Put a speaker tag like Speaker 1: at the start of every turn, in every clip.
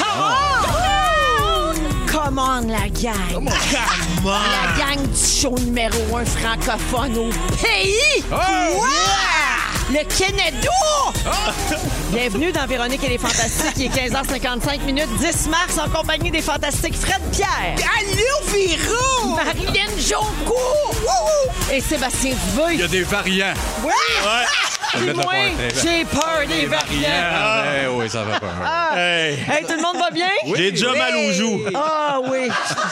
Speaker 1: Oh! gang.
Speaker 2: Come on!
Speaker 1: La gang du show numéro un francophone au pays!
Speaker 2: Oh!
Speaker 1: Le Kennedo! Bienvenue dans Véronique et les Fantastiques. Il est 15h55 minutes, 10 mars, en compagnie des Fantastiques Fred Pierre,
Speaker 3: Allô, Véro!
Speaker 1: Marilyn Jonco et Sébastien
Speaker 2: Il y
Speaker 1: Veuille.
Speaker 2: a des variants.
Speaker 1: Ouais.
Speaker 4: Ouais.
Speaker 2: Je vais mettre le
Speaker 1: Moi,
Speaker 2: point. Des
Speaker 1: j'ai peur des variants.
Speaker 2: variants. Eh oui, ça va pas.
Speaker 4: Hey,
Speaker 1: Hey, tout le monde va bien?
Speaker 4: J'ai déjà mal aux joues.
Speaker 1: Ah oui.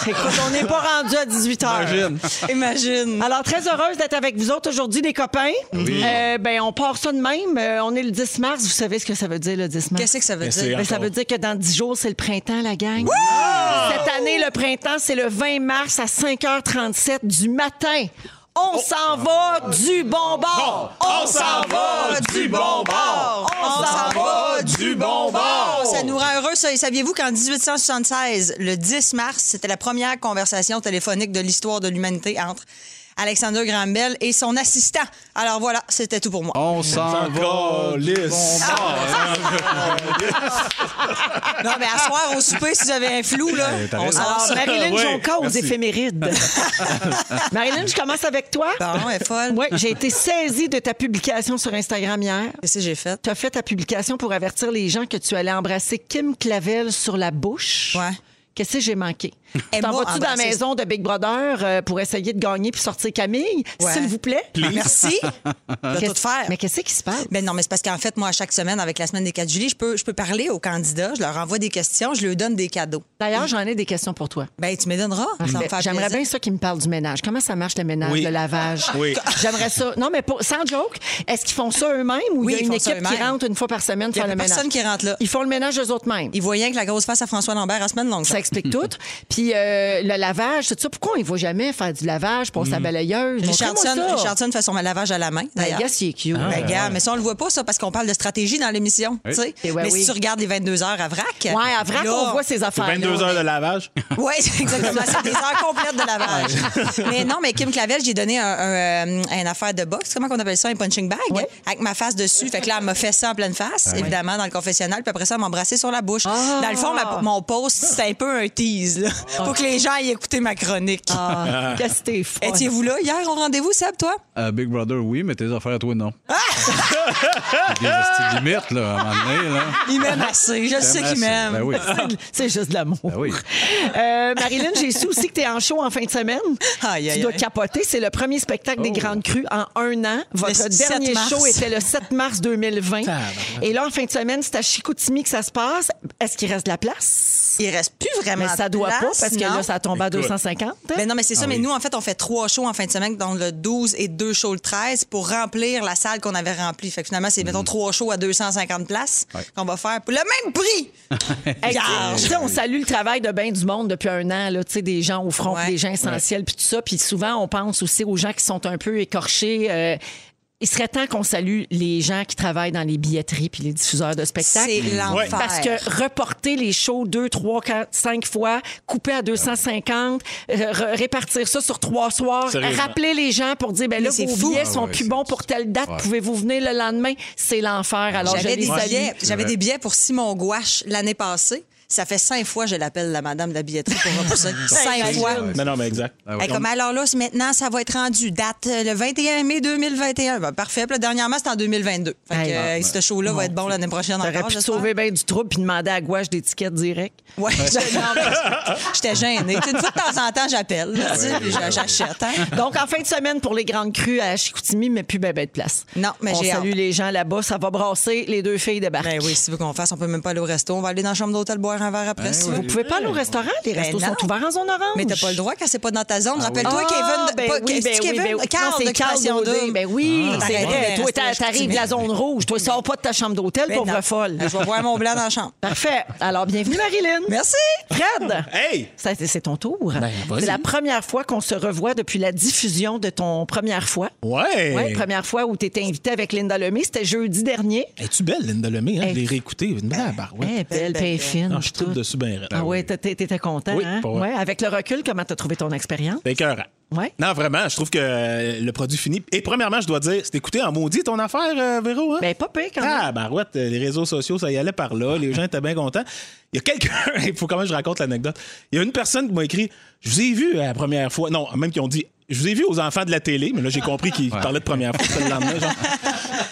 Speaker 1: Écoute, on n'est pas rendu à 18 heures.
Speaker 2: Imagine.
Speaker 3: Imagine.
Speaker 1: Alors, très heureuse d'être avec vous autres aujourd'hui, les copains.
Speaker 2: Oui.
Speaker 1: Euh, ben, on part ça de même. Euh, on est le 10 mars. Vous savez ce que ça veut dire, le 10 mars?
Speaker 3: Qu'est-ce que ça veut
Speaker 4: Mais
Speaker 3: dire?
Speaker 4: c'est-
Speaker 1: Ben, ça
Speaker 4: encore?
Speaker 1: veut dire que dans 10 jours, c'est le printemps, la gang. Cette année, le printemps, c'est le 20 mars à 5h37 du matin. On s'en va du bon bord!
Speaker 4: on s'en va du bon bord.
Speaker 1: On s'en va
Speaker 4: du bon bord.
Speaker 3: Ça nous rend heureux, ça. Et saviez-vous qu'en 1876, le 10 mars, c'était la première conversation téléphonique de l'histoire de l'humanité entre Alexander Graham Bell et son assistant. Alors voilà, c'était tout pour moi.
Speaker 2: On s'en va.
Speaker 4: Calisse.
Speaker 3: Non, mais à soir, au souper, si vous avez un flou, là,
Speaker 4: Ben,
Speaker 2: t'as
Speaker 3: on
Speaker 2: raison.
Speaker 3: s'en
Speaker 1: Alors,
Speaker 3: sort.
Speaker 1: Marilyn
Speaker 4: Ouais,
Speaker 1: Jonca aux
Speaker 2: merci.
Speaker 1: éphémérides. Marilyn, je commence avec toi.
Speaker 3: Bon, elle est folle.
Speaker 1: Oui, j'ai été saisie de ta publication sur Instagram hier.
Speaker 3: Qu'est-ce que j'ai fait?
Speaker 1: Tu as fait ta publication pour avertir les gens que tu allais embrasser Kim Clavel sur la bouche.
Speaker 3: Ouais.
Speaker 1: Qu'est-ce que j'ai manqué?
Speaker 3: Et
Speaker 1: T'en
Speaker 3: moi,
Speaker 1: vas-tu dans la
Speaker 3: embrasser-
Speaker 1: maison de Big Brother euh, pour essayer de gagner puis sortir Camille,
Speaker 3: Ouais.
Speaker 1: s'il vous plaît?
Speaker 3: Merci. Je vais tout faire.
Speaker 1: Mais qu'est-ce qui se passe?
Speaker 3: Ben non, mais c'est parce qu'en fait, moi, à chaque semaine, avec la semaine des 4 juillet, je peux, je peux parler aux candidats, je leur envoie des questions, je leur donne des cadeaux.
Speaker 1: D'ailleurs, j'en ai des questions pour toi.
Speaker 3: Ben, tu me donneras. Ça va me faire
Speaker 1: Ah, J'aimerais
Speaker 3: plaisir.
Speaker 1: bien ça qu'ils me parlent du ménage. Comment ça marche le ménage,
Speaker 4: Oui.
Speaker 1: le lavage?
Speaker 4: Oui.
Speaker 1: J'aimerais ça. Non, mais pour- sans joke, est-ce qu'ils font ça eux-mêmes ou
Speaker 3: Oui,
Speaker 1: il y a
Speaker 3: ils
Speaker 1: une
Speaker 3: font ça
Speaker 1: équipe qui
Speaker 3: eux-mêmes.
Speaker 1: rentre une fois par semaine
Speaker 3: y a
Speaker 1: faire le ménage?
Speaker 3: personne qui rentre là.
Speaker 1: Ils font le ménage eux-mêmes.
Speaker 3: Ils voyaient que la grosse face à François Lambert à semaine longue.
Speaker 1: Ça explique tout. Puis euh, le lavage, tout ça. Pourquoi on ne va jamais faire du lavage pour sa balayeuse? Montrez-moi
Speaker 3: Hmm. Richardson,
Speaker 1: ça.
Speaker 3: Richardson fait son lavage à la main,
Speaker 1: Ben,
Speaker 3: d'ailleurs.
Speaker 1: gars, c'est cute.
Speaker 3: Ben, gars, mais ça, on le voit pas, ça, parce qu'on parle de stratégie dans l'émission. tu sais.
Speaker 1: Et Eh ouais,
Speaker 3: mais
Speaker 1: oui.
Speaker 3: si tu regardes les 22 heures à vrac.
Speaker 1: Ben, Ouais, à vrac,
Speaker 3: là-
Speaker 1: on voit ces affaires.
Speaker 4: 22 heures de lavage.
Speaker 3: Oui, exactement. C'est des heures complètes de lavage. mais non, mais Kim Clavel, j'ai donné un, un, euh, une affaire de boxe, comment on appelle ça, un punching bag, avec ma face dessus. Fait que là, elle m'a fait ça en pleine face, évidemment, dans le confessionnal. Puis après ça, elle m'a embrassé sur la bouche.
Speaker 1: Ah.
Speaker 3: Dans le fond, ma- mon post, c'est un peu un tease, là, pour que les gens aient écouté ma chronique.
Speaker 1: Qu'est-ce que t'es folle.
Speaker 3: Étiez-vous là hier au rendez-vous, Seb, toi?
Speaker 2: Euh, Big Brother, oui, mais tes affaires à toi, non. Des hosties limites, là, à un moment donné, là.
Speaker 3: Il m'aime
Speaker 1: Ah.
Speaker 3: assez. Je sais qu'il m'aime.
Speaker 2: Ben oui.
Speaker 1: C'est juste de l'amour.
Speaker 4: Ah
Speaker 2: Ben oui.
Speaker 1: Euh, Marilyn, j'ai su aussi que tu es en show en fin de semaine.
Speaker 3: Aïe, aïe,
Speaker 1: tu dois
Speaker 3: aïe.
Speaker 1: capoter. C'est le premier spectacle
Speaker 4: Oh.
Speaker 1: des Grandes Crues en un an. Votre
Speaker 3: Le 7
Speaker 1: dernier
Speaker 3: mars.
Speaker 1: show était le 7 mars 2020. Et là, en fin de semaine, c'est à Chicoutimi que ça se passe. Est-ce qu'il reste de la place?
Speaker 3: Il reste plus vraiment.
Speaker 1: Mais ça
Speaker 3: de
Speaker 1: doit pas
Speaker 3: place,
Speaker 1: parce que
Speaker 3: non?
Speaker 1: là, ça tombe à
Speaker 4: Écoute.
Speaker 1: 250.
Speaker 2: Ah
Speaker 3: Ben non, mais c'est ça. Mais nous, en fait, on fait trois shows en fin de semaine, dont le 12 et deux shows le 13, pour remplir la salle qu'on avait remplie. Fait que finalement, c'est,
Speaker 2: Mhm.
Speaker 3: mettons, trois shows à 250 places qu'on va faire pour le même prix.
Speaker 1: Hey, tu-
Speaker 3: Garde.
Speaker 1: tu sais, on salue le travail de bien du monde depuis un an, là, tu sais, des gens au front,
Speaker 3: Ouais.
Speaker 1: puis des gens essentiels, puis tout ça. Puis souvent, on pense aussi aux gens qui sont un peu écorchés. euh, il serait temps qu'on salue les gens qui travaillent dans les billetteries puis les diffuseurs de spectacles.
Speaker 3: C'est l'enfer.
Speaker 1: Parce que reporter les shows deux, trois, quatre, cinq fois, couper à 250, euh, re- répartir ça sur trois soirs,
Speaker 4: Sérieusement.
Speaker 1: rappeler les gens pour dire, ben là,
Speaker 3: Mais c'est
Speaker 1: vos
Speaker 3: fou.
Speaker 1: billets
Speaker 2: Ah
Speaker 1: sont
Speaker 2: ouais,
Speaker 1: plus
Speaker 2: c'est-
Speaker 1: bons pour telle date, pouvez-vous venir le lendemain? C'est l'enfer. Alors, je
Speaker 3: J'avais
Speaker 1: les
Speaker 3: des,
Speaker 1: salue.
Speaker 3: billets,
Speaker 2: c'est
Speaker 3: j'avais
Speaker 2: vrai.
Speaker 3: des billets pour Simon Gouache l'année passée. Ça fait cinq fois que je l'appelle la madame de la billetterie pour repousser. cinq fois.
Speaker 4: Non, non, mais exact.
Speaker 2: Ah
Speaker 3: Hey,
Speaker 2: oui.
Speaker 3: comme alors là, c'est maintenant, ça va être rendu. Date euh, le 21 mai 2021. Ben, parfait. Puis, là, dernièrement, c'est en 2022. Fait que,
Speaker 1: Hey,
Speaker 3: euh,
Speaker 1: ouais.
Speaker 3: ce show-là va être bon l'année prochaine
Speaker 1: T'aurais
Speaker 3: encore.
Speaker 1: pu te
Speaker 3: j'espère.
Speaker 1: sauver bien du trouble puis demander à gouache des tickets direct.
Speaker 3: Ouais, je- non, mais j'étais gênée. Tu sais, Une fois de temps en temps, j'appelle, là, tu sais, puis j'a- j'achète. hein.
Speaker 1: Donc, en fin de semaine, pour les grandes crues à Chicoutimi, mais plus ben, ben de place.
Speaker 3: Non, mais
Speaker 1: On
Speaker 3: j'ai
Speaker 1: salue
Speaker 3: hâte.
Speaker 1: les gens là-bas. Ça va brasser. Les deux filles débarquent.
Speaker 3: Ben oui, si tu veux qu'on fasse, on peut même pas aller au resto. On va aller dans la chambre d'hôtel boire un verre après.
Speaker 2: Ben
Speaker 3: si tu
Speaker 2: oui.
Speaker 3: veux.
Speaker 1: Vous pouvez pas aller au restaurant. Les
Speaker 3: Ben
Speaker 1: restos
Speaker 3: non.
Speaker 1: sont ouverts en zone orange.
Speaker 3: Mais t'as pas le droit quand c'est pas dans ta zone. Rappelle-toi,
Speaker 1: Ah,
Speaker 3: Kevin.
Speaker 1: ben
Speaker 3: pas-
Speaker 1: oui, ben
Speaker 3: c'est-tu
Speaker 1: oui,
Speaker 3: Kevin?
Speaker 1: ben oui.
Speaker 3: Carl
Speaker 1: Non, c'est
Speaker 3: de
Speaker 1: Carl
Speaker 3: Création
Speaker 1: Daudé.
Speaker 3: d'Homme.
Speaker 1: Ben oui,
Speaker 3: Ah,
Speaker 1: c'est
Speaker 3: t'arrêtes
Speaker 1: vrai.
Speaker 3: de
Speaker 1: Toi,
Speaker 3: rester à
Speaker 1: t'as- t'arrives de la zone rouge. Toi, sors pas de ta chambre d'hôtel,
Speaker 3: Ben
Speaker 1: pauvre
Speaker 3: non.
Speaker 1: folle.
Speaker 3: Je vais boire mon blanc dans la chambre.
Speaker 1: Parfait. Alors, bienvenue, Marilyn.
Speaker 3: Merci.
Speaker 1: Fred.
Speaker 4: Hey!
Speaker 1: Ça, c'est c'est ton tour.
Speaker 4: Ben, vas-y.
Speaker 1: c'est la première fois qu'on se revoit depuis la diffusion de ton première fois.
Speaker 4: Ouais!
Speaker 1: Ouais, première fois où tu étais invitée avec Linda Lemay, c'était jeudi dernier.
Speaker 4: Es-tu belle, Linda Lemay? Hein? Je l'ai réécoutée. Une belle barouette.
Speaker 1: Eh, belle,
Speaker 3: belle,
Speaker 1: pain
Speaker 3: belle.
Speaker 1: fine.
Speaker 4: Non, je
Speaker 1: mange
Speaker 4: je tripe
Speaker 1: tout.
Speaker 4: dessus bien raide.
Speaker 1: Ah ouais, t'es- t'es- t'étais content,
Speaker 4: Oui,
Speaker 1: hein?
Speaker 4: pas vrai.
Speaker 1: Ouais, avec le recul, comment t'as trouvé ton expérience?
Speaker 4: C'est écœurant.
Speaker 1: Ouais.
Speaker 4: Non, vraiment, je trouve que euh, le produit fini. Et premièrement, je dois dire, c'est écouté en maudit ton affaire, euh, Véro. Hein?
Speaker 1: Ben, pas pire quand même.
Speaker 4: Ah, barouette, euh, les réseaux sociaux, ça y allait par là. Les gens étaient bien contents. Il y a quelqu'un, il faut quand même que je raconte l'anecdote. Il y a une personne qui m'a écrit Je vous ai vu euh, la première fois. Non, même qui ont dit Je vous ai vu aux enfants de la télé, mais là, j'ai compris qu'ils parlaient de première fois. c'était le lendemain, genre.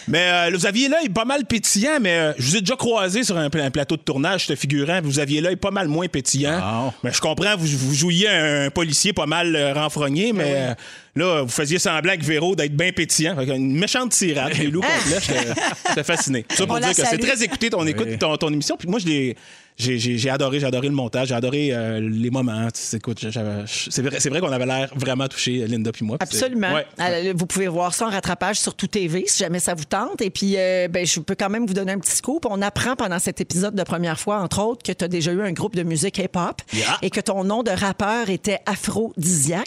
Speaker 4: Mais euh, là, vous aviez l'œil pas mal pétillant, mais euh, je vous ai déjà croisé sur un, pla- un plateau de tournage, te figurant. Vous aviez l'œil pas mal moins pétillant.
Speaker 2: Ah.
Speaker 4: Mais je comprends, vous, vous jouiez un, policier pas mal euh, renfrogné, mais euh, là, vous faisiez semblant que Véro d'être bien pétillant. Fait une méchante tirade, les loups complets. J'étais- J'étais fasciné. Ça pour
Speaker 3: On la
Speaker 4: dire que c'est
Speaker 3: salue.
Speaker 4: très écouté ton écoute, ton, ton émission. Puis moi, je l'ai- J'ai, j'ai- j'ai adoré, j'ai adoré le montage, j'ai adoré euh, les moments. Tu sais, écoute, j'avais- c'est vrai, c'est vrai qu'on avait l'air vraiment touchés, Linda puis moi. Puis c'est-
Speaker 1: Absolument. Ah,
Speaker 4: Ouais.
Speaker 1: Alors, vous pouvez voir ça en rattrapage sur Tout TV si jamais ça vous tente. Et puis, euh, ben, je peux quand même vous donner un petit scoop. On apprend pendant cet épisode de première fois, entre autres, que tu as déjà eu un groupe de musique hip-hop
Speaker 4: Yeah.
Speaker 1: et que ton nom de rappeur était Aphrodisiaque.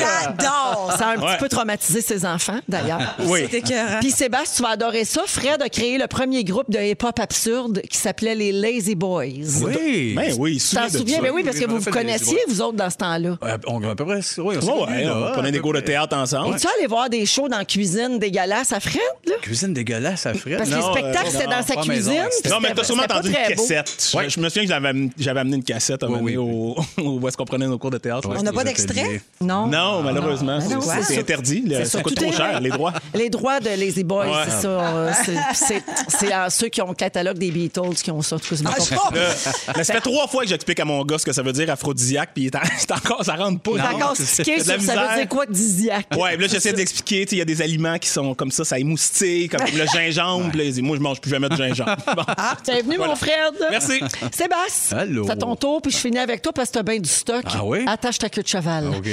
Speaker 3: J'adore!
Speaker 1: ça a un
Speaker 4: Ouais.
Speaker 1: petit peu traumatisé ses enfants, d'ailleurs.
Speaker 4: Oui.
Speaker 3: C'est écœurant.
Speaker 1: Puis Sébastien, tu vas adorer ça. Fred a créé le premier groupe de hip-hop absurde qui s'appelait les Lazy Boys.
Speaker 2: Oui.
Speaker 4: Ben oui, il se
Speaker 1: T'en
Speaker 4: souvient de
Speaker 1: souviens?
Speaker 4: ça.
Speaker 1: Ben oui, parce
Speaker 2: Oui,
Speaker 1: que
Speaker 2: on
Speaker 1: vous
Speaker 2: a
Speaker 1: vous
Speaker 2: fait des Lazy
Speaker 1: connaissiez, vous autres, dans ce temps-là.
Speaker 2: Euh, on à peu près. ça, Oui, on s'est
Speaker 4: Ouais,
Speaker 2: connus,
Speaker 4: Oh, ouais,
Speaker 2: là, Euh,
Speaker 4: on
Speaker 2: à
Speaker 4: prenait des
Speaker 2: peu
Speaker 4: cours de
Speaker 2: près.
Speaker 4: théâtre ensemble.
Speaker 1: Es-tu allé voir des shows dans la cuisine dégueulasses à Fred, là?
Speaker 2: Cuisine dégueulasse à Fred.
Speaker 1: Parce que
Speaker 2: Non,
Speaker 1: les
Speaker 4: Non,
Speaker 1: spectacles,
Speaker 4: euh,
Speaker 1: c'était
Speaker 2: non,
Speaker 1: dans sa
Speaker 2: pas
Speaker 1: cuisine.
Speaker 2: maison, ouais, c'était-
Speaker 1: puis
Speaker 4: Non, mais
Speaker 1: c'était-
Speaker 4: t'as sûrement
Speaker 1: c'était pas
Speaker 4: entendu une
Speaker 1: très beau.
Speaker 4: cassette. Je-
Speaker 2: Ouais.
Speaker 4: Je, me souviens que j'avais amené- j'avais amené une cassette à un
Speaker 2: Oui,
Speaker 4: moment donné
Speaker 2: oui.
Speaker 4: au- où est-ce qu'on prenait nos cours de théâtre.
Speaker 2: Ouais,
Speaker 3: On n'a
Speaker 2: les
Speaker 3: pas d'extrait?
Speaker 2: ateliers.
Speaker 1: Non.
Speaker 4: Non, malheureusement,
Speaker 1: Ah, non,
Speaker 4: c'est-
Speaker 1: ouais.
Speaker 4: c'est interdit. le-
Speaker 1: C'est
Speaker 4: Ça
Speaker 1: sur
Speaker 4: coûte
Speaker 1: tout
Speaker 4: trop
Speaker 1: est-
Speaker 4: cher, les droits.
Speaker 1: Les droits de Lazy Boys,
Speaker 4: Ouais.
Speaker 1: c'est ça. euh, c'est- c'est- C'est à ceux qui ont le catalogue des Beatles qui ont ça. en tout cas, c'est ma
Speaker 3: Ah, je
Speaker 1: compréhension.
Speaker 3: comprends.
Speaker 4: Euh, mais ça fait trois fois que j'explique à mon gars ce que ça veut dire aphrodisiaque, puis il est en- c'est encore, ça rentre pas.
Speaker 1: T'es
Speaker 4: Non,
Speaker 1: encore
Speaker 4: c'est-
Speaker 1: stické
Speaker 4: c'est de la
Speaker 1: sur ça veut
Speaker 4: misère.
Speaker 1: dire quoi, Diziac?
Speaker 4: Ouais, puis là, j'essaie d'expliquer. tu sais, Il y a des aliments qui sont comme ça, ça émoustille, comme le gingembre. puis là, il dit, moi, je mange plus jamais de gingembre.
Speaker 1: Ah,
Speaker 4: Bon.
Speaker 1: T'es venu,
Speaker 4: Voilà.
Speaker 1: mon frère.
Speaker 4: Merci.
Speaker 1: Sébastien,
Speaker 2: Allô.
Speaker 1: c'est à ton tour, puis je finis avec toi parce que t'as bien du stock.
Speaker 2: Ah oui? Ah
Speaker 1: Attache ta queue de cheval.
Speaker 2: OK.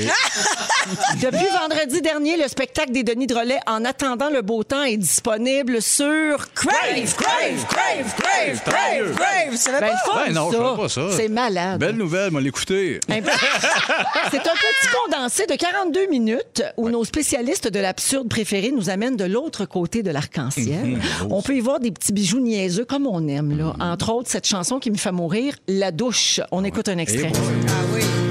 Speaker 1: Depuis vendredi dernier, le spectacle des Denis Drolet En attendant le beau temps est disponible sur Crave!
Speaker 3: crave, crave, crave, crave, crave. Tu savais
Speaker 1: Ben,
Speaker 3: pas?
Speaker 1: le fun,
Speaker 2: Ben non, je
Speaker 1: ça.
Speaker 2: savais pas ça.
Speaker 1: C'est malade.
Speaker 2: Belle nouvelle, m'a l'écouté.
Speaker 1: Un petit- C'est un petit condensé de 42 minutes où nos spécialistes de l'absurde préféré nous amènent de l'autre côté de l'arc-en-ciel. On peut y voir des petits bijoux niaiseux comme on aime. Là. Entre autres, cette chanson qui me fait mourir, La douche. On écoute un extrait.
Speaker 3: Ah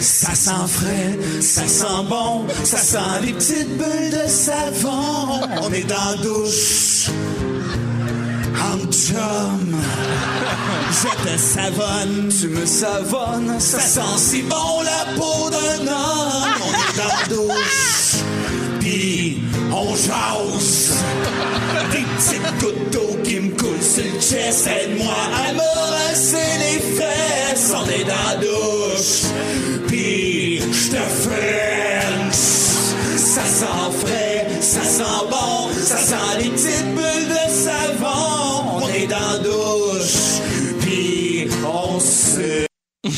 Speaker 5: Ça sent frais, ça sent bon, ça sent les petites bulles de savon. On est dans la douche. En chum, je te savonne, tu me savonnes, ça sent si bon la peau d'un homme. On est dans la douche, pis on jase. Des petites gouttes d'eau qui me coulent sur le chest, aide-moi à me rincer les fesses. On est dans la douche, pis je te french. Ça sent frais, ça sent bon, ça sent les petites bulles de savon. On est dans la douche, pis on se...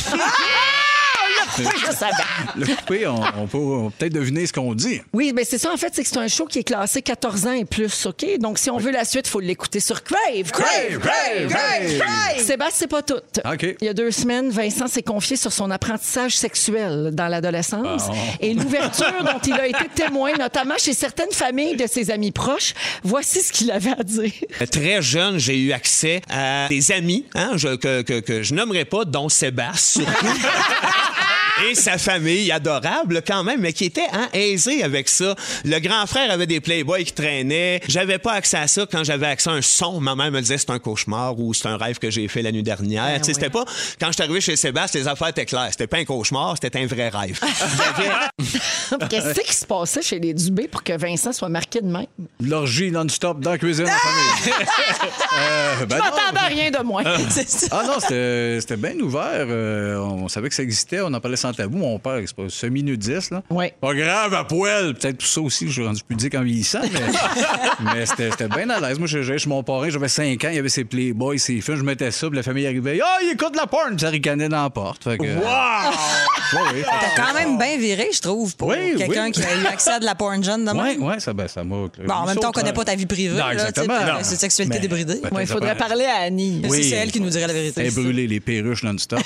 Speaker 1: Je savais.
Speaker 2: Le coupé, on, on peut on peut peut-être deviner ce qu'on dit.
Speaker 1: Oui, mais c'est ça. En fait, c'est que c'est un show qui est classé 14 ans et plus, OK? Donc, si on veut la suite, il faut l'écouter sur Crave. Crave!
Speaker 3: Crave, crave, crave.
Speaker 1: Sébastien, c'est pas tout.
Speaker 2: OK.
Speaker 1: Il y a deux semaines, Vincent s'est confié sur son apprentissage sexuel dans l'adolescence
Speaker 2: Ah.
Speaker 1: et l'ouverture dont il a été témoin, notamment chez certaines familles de ses amis proches. Voici ce qu'il avait à dire.
Speaker 6: Très jeune, j'ai eu accès à des amis hein, je- que, que- que je nommerai pas, dont Sébastien surtout. Et sa famille adorable quand même, mais qui était hein, aisée avec ça. Le grand frère avait des Playboys qui traînaient. J'avais pas accès à ça quand j'avais accès à un son. Ma mère me disait c'est un cauchemar ou c'est un rêve que j'ai fait la nuit dernière.
Speaker 3: Ben
Speaker 6: Tu sais,
Speaker 1: oui.
Speaker 6: C'était pas quand je suis arrivé chez Sébastien, les affaires étaient claires. C'était pas un cauchemar, c'était un vrai rêve.
Speaker 1: Qu'est-ce qui se passait chez les Dubé pour que Vincent soit marqué de même?
Speaker 2: L'orgie non-stop dans la cuisine. en famille. Euh, ben
Speaker 1: Ah! Je
Speaker 2: non.
Speaker 1: m'attendais à rien de moins.
Speaker 3: C'est ça.
Speaker 2: Ah non, c'était c'était bien ouvert. Euh, on savait que ça existait. On en parlait sans tabou. Mon père, c'est pas semi-nudiste. Là.
Speaker 1: Ouais.
Speaker 2: Pas grave, à poil. Peut-être tout ça aussi, je suis rendu pudique en vieillissant, mais, mais c'était c'était bien à l'aise. Moi, j'allais chez mon parrain, j'avais 5 ans, il y avait ses Playboys, ses films. Je mettais ça, puis la famille arrivait. Ah, il écoute la porn! Puis ça ricanait dans la porte. Fait que, euh, Ouais, ouais.
Speaker 3: T'as quand même bien viré, je trouve, pour
Speaker 2: Oui,
Speaker 3: quelqu'un
Speaker 2: oui.
Speaker 3: qui a eu accès à de la porn jeune de
Speaker 2: Ouais,
Speaker 3: même.
Speaker 2: ouais, ça, ben, ça m'a.
Speaker 3: Ah Bon, en même temps, on
Speaker 2: euh,
Speaker 3: connaît pas ta vie privée.
Speaker 2: hein.
Speaker 3: là,
Speaker 2: Non,
Speaker 3: tu sais,
Speaker 2: exactement.
Speaker 3: puis,
Speaker 2: Non.
Speaker 3: euh, C'est une sexualité débridée.
Speaker 1: Il
Speaker 2: ça
Speaker 1: faudrait
Speaker 2: paraît.
Speaker 1: parler à Annie.
Speaker 3: Oui. c'est Ah! elle qui nous dirait la vérité.
Speaker 2: Elle brûlait les perruches non-stop.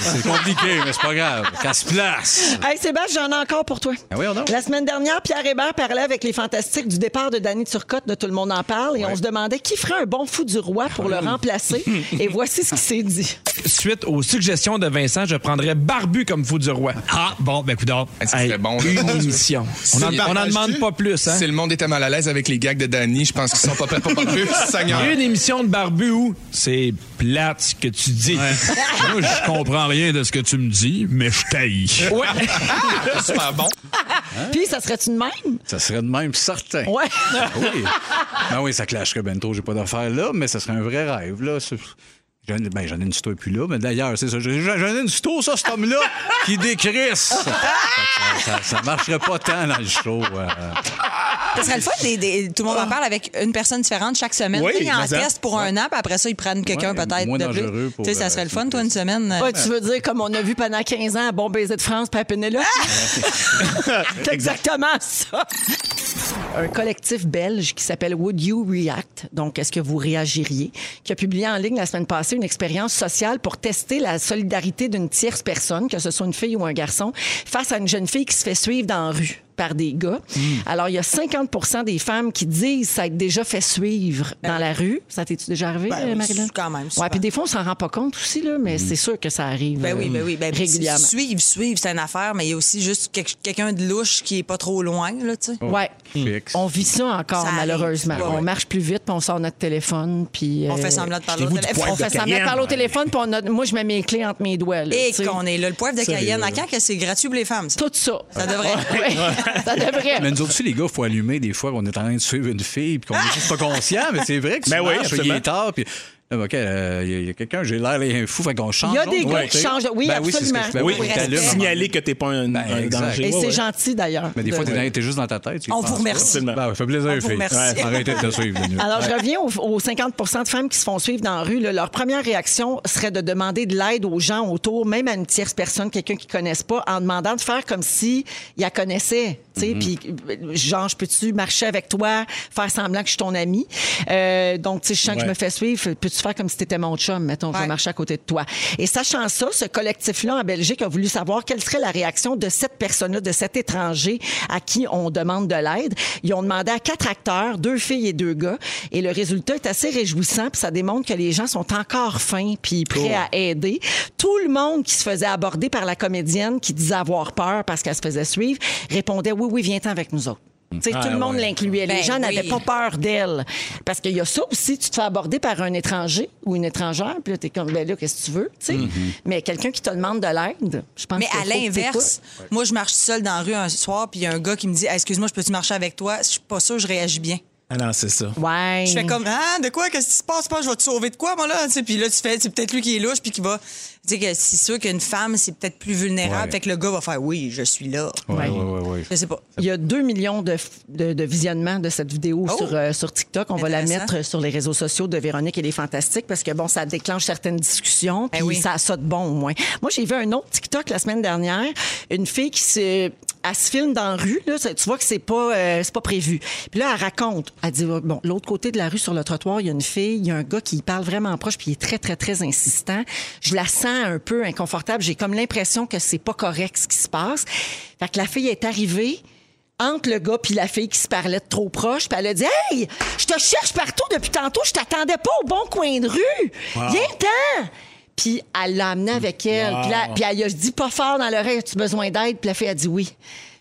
Speaker 2: C'est compliqué, mais c'est pas grave. Qu'elle se place.
Speaker 1: Hey Sébastien, j'en ai encore pour toi.
Speaker 2: Ah oui, on a.
Speaker 1: La semaine dernière, Pierre Hébert parlait avec les fantastiques du départ de Danny Turcotte de Tout le monde en parle et on se demandait qui ferait un bon fou du roi pour le remplacer. Et voici ce qui s'est dit.
Speaker 7: Suite aux suggestions de Vincent, je prendrais Barbu comme fou du roi. Ah, bon, ben, coudard.
Speaker 8: Est-ce que c'était bon, là?
Speaker 7: Une émission. On
Speaker 8: C'est-
Speaker 7: n'en demande pas plus, hein?
Speaker 8: Si le monde était mal à l'aise avec les gags de Danny, je pense qu'ils sont pas prêts pour plus, Seigneur.
Speaker 7: Une émission de barbu où c'est plate ce que tu dis. Moi, je comprends rien de ce que tu me dis, mais je taille. Ouais.
Speaker 8: Super bon.
Speaker 1: Puis, ça serait-tu de même?
Speaker 2: Ça serait de même certain. Ah
Speaker 1: Ouais.
Speaker 2: Oui. Ben oui, ça clasherait ben trop, j'ai pas d'affaires là, mais ça serait un vrai rêve, là. C'est- J'en ben, j'en ai une photo plus là, mais d'ailleurs, c'est ça. J'en j'en ai une photo, ça, cet homme-là, qui décrisse. Fait que ça, ça, ça marcherait pas tant dans le show. euh.
Speaker 3: Ça serait le fun, des- des- tout le monde en parle avec une personne différente chaque semaine.
Speaker 4: Oui,
Speaker 3: Tu sais, ils en
Speaker 4: mais ça-
Speaker 3: testent pour un an, puis après ça, ils prennent quelqu'un
Speaker 2: Ouais,
Speaker 3: peut-être
Speaker 2: moins
Speaker 3: de plus.
Speaker 2: dangereux pour,
Speaker 3: Tu sais, ça serait le
Speaker 2: euh,
Speaker 3: fun, toi, une semaine. euh,
Speaker 1: Ouais, tu veux dire, comme on a vu pendant 15 ans à Bon Baiser de France, Père Pénélope?
Speaker 3: Ah!
Speaker 1: C'est exactement ça. Un collectif belge qui s'appelle Would You React? Donc, est-ce que vous réagiriez? Qui a publié en ligne la semaine passée une expérience sociale pour tester la solidarité d'une tierce personne, que ce soit une fille ou un garçon, face à une jeune fille qui se fait suivre dans la rue par des gars.
Speaker 3: Hmm.
Speaker 1: Alors, il y a 50 des femmes qui disent s'être déjà fait suivre dans la rue. Ça t'es-tu déjà arrivé,
Speaker 3: Ben oui,
Speaker 1: Marilyn?
Speaker 3: quand même,
Speaker 1: Ouais,
Speaker 3: souvent.
Speaker 1: puis des fois, on s'en rend pas compte aussi, là,
Speaker 2: Mm-hmm.
Speaker 1: mais c'est sûr que ça arrive
Speaker 3: Ben oui,
Speaker 1: euh,
Speaker 3: ben oui. Ben,
Speaker 1: régulièrement.
Speaker 3: Suivre, suivre, c'est une affaire, mais il y a aussi juste quelque- quelqu'un de louche qui est pas trop loin, là, tu sais.
Speaker 1: Ouais.
Speaker 2: Oh,
Speaker 1: Mm.
Speaker 2: Fixe.
Speaker 1: On vit ça encore,
Speaker 3: Ça arrive.
Speaker 1: malheureusement.
Speaker 3: Ouais,
Speaker 1: On
Speaker 3: ouais.
Speaker 1: marche plus vite, puis on sort notre téléphone, puis...
Speaker 3: On
Speaker 1: euh,
Speaker 3: fait semblant de parler au
Speaker 4: Achetez-vous du
Speaker 3: téléphone.
Speaker 4: poivre
Speaker 1: On
Speaker 4: de
Speaker 1: fait semblant de
Speaker 4: Cayenne.
Speaker 1: parler au téléphone, puis on a- moi, je mets mes clés entre mes doigts. là,
Speaker 3: Et
Speaker 1: tu sais.
Speaker 3: qu'on est là. Le poivre de Cayenne, à quand que c'est gratuit pour les femmes, ça?
Speaker 1: Tout ça.
Speaker 3: Ça devrait.
Speaker 1: Ouais. ça devrait.
Speaker 2: Mais nous autres aussi, les gars, faut allumer des fois qu'on est en train de suivre une fille puis qu'on est juste pas conscient, mais c'est vrai que tu
Speaker 4: Ben oui,
Speaker 2: marches, puis il
Speaker 4: absolument.
Speaker 2: est tard, puis... là, ben, OK, euh, il y a- il y a, quelqu'un, j'ai l'air d'un fou, fait qu'on change.
Speaker 1: Il y a des
Speaker 2: l'autre
Speaker 1: gars qui
Speaker 2: côté.
Speaker 1: changent de- oui,
Speaker 2: Ben c'est ce que
Speaker 1: absolument.
Speaker 2: je- ben
Speaker 4: Oui,
Speaker 2: oui,
Speaker 3: Pour
Speaker 2: t'allumes.
Speaker 3: respect.
Speaker 4: signaler que t'es pas un, un
Speaker 2: exact.
Speaker 4: danger.
Speaker 1: Et
Speaker 4: Ouais,
Speaker 1: c'est
Speaker 4: ouais.
Speaker 1: gentil, d'ailleurs.
Speaker 2: Mais des fois,
Speaker 1: de-
Speaker 2: t'es dans- t'es juste dans ta tête. tu y
Speaker 3: On vous
Speaker 2: penses pas.
Speaker 3: remercie.
Speaker 4: Absolument.
Speaker 2: Ben, ouais, fait plaisir,
Speaker 3: On vous
Speaker 2: filles.
Speaker 3: remercie.
Speaker 2: Ouais, Arrêtez de te suivre. Denis.
Speaker 1: Alors, je reviens aux, aux 50 de femmes qui se font suivre dans la rue. là. leur première réaction serait de demander de l'aide aux gens autour, même à une tierce personne, quelqu'un qu'ils connaissent pas, en demandant de faire comme si ils la connaissaient. Tu sais, puis euh, genre, je peux-tu marcher avec toi, faire semblant que je suis ton ami? Euh, donc, tu sais, je sens que je me fais suivre. Peux-tu faire comme si t'étais mon chum? Mettons, je vais
Speaker 3: Ouais.
Speaker 1: marcher à côté de toi. Et sachant ça, ce collectif-là en Belgique a voulu savoir quelle serait la réaction de cette personne-là, de cet étranger à qui on demande de l'aide. Ils ont demandé à quatre acteurs, deux filles et deux gars. Et le résultat est assez réjouissant, puis ça démontre que les gens sont encore fins puis prêts à aider. Tout le monde qui se faisait aborder par la comédienne qui disait avoir peur parce qu'elle se faisait suivre répondait oui, oui, viens-t'en avec nous autres. Tu sais, tout le monde l'incluait. Les
Speaker 3: Ben
Speaker 1: gens n'avaient
Speaker 3: oui.
Speaker 1: pas peur d'elle. Parce qu'il y a ça aussi, tu te fais aborder par un étranger ou une étrangère, puis là, t'es comme, ben là, qu'est-ce que tu veux, tu sais.
Speaker 2: Mm-hmm.
Speaker 1: Mais quelqu'un qui te demande de l'aide, je pense
Speaker 3: Mais
Speaker 1: qu'il
Speaker 3: à
Speaker 1: faut que
Speaker 3: l'inverse, moi, je marche seule dans la rue un soir, puis il y a un gars qui me dit Hey, Excuse-moi, je peux-tu marcher avec toi? Je suis pas sûr, je réagis bien.
Speaker 4: Ah non, c'est ça.
Speaker 1: t'écoutes. Ouais.
Speaker 3: Je fais comme Ah, de quoi? Qu'est-ce qui se passe? pas? Je vais te sauver de quoi, moi, là? Tu sais, Puis là, tu fais, c'est peut-être lui qui est louche, puis qui va. Tu sais, que c'est sûr qu'une femme, c'est peut-être plus vulnérable. Fait que le gars va faire Oui, je suis là.
Speaker 2: Ouais, ouais, ouais, ouais.
Speaker 3: Je sais pas.
Speaker 1: Il y a 2 millions de, f- de, de visionnements de cette vidéo
Speaker 3: Oh!
Speaker 1: sur, euh, sur TikTok. On va la
Speaker 3: Intéressant.
Speaker 1: mettre sur les réseaux sociaux de Véronique et les Fantastiques parce que, bon, ça déclenche certaines discussions puis
Speaker 3: Ben oui.
Speaker 1: ça saute bon au moins. Moi, j'ai vu un autre TikTok la semaine dernière. Une fille qui se... Elle se filme dans la rue, là, Ça- tu vois que c'est pas, euh, c'est pas prévu. Puis là, elle raconte. Elle dit, bon, l'autre côté de la rue, sur le trottoir, il y a une fille, il y a un gars qui y parle vraiment proche, puis il est très, très, très insistant. Je la sens un peu inconfortable. J'ai comme l'impression que c'est pas correct ce qui se passe. Fait que la fille est arrivée, entre le gars puis la fille qui se parlait de trop proche, puis elle a dit "Hey, je te cherche partout depuis tantôt, je t'attendais pas au bon coin de rue. Viens-t'en." Puis elle l'a amenée avec elle, puis là- puis elle lui a dit pas fort dans l'oreille "As-tu besoin d'aide Puis la fille a dit "Oui."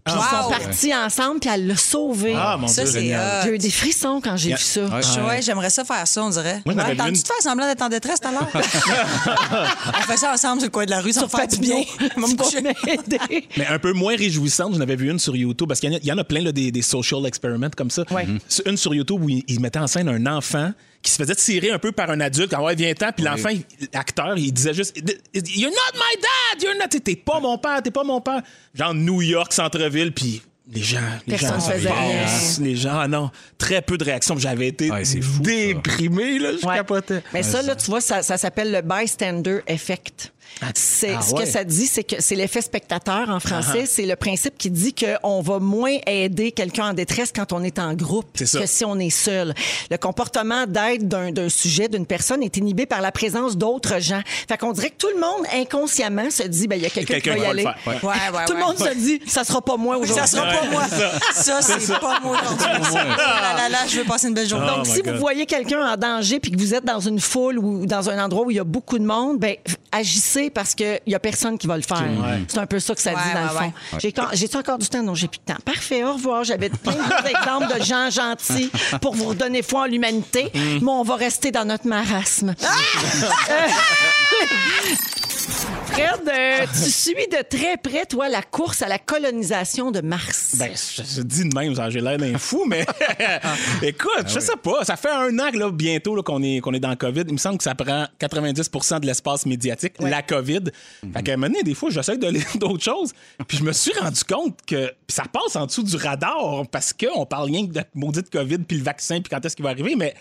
Speaker 1: Puis ils sont
Speaker 3: wow.
Speaker 1: partis ensemble, puis elle l'a sauvé.
Speaker 4: Ah, mon
Speaker 3: Ça,
Speaker 4: Dieu,
Speaker 3: c'est.
Speaker 4: génial.
Speaker 3: hot.
Speaker 1: J'ai eu des frissons quand j'ai vu ça.
Speaker 3: Ouais, j'aimerais ça faire ça, on dirait.
Speaker 4: Moi, j'en avais
Speaker 3: Ouais,
Speaker 4: vu
Speaker 3: T'as-tu
Speaker 4: une-
Speaker 3: te faire semblant d'être en détresse tout à l'heure? on fait ça ensemble sur le coin de la rue, ça me fait du bien. Je vais me coucher.
Speaker 1: Aider.
Speaker 4: Mais un peu moins réjouissante, j'en avais vu une sur YouTube, parce qu'il y en a- il y en a plein là, des, des social experiments comme ça. Mm-hmm. Sur- Une sur YouTube où ils ils mettaient en scène un enfant qui se faisait tirer un peu par un adulte quand ouais, viens-t'en, puis l'enfant, il- l'acteur, il disait juste You're not my dad, you're not. T'es pas mon père, t'es pas mon père. Genre New York, centre-ville, puis. Les gens, les
Speaker 1: Personne
Speaker 4: gens,
Speaker 1: ne faisait rien.
Speaker 4: passent, les gens, ah non, très peu de réactions. J'avais été
Speaker 2: Ouais, c'est fou, ça.
Speaker 4: déprimé, là, je
Speaker 1: Ouais.
Speaker 4: capotais.
Speaker 1: Mais ça, là, tu vois, ça, ça s'appelle le bystander effect. C'est
Speaker 2: Ah
Speaker 1: ce
Speaker 2: ouais.
Speaker 1: que ça dit, c'est que c'est l'effet spectateur en français. C'est le principe qui dit qu'on va moins aider quelqu'un en détresse quand on est en groupe
Speaker 4: C'est ça.
Speaker 1: que si on est seul. Le comportement d'aide d'un d'un sujet, d'une personne, est inhibé par la présence d'autres gens. Fait qu'on dirait que tout le monde inconsciemment se dit, ben il y a quelqu'un
Speaker 4: Quelqu'un
Speaker 1: qui va y
Speaker 4: va le
Speaker 1: aller.
Speaker 4: faire, ouais.
Speaker 3: Ouais, ouais,
Speaker 1: tout le
Speaker 3: ouais.
Speaker 1: monde se dit, ça sera pas moi aujourd'hui.
Speaker 3: Ça sera pas moi. Ça, c'est pas moi aujourd'hui.
Speaker 2: moi.
Speaker 3: Là, là, là, je veux passer une belle journée.
Speaker 1: Donc,
Speaker 4: my
Speaker 1: si
Speaker 4: God.
Speaker 1: vous voyez quelqu'un en danger puis que vous êtes dans une foule ou dans un endroit où il y a beaucoup de monde, ben f- agissez parce qu'il y a personne qui va le faire. C'est un peu ça que ça
Speaker 3: Ouais,
Speaker 1: dit dans
Speaker 3: ouais,
Speaker 1: le fond. J'ai quand- J'ai-tu encore du temps? Non, j'ai plus de temps. Parfait, au revoir. J'avais plein d'exemples de gens gentils pour vous redonner foi en l'humanité, mais on va rester dans notre marasme. Fred, euh, tu suis de très près, toi, la course à la colonisation de Mars.
Speaker 4: Ben, je, je dis de même, j'ai l'air d'un fou, mais écoute, je sais pas. Ça fait un an que, là, bientôt là, qu'on est, qu'on est dans le COVID. Il me semble que ça prend 90 de l'espace médiatique, la COVID. Fait qu'à un moment donné, des fois, j'essaie de lire d'autres choses. Puis je me suis rendu compte que puis ça passe en dessous du radar parce qu'on parle rien que de maudite COVID, puis le vaccin, puis quand est-ce qu'il va arriver. Mais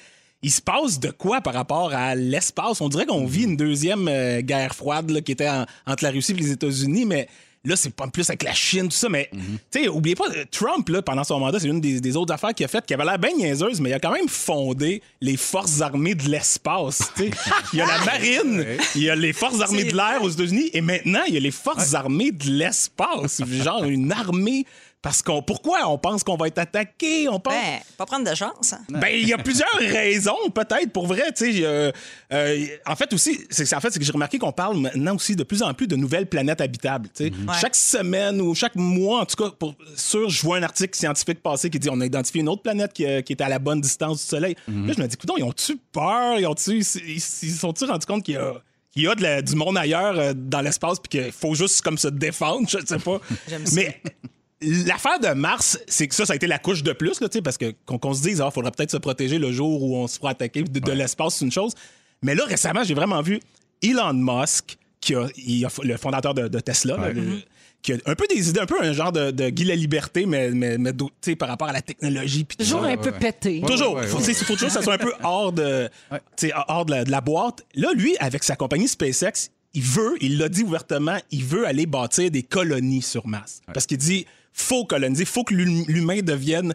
Speaker 4: il se passe de quoi par rapport à l'espace? On dirait qu'on vit une deuxième euh, guerre froide là, qui était en- entre la Russie et les États-Unis, mais là, c'est pas plus avec la Chine, tout ça. Mais, tu sais, oubliez pas, euh, Trump, là, pendant son mandat, c'est une des, des autres affaires qu'il a faites qui avait l'air bien niaiseuse, mais il a quand même fondé les forces armées de l'espace. tu sais. il y a la marine, il y a les forces armées de l'air aux États-Unis, et maintenant, il y a les forces armées de l'espace. Genre une armée. Parce qu'on. Pourquoi on pense qu'on va être attaqué? On pense.
Speaker 3: Ben, pas prendre de chance. hein.
Speaker 4: Ben, il y a plusieurs raisons, peut-être, pour vrai. tu sais, euh, euh, en fait, aussi, c'est en fait, c'est que j'ai remarqué qu'on parle maintenant aussi de plus en plus de nouvelles planètes habitables. tu sais. Chaque semaine ou chaque mois, en tout cas, pour sûr, je vois un article scientifique passé qui dit on a identifié une autre planète qui, euh, qui est à la bonne distance du Soleil. Là, je me dis, écoute, ils ont-tu peur? Ils ont-tu- ils- ils se sont-tu rendus compte qu'il y a. qu'il y a de la- du monde ailleurs euh, dans l'espace, puis qu'il faut juste comme se défendre, je sais pas. Mais L'affaire de Mars, c'est que ça, ça a été la couche de plus, là, tu sais, parce que qu'on qu'on se dise, il faudrait peut-être se protéger le jour où on se fera attaquer de, de l'espace, c'est une chose. Mais là, récemment, j'ai vraiment vu Elon Musk, qui a, il a- le fondateur de, de Tesla, là, le- qui a un peu des idées, un peu un genre de, de Guy la Liberté, mais, mais, mais d'autres, tu sais, par rapport à la technologie. puis tout
Speaker 1: Toujours
Speaker 4: ça.
Speaker 1: un peu pété.
Speaker 2: Ouais,
Speaker 4: Toujours.
Speaker 2: ouais, ouais,
Speaker 4: faut,
Speaker 2: ouais.
Speaker 4: tu sais, faut toujours que ça soit un peu hors de, tu sais, hors de la, de la boîte. Là, lui, avec sa compagnie SpaceX, il veut, il l'a dit ouvertement, il veut aller bâtir des colonies sur Mars. Parce qu'il dit, faut coloniser, faut que l'hum- l'humain devienne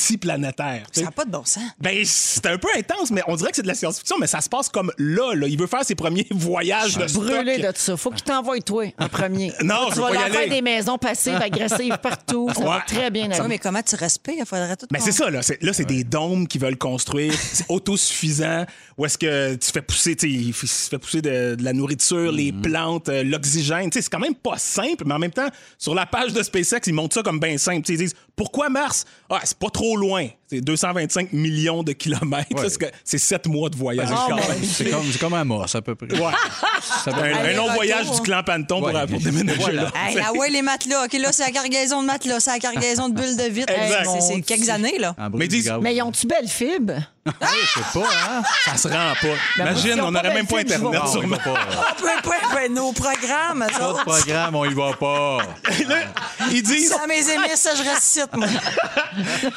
Speaker 4: multiplanétaire. tu
Speaker 3: Ça
Speaker 4: sais.
Speaker 3: n'a pas de bon sens.
Speaker 4: Ben, c'est un peu intense, mais on dirait que c'est de la science-fiction, mais ça se passe comme là, là. Il veut faire ses premiers voyages de stock.
Speaker 1: brûlé de ça. Faut qu'il t'envoie toi en premier.
Speaker 4: Non, je
Speaker 1: tu
Speaker 4: veux
Speaker 1: vas
Speaker 4: pas y
Speaker 1: leur faire
Speaker 4: aller.
Speaker 1: des maisons passives, agressives partout. Ça va
Speaker 4: Ouais.
Speaker 1: très bien
Speaker 3: Ouais,
Speaker 1: aller.
Speaker 3: mais comment tu respires? Il faudrait tout
Speaker 4: Mais Ben, c'est ça, là. C'est, là, c'est des dômes qu'ils veulent construire. C'est autosuffisant. Où est-ce que tu fais pousser, tu sais, il f- il se fait pousser de, de la nourriture, les plantes, euh, l'oxygène. Tu sais, c'est quand même pas simple, mais en même temps, sur la page de SpaceX, ils montrent ça comme bien simple. Tu sais, ils disent Pourquoi Mars Ah, c'est pas trop loin. C'est 225 millions de kilomètres. Ça, c'est, que- c'est sept mois de voyage quand même.
Speaker 2: C'est comme, c'est comme un mort, à peu près.
Speaker 4: Ouais.
Speaker 2: Ça
Speaker 4: Un,
Speaker 2: peut-
Speaker 4: un long
Speaker 3: retour,
Speaker 4: voyage
Speaker 3: hein.
Speaker 4: du clan Panton
Speaker 2: Ouais.
Speaker 4: pour, pour déménager
Speaker 2: Voilà.
Speaker 4: là.
Speaker 3: Hey, là, ouais, les matelas. OK, là, c'est la cargaison de matelas, c'est la cargaison de bulles de vitre. Hey,
Speaker 4: Exact.
Speaker 3: c'est- c'est quelques années, là.
Speaker 2: En bruit
Speaker 4: Mais
Speaker 2: du
Speaker 4: dis-
Speaker 2: gaz.
Speaker 1: Mais ils ont-tu belle fibre?
Speaker 2: Je sais pas, hein?
Speaker 4: Ça se rend pas.
Speaker 1: Ben, ils
Speaker 4: Imagine,
Speaker 1: ont
Speaker 4: on
Speaker 1: pas
Speaker 4: n'aurait même pas
Speaker 1: bâti du
Speaker 4: Internet
Speaker 1: vent.
Speaker 4: sur
Speaker 2: On y va
Speaker 4: Mars.
Speaker 2: pas.
Speaker 3: Ah, peu importe, ben, nos programmes, ça.
Speaker 2: Pas de programme, on y va pas.
Speaker 4: Ils disent
Speaker 3: Ça, mes amis, ça, je ressuscite, moi.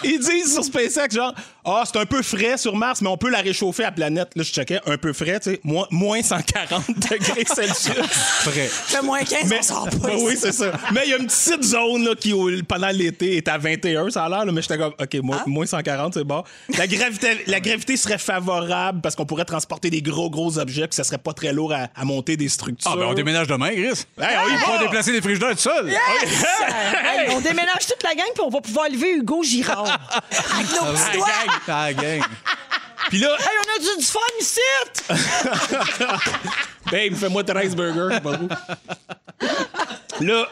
Speaker 4: Ils disent sur SpaceX, genre, ah, c'est un peu frais sur Mars, mais on peut la réchauffer à la planète. Là, je checkais, un peu frais, tu sais, moins, moins 140 degrés Celsius.
Speaker 2: Prêt.
Speaker 3: Fait moins 15, on sort pas.
Speaker 4: Ben
Speaker 3: ici.
Speaker 4: oui, c'est ça. Mais il y a une petite zone là, qui, au- pendant l'été, est à 21, ça a l'air, là, mais j'étais comme, OK, moins, moins 140, c'est bon. La gravité, la gravité serait favorable parce qu'on pourrait transporter des gros, gros objets, puis ça serait pas très lourd à, à monter des structures.
Speaker 2: Ah, ben on déménage demain, Chris.
Speaker 4: Hey, on y
Speaker 2: On va
Speaker 4: va!
Speaker 2: déplacer les frigidaires tout seul.
Speaker 1: Hey, on déménage toute la gang puis on va pouvoir lever Hugo Girard.
Speaker 3: Avec nos petits doigts.
Speaker 2: Ah, gang.
Speaker 4: Puis là,
Speaker 1: hey, on a du, du fun ici!
Speaker 4: Babe, fais-moi 13 burgers. c'est pas beau. Là,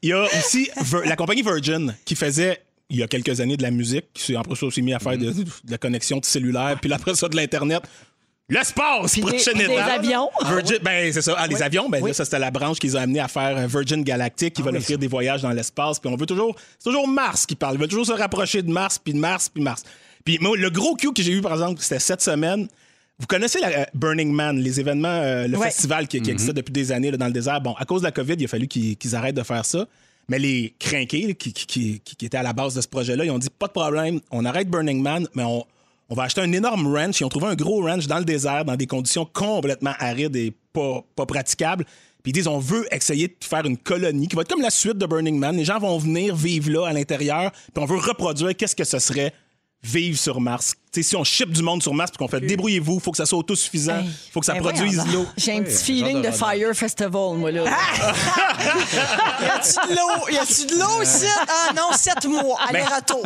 Speaker 4: il y a aussi Vir- la compagnie Virgin qui faisait il y a quelques années de la musique, qui s'est après ça aussi mis à faire de, de la connexion de cellulaire, puis là, après ça de l'Internet. L'espace,
Speaker 1: des-
Speaker 4: prochaine
Speaker 1: puis des
Speaker 4: étape.
Speaker 1: avions.
Speaker 4: Virgin, ben, c'est ça. Ah, les avions, ben, là, ça, c'était la branche qu'ils ont amené à faire euh, Virgin Galactic, qui va offrir des voyages dans l'espace. Puis on veut toujours. C'est toujours Mars qui parle. Ils veulent toujours se rapprocher de Mars, puis de Mars, puis Mars. Puis moi, le gros cue que j'ai eu, par exemple, c'était cette semaine. Vous connaissez la euh, Burning Man, les événements, euh, le
Speaker 3: Ouais.
Speaker 4: festival qui, qui existait depuis des années là, dans le désert. Bon, à cause de la COVID, il a fallu qu'ils qu'ils arrêtent de faire ça. Mais les crinqués là, qui, qui- qui- qui- qui étaient à la base de ce projet-là, ils ont dit pas de problème, on arrête Burning Man, mais on, on va acheter un énorme ranch. Ils ont trouvé un gros ranch dans le désert, dans des conditions complètement arides et pas, pas praticables. Puis ils disent, on veut essayer de faire une colonie qui va être comme la suite de Burning Man. Les gens vont venir vivre là à l'intérieur, puis on veut reproduire qu'est-ce que ce serait vivre sur Mars. Tu sais, si on ship du monde sur Mars, puis qu'on fait débrouillez-vous, faut que ça soit autosuffisant,
Speaker 1: Hey.
Speaker 4: faut que ça
Speaker 3: Ben
Speaker 4: produise
Speaker 3: voyons
Speaker 4: l'eau. Ah,
Speaker 1: J'ai un petit
Speaker 2: un genre
Speaker 1: feeling
Speaker 2: de
Speaker 1: de Fire Festival, moi, là.
Speaker 3: Y a-tu de l'eau? Y a-tu de l'eau ici? Ah non, sept mois, aller-retour.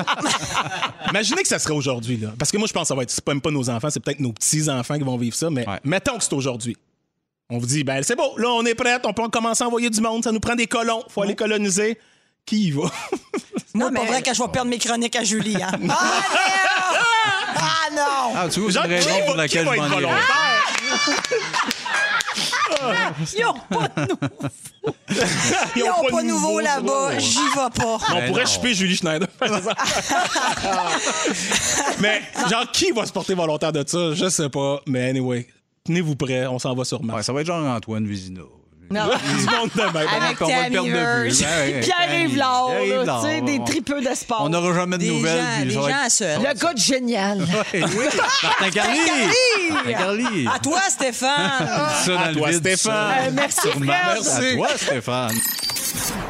Speaker 4: Imaginez que ça serait aujourd'hui, là. Parce que moi, je pense que ça va être. C'est même pas nos enfants, c'est peut-être nos petits-enfants qui vont vivre ça, mais
Speaker 2: Ouais.
Speaker 4: mettons que c'est aujourd'hui. On vous dit, ben, c'est beau, là, on est prête, on peut commencer à envoyer du monde, ça nous prend des colons, faut
Speaker 2: Oh.
Speaker 4: aller coloniser. Qui y va?
Speaker 3: Non, mais pas vrai que je vais perdre mes chroniques à Julie. Hein. Ah non! Ah non!
Speaker 2: Ah, tu vois, c'est une
Speaker 4: qui
Speaker 2: raison
Speaker 4: va-
Speaker 2: pour
Speaker 4: qui
Speaker 2: laquelle
Speaker 4: va
Speaker 2: je
Speaker 4: être
Speaker 2: m'en irais.
Speaker 4: volontaire?
Speaker 1: Ils ont pas de nous.
Speaker 3: Ah! Ils
Speaker 4: ont
Speaker 3: n'ont
Speaker 4: pas
Speaker 3: pas,
Speaker 4: de nouveau,
Speaker 3: nouveau
Speaker 4: ouais.
Speaker 3: là-bas, j'y vais pas.
Speaker 2: Ben
Speaker 4: On pourrait choper Julie Schneider. mais genre, qui va se porter volontaire de ça? Je sais pas. Mais anyway, tenez-vous prêts, on s'en va sur
Speaker 2: Ouais,
Speaker 4: Mars.
Speaker 2: ça va être genre Antoine Vézina.
Speaker 1: Non.
Speaker 3: Ah.
Speaker 4: Du monde de même.
Speaker 3: Avec
Speaker 2: On va le
Speaker 3: Tammy
Speaker 2: perdre de
Speaker 3: Hirsch.
Speaker 2: vue. Ouais, ouais,
Speaker 1: Pierre
Speaker 2: Tammy.
Speaker 1: Yves Laure,
Speaker 2: Pierre Yves
Speaker 1: là, tu sais,
Speaker 2: Laure.
Speaker 1: des tripeux d'espoir.
Speaker 2: On n'aura jamais de
Speaker 3: Des
Speaker 2: nouvelles.
Speaker 3: gens-
Speaker 2: puis
Speaker 3: des
Speaker 2: ça va
Speaker 3: gens
Speaker 2: être-
Speaker 3: seuls.
Speaker 1: Le gars de génial.
Speaker 2: Oui, Martin Carly. Martin Carly.
Speaker 3: À toi, Stéphane!
Speaker 2: Ça dans
Speaker 4: À
Speaker 2: le
Speaker 4: toi,
Speaker 2: vide,
Speaker 4: Stéphane.
Speaker 2: ça.
Speaker 1: Euh, merci,
Speaker 2: Sûrement.
Speaker 1: Fred.
Speaker 2: Merci. À toi, Stéphane.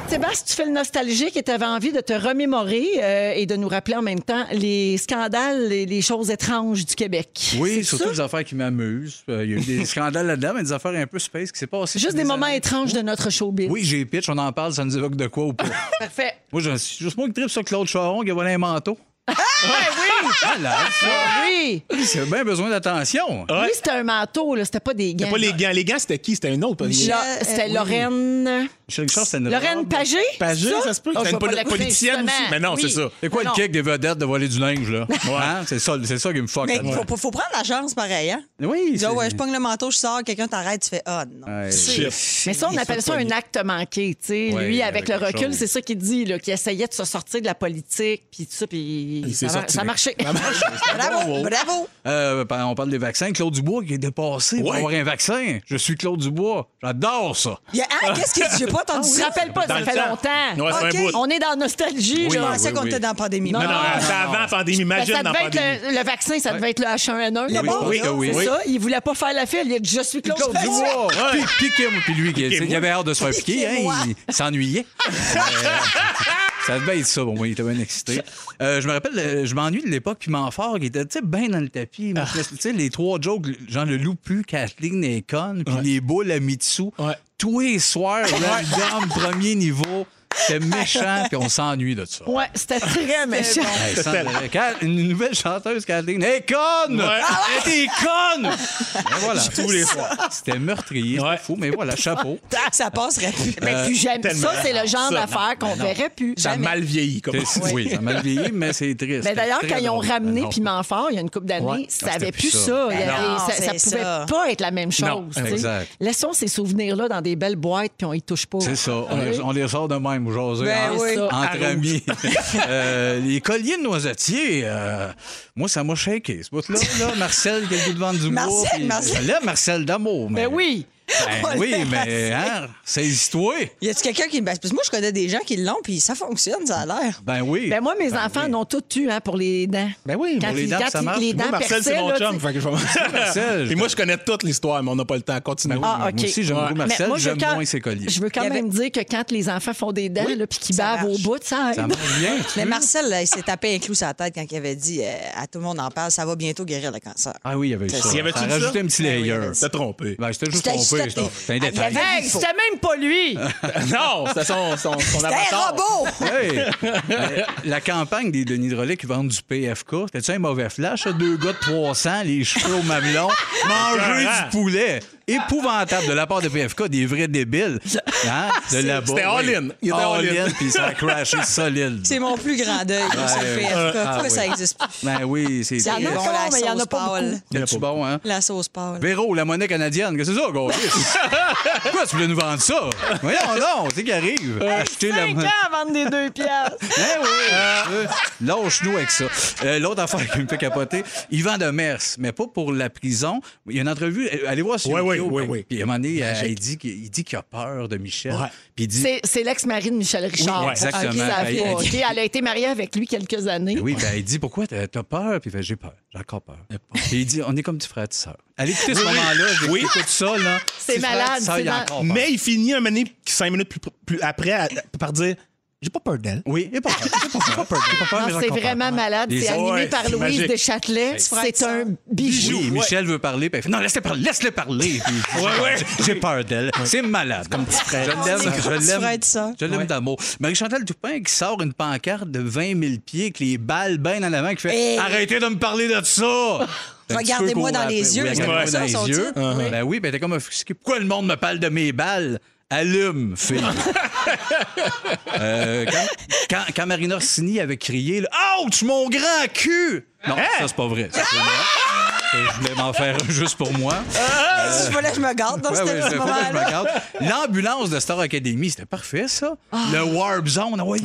Speaker 1: Sébastien, tu fais le nostalgique et tu avais envie de te remémorer euh, et de nous rappeler en même temps les scandales et les choses étranges du Québec.
Speaker 2: Oui,
Speaker 1: C'est
Speaker 2: surtout
Speaker 1: ça?
Speaker 2: des affaires qui m'amusent. Euh, Il y a eu des scandales là-dedans, mais des affaires un peu space qui s'est passé.
Speaker 1: Juste des moments
Speaker 2: années.
Speaker 1: étranges de notre showbiz.
Speaker 2: Oui, j'ai pitch, on en parle, ça nous évoque de quoi ou pas.
Speaker 1: Parfait.
Speaker 2: moi, je suis juste moi qui tripe sur Claude Charon qui a volé un manteau.
Speaker 3: ben
Speaker 2: Ah, oui!
Speaker 1: Ah oui!
Speaker 2: c'est bien besoin d'attention.
Speaker 3: Ah.
Speaker 1: Lui, c'était un manteau, là. C'était pas des gants.
Speaker 4: C'était pas les gants. Les gants, c'était qui? C'était un autre.
Speaker 1: Là, C'était Lorraine.
Speaker 2: Michel Richard, c'est une
Speaker 1: Lorraine
Speaker 2: robe.
Speaker 1: Pagé?
Speaker 4: Pagé,
Speaker 1: c'est
Speaker 4: ça se peut.
Speaker 1: Ah, je
Speaker 4: C'était
Speaker 1: vais
Speaker 4: une
Speaker 1: pas
Speaker 4: poli-
Speaker 1: l'accuser,
Speaker 4: politicienne aussi.
Speaker 1: justement.
Speaker 4: Mais non,
Speaker 1: Oui.
Speaker 4: c'est ça.
Speaker 2: C'est quoi
Speaker 3: Ah,
Speaker 1: Non.
Speaker 2: le kick des vedettes de voler du linge, là? Hein? C'est ça, c'est ça qui me fuck.
Speaker 3: Mais
Speaker 2: là-dedans.
Speaker 3: faut, faut- faut prendre la chance pareil, hein?
Speaker 2: Ah Oui,
Speaker 3: Tu dis, ah
Speaker 2: c'est-
Speaker 3: ouais, je pogne le manteau, je sors, quelqu'un t'arrête, tu fais, ah non.
Speaker 2: Ouais.
Speaker 3: C'est-
Speaker 1: Mais ça, on appelle ça un acte manqué, tu sais.
Speaker 2: Ouais,
Speaker 1: Lui, avec,
Speaker 2: avec
Speaker 1: le
Speaker 2: quelque
Speaker 1: recul,
Speaker 2: chose.
Speaker 1: c'est ça qu'il dit, là, qu'il essayait de se sortir de la politique, puis tout ça, puis
Speaker 4: s'est
Speaker 1: ça, mar-
Speaker 4: sorti.
Speaker 1: ça marchait.
Speaker 3: Bravo, bravo!
Speaker 2: Euh, ben, on parle des vaccins. Claude Dubois qui est dépassé pour
Speaker 4: Ouais.
Speaker 2: avoir un vaccin. Je suis Claude Dubois. J'adore ça.
Speaker 3: Il y a- hein, qu'est-ce qu'il dit? J'ai pas entendu
Speaker 1: Tu te
Speaker 3: ça.
Speaker 1: rappelles pas, ça
Speaker 4: le
Speaker 1: fait
Speaker 4: temps.
Speaker 1: longtemps.
Speaker 4: Ouais, c'est
Speaker 3: Ok.
Speaker 4: un bout.
Speaker 1: On est dans la nostalgie,
Speaker 3: Je
Speaker 1: là.
Speaker 3: pensais
Speaker 2: oui,
Speaker 3: qu'on
Speaker 2: oui.
Speaker 3: était dans la pandémie.
Speaker 1: Non,
Speaker 4: Non, non,
Speaker 1: Ah,
Speaker 4: c'était avant la pandémie.
Speaker 1: Ben,
Speaker 4: Imagine
Speaker 1: ça
Speaker 4: dans
Speaker 1: devait
Speaker 4: la
Speaker 1: être
Speaker 4: pandémie.
Speaker 1: le, le vaccin, ça devait être le H1N1.
Speaker 3: Le bon,
Speaker 2: oui,
Speaker 3: là,
Speaker 2: oui,
Speaker 1: c'est
Speaker 2: oui.
Speaker 1: ça. Il voulait pas faire la file. Il a dit Je suis Claude,
Speaker 2: Claude
Speaker 1: Dubois.
Speaker 2: Dubois. Pi- Piquez-moi. Puis lui, qui tu sais, il avait hâte de se faire piquer.
Speaker 3: Piquez-moi.
Speaker 2: hein, il s'ennuyait. Euh, ça devait être ça. Bon, moi, il était bien excité. Euh, je me rappelle, euh, je m'ennuie de l'époque, puis Manfort, qui était, tu sais, bien dans le tapis. Mais, Tu sais, les trois jokes, genre le loupu, Kathleen et Con, puis les boules à Mitsu.
Speaker 4: Ouais.
Speaker 2: Tous les soirs, random, premier niveau. C'était méchant, puis on s'ennuie de ça.
Speaker 1: Ouais, c'était très méchant.
Speaker 2: Hey, sans- euh, Kat- une nouvelle chanteuse, Kathleen. Hey, conne!
Speaker 4: Ouais. Ah!
Speaker 2: Elle était conne! Mais voilà. Tous les soirs. C'était meurtrier, c'était
Speaker 4: Ouais.
Speaker 2: fou, mais voilà, chapeau.
Speaker 3: Ça passerait plus.
Speaker 1: Mais plus jamais.
Speaker 4: tellement.
Speaker 1: Ça, c'est le genre
Speaker 4: Ça, non,
Speaker 1: d'affaire qu'on verrait plus.
Speaker 4: Ça a
Speaker 1: Jamais.
Speaker 4: mal vieilli. Comme...
Speaker 2: C'est- Oui, ça m'a vieilli, mais c'est triste.
Speaker 1: Mais d'ailleurs,
Speaker 2: C'était
Speaker 1: quand
Speaker 2: très
Speaker 1: ils ont
Speaker 2: drôle.
Speaker 1: ramené
Speaker 2: Non.
Speaker 1: Piment Fort il y a une couple d'années,
Speaker 2: Ouais.
Speaker 1: ça
Speaker 2: Ah,
Speaker 1: n'avait
Speaker 2: c'était
Speaker 1: plus ça.
Speaker 2: plus ça.
Speaker 1: Il y
Speaker 3: Ben
Speaker 1: avait-
Speaker 3: non,
Speaker 1: ça- ça ne
Speaker 3: c'est
Speaker 1: pouvait
Speaker 3: ça.
Speaker 1: pas être la même chose.
Speaker 4: Non,
Speaker 1: tu sais.
Speaker 2: exact.
Speaker 1: Laissons ces souvenirs-là dans des belles boîtes, puis on y touche pas.
Speaker 2: C'est ça. On, les, on les sort de même, jaser
Speaker 3: Ben
Speaker 2: entre,
Speaker 3: oui.
Speaker 2: entre amis. Euh, les colliers de noisetiers, euh, moi, ça m'a shaké, ce bout-là. Là, Marcel, qui a le goût de vendre du bois.
Speaker 3: Marcel,
Speaker 2: puis- Ben
Speaker 3: Marcel.
Speaker 2: Là, Marcel d'amour.
Speaker 1: Ben oui.
Speaker 2: Ben
Speaker 3: On
Speaker 2: oui,
Speaker 3: l'a
Speaker 2: mais hein, saisis-toi.
Speaker 3: Y a-tu quelqu'un qui. ben, Parce que moi, je connais des gens qui l'ont, puis ça fonctionne, ça a l'air.
Speaker 2: Ben oui.
Speaker 1: Ben moi, mes
Speaker 2: Ben
Speaker 1: enfants
Speaker 2: oui.
Speaker 1: n'ont tout eu hein, pour les dents.
Speaker 4: Ben oui,
Speaker 1: Quand
Speaker 2: pour les
Speaker 1: ils-
Speaker 2: dents,
Speaker 1: quand
Speaker 2: ça
Speaker 1: ils-
Speaker 2: marche.
Speaker 1: les
Speaker 2: Moi,
Speaker 1: dents
Speaker 4: Moi, Marcel,
Speaker 1: perçaient,
Speaker 4: c'est mon
Speaker 1: là,
Speaker 4: chum.
Speaker 1: tu sais.
Speaker 4: fait que je vais-
Speaker 2: Marcel,
Speaker 4: Puis moi, je connais toutes les histoires, mais on n'a pas le temps. Continue.
Speaker 1: Ah,
Speaker 2: Moi
Speaker 1: OK.
Speaker 2: aussi, j'aime beaucoup Marcel,
Speaker 1: Mais moi, je veux
Speaker 2: j'aime
Speaker 1: quand-
Speaker 2: moins ses colliers.
Speaker 1: Je veux quand
Speaker 3: Il y avait-
Speaker 1: même dire que quand les enfants font des dents, là, puis qu'ils
Speaker 3: ça
Speaker 1: bavent au
Speaker 3: marche.
Speaker 1: bout, ça aide.
Speaker 2: ça marche bien. tu
Speaker 3: Mais
Speaker 2: veux?
Speaker 3: Marcel, là, il s'est tapé un clou sur la tête quand il avait dit euh, à tout le monde en parle, ça va bientôt guérir le cancer.
Speaker 2: Ah oui, il y avait eu ça.
Speaker 3: Il
Speaker 4: y avait-tu
Speaker 2: Ça a
Speaker 4: ça?
Speaker 2: rajouté un petit
Speaker 3: Ben oui, il y avait
Speaker 2: layer.
Speaker 4: T'as trompé.
Speaker 2: Ben, c'était
Speaker 3: C'était
Speaker 2: juste
Speaker 3: juste
Speaker 2: trompé.
Speaker 3: tapé.
Speaker 2: ça. C'est un
Speaker 3: Ah, il y
Speaker 2: détail.
Speaker 3: avait-
Speaker 1: Hey, c'était même pas lui.
Speaker 4: non, c'était son, son, son
Speaker 3: Hey,
Speaker 4: avatar.
Speaker 3: robot!
Speaker 2: Hey! Euh, la campagne des Denis de Relais qui vendent du PFK, c'était-tu un mauvais flash? ça? Deux gars de 300, les cheveux au mamelon, manger du poulet. Épouvantable de la part de PFK, des vrais débiles. Hein, de là-bas.
Speaker 4: C'était all-in. Il était all-in.
Speaker 2: all-in, puis ça a crashé solide.
Speaker 3: C'est mon plus grand deuil, ça
Speaker 2: ouais.
Speaker 3: fait
Speaker 2: Ah,
Speaker 3: Pourquoi
Speaker 2: oui.
Speaker 3: ça existe plus?
Speaker 2: Ben oui, c'est
Speaker 3: C'est
Speaker 1: en a
Speaker 3: bon,
Speaker 1: encore,
Speaker 3: la
Speaker 1: mais il y en a
Speaker 3: sauce
Speaker 1: pas beaucoup.
Speaker 3: pâle.
Speaker 2: C'est bon, hein?
Speaker 3: La sauce pâle.
Speaker 2: Véro, la monnaie canadienne, qu'est-ce que c'est ça, Gaulis? Pourquoi tu voulais nous vendre ça? Voyons non, c'est qui arrive. Acheter la
Speaker 1: Euh, Cinq
Speaker 2: monnaie.
Speaker 1: ans à vendre des deux piastres.
Speaker 2: Eh oui, euh, lâche-nous avec ça. Euh, L'autre affaire qui me fait capoter, Yvan Demers, mais pas pour la prison. Il y a une entrevue, euh, allez voir sur
Speaker 4: Ouais,
Speaker 2: YouTube,
Speaker 4: ouais, Oui, oui, oui.
Speaker 2: Puis à un moment donné, elle- elle dit qu'il il dit qu'il a peur de Michel.
Speaker 4: Ouais.
Speaker 2: Puis il dit.
Speaker 1: C'est, c'est l'ex-mari de Michel Richard. pour
Speaker 2: Oui, exactement.
Speaker 1: qui ça
Speaker 2: Elle-
Speaker 1: va, OK? Elle a été mariée avec lui quelques années.
Speaker 2: Ben oui, ben, il dit pourquoi t'as t'as peur? Puis il fait j'ai peur, j'ai encore peur. Puis il dit on est comme du frère et sœur. Allez écouter ce moment-là, j'ai oui. écouté ça. là.
Speaker 1: C'est
Speaker 2: Petit frère,
Speaker 1: malade,
Speaker 2: petite sœur,
Speaker 1: c'est
Speaker 2: il a
Speaker 1: mal-
Speaker 2: encore peur.
Speaker 4: Mais il finit un moment donné, cinq minutes plus, plus après, à- par dire J'ai pas peur d'elle.
Speaker 2: Oui, il a pas peur. Il a pas peur. Il a pas peur, mais
Speaker 1: Non,
Speaker 2: il a
Speaker 1: c'est
Speaker 2: encore peur.
Speaker 1: vraiment malade.
Speaker 2: Les-
Speaker 1: C'est animé
Speaker 2: Ouais,
Speaker 1: par
Speaker 2: c'est
Speaker 1: Louise
Speaker 2: magique.
Speaker 1: Deschâtelet. C'est un bijou.
Speaker 2: Oui, Michel veut parler, puis elle fait non, laisse-le parler, laisse-le parler. Puis il dit, j'ai peur- j'ai peur d'elle. C'est malade. Comme petit frère. Je l'aime,
Speaker 3: c'est
Speaker 2: je
Speaker 3: comme petit
Speaker 2: l'aime.
Speaker 3: frère de sœur.
Speaker 2: Je l'aime d'amour. Marie-Chantal Dupin qui sort une pancarte de 20 000 pieds avec les balles bien en avant, qui fait
Speaker 1: Eh.
Speaker 3: Hey.
Speaker 2: arrêtez de me parler de ça!
Speaker 3: Regardez-moi dans les yeux,
Speaker 2: Oui,
Speaker 3: parce que
Speaker 2: regardez-moi
Speaker 3: c'est
Speaker 2: dans
Speaker 3: ça, son
Speaker 2: les yeux.
Speaker 3: titre. Oui.
Speaker 2: Ben oui, ben t'es comme offusqué. Pourquoi le monde me parle de mes balles? Allume, fille. Euh, quand, quand, quand Marina Orsini avait crié là, Ouch, mon grand cul! Non, ça c'est pas vrai. Ça, c'est vrai. Je voulais m'en faire un juste pour moi.
Speaker 3: Je voulais Ah, que je me garde dans
Speaker 2: euh, Ouais, ouais,
Speaker 3: ce
Speaker 2: je- faut que je me
Speaker 3: moment-là.
Speaker 2: garde. L'ambulance de Star Academy, c'était parfait, ça. Le Warp Zone, ah envoyé.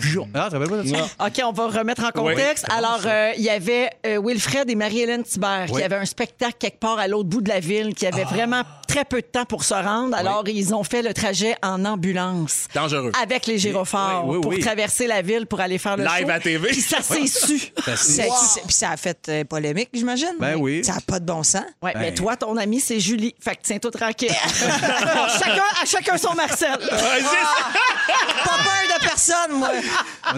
Speaker 2: Pion. Ah, t'as pas de ça?
Speaker 1: OK, on va remettre en contexte.
Speaker 2: Ah,
Speaker 1: Alors, euh, il y avait euh, Wilfred et Marie-Hélène Thibert
Speaker 2: Oui. Ah.
Speaker 1: qui avaient un spectacle quelque part à l'autre bout de la ville, qui avaient vraiment très peu de temps pour se rendre. Alors, ils ont fait le trajet en ambulance.
Speaker 8: Dangereux.
Speaker 1: Avec les gyrophares
Speaker 2: Oui, oui,
Speaker 1: pour
Speaker 2: oui.
Speaker 1: traverser la ville pour aller faire le
Speaker 8: Live
Speaker 1: show.
Speaker 8: à TV.
Speaker 1: Puis ça s'est su.
Speaker 2: Ça, c'est-
Speaker 3: Ça- Puis ça a fait euh, polémique, j'imagine.
Speaker 2: Ben oui.
Speaker 3: Ça n'a pas de bon sens.
Speaker 1: Ouais, mais
Speaker 2: Ben.
Speaker 1: toi, ton ami, c'est Julie. Fait que tiens-toi tranquille. Bon, chacun, à chacun son Marcel.
Speaker 3: Pas peur de personne, moi.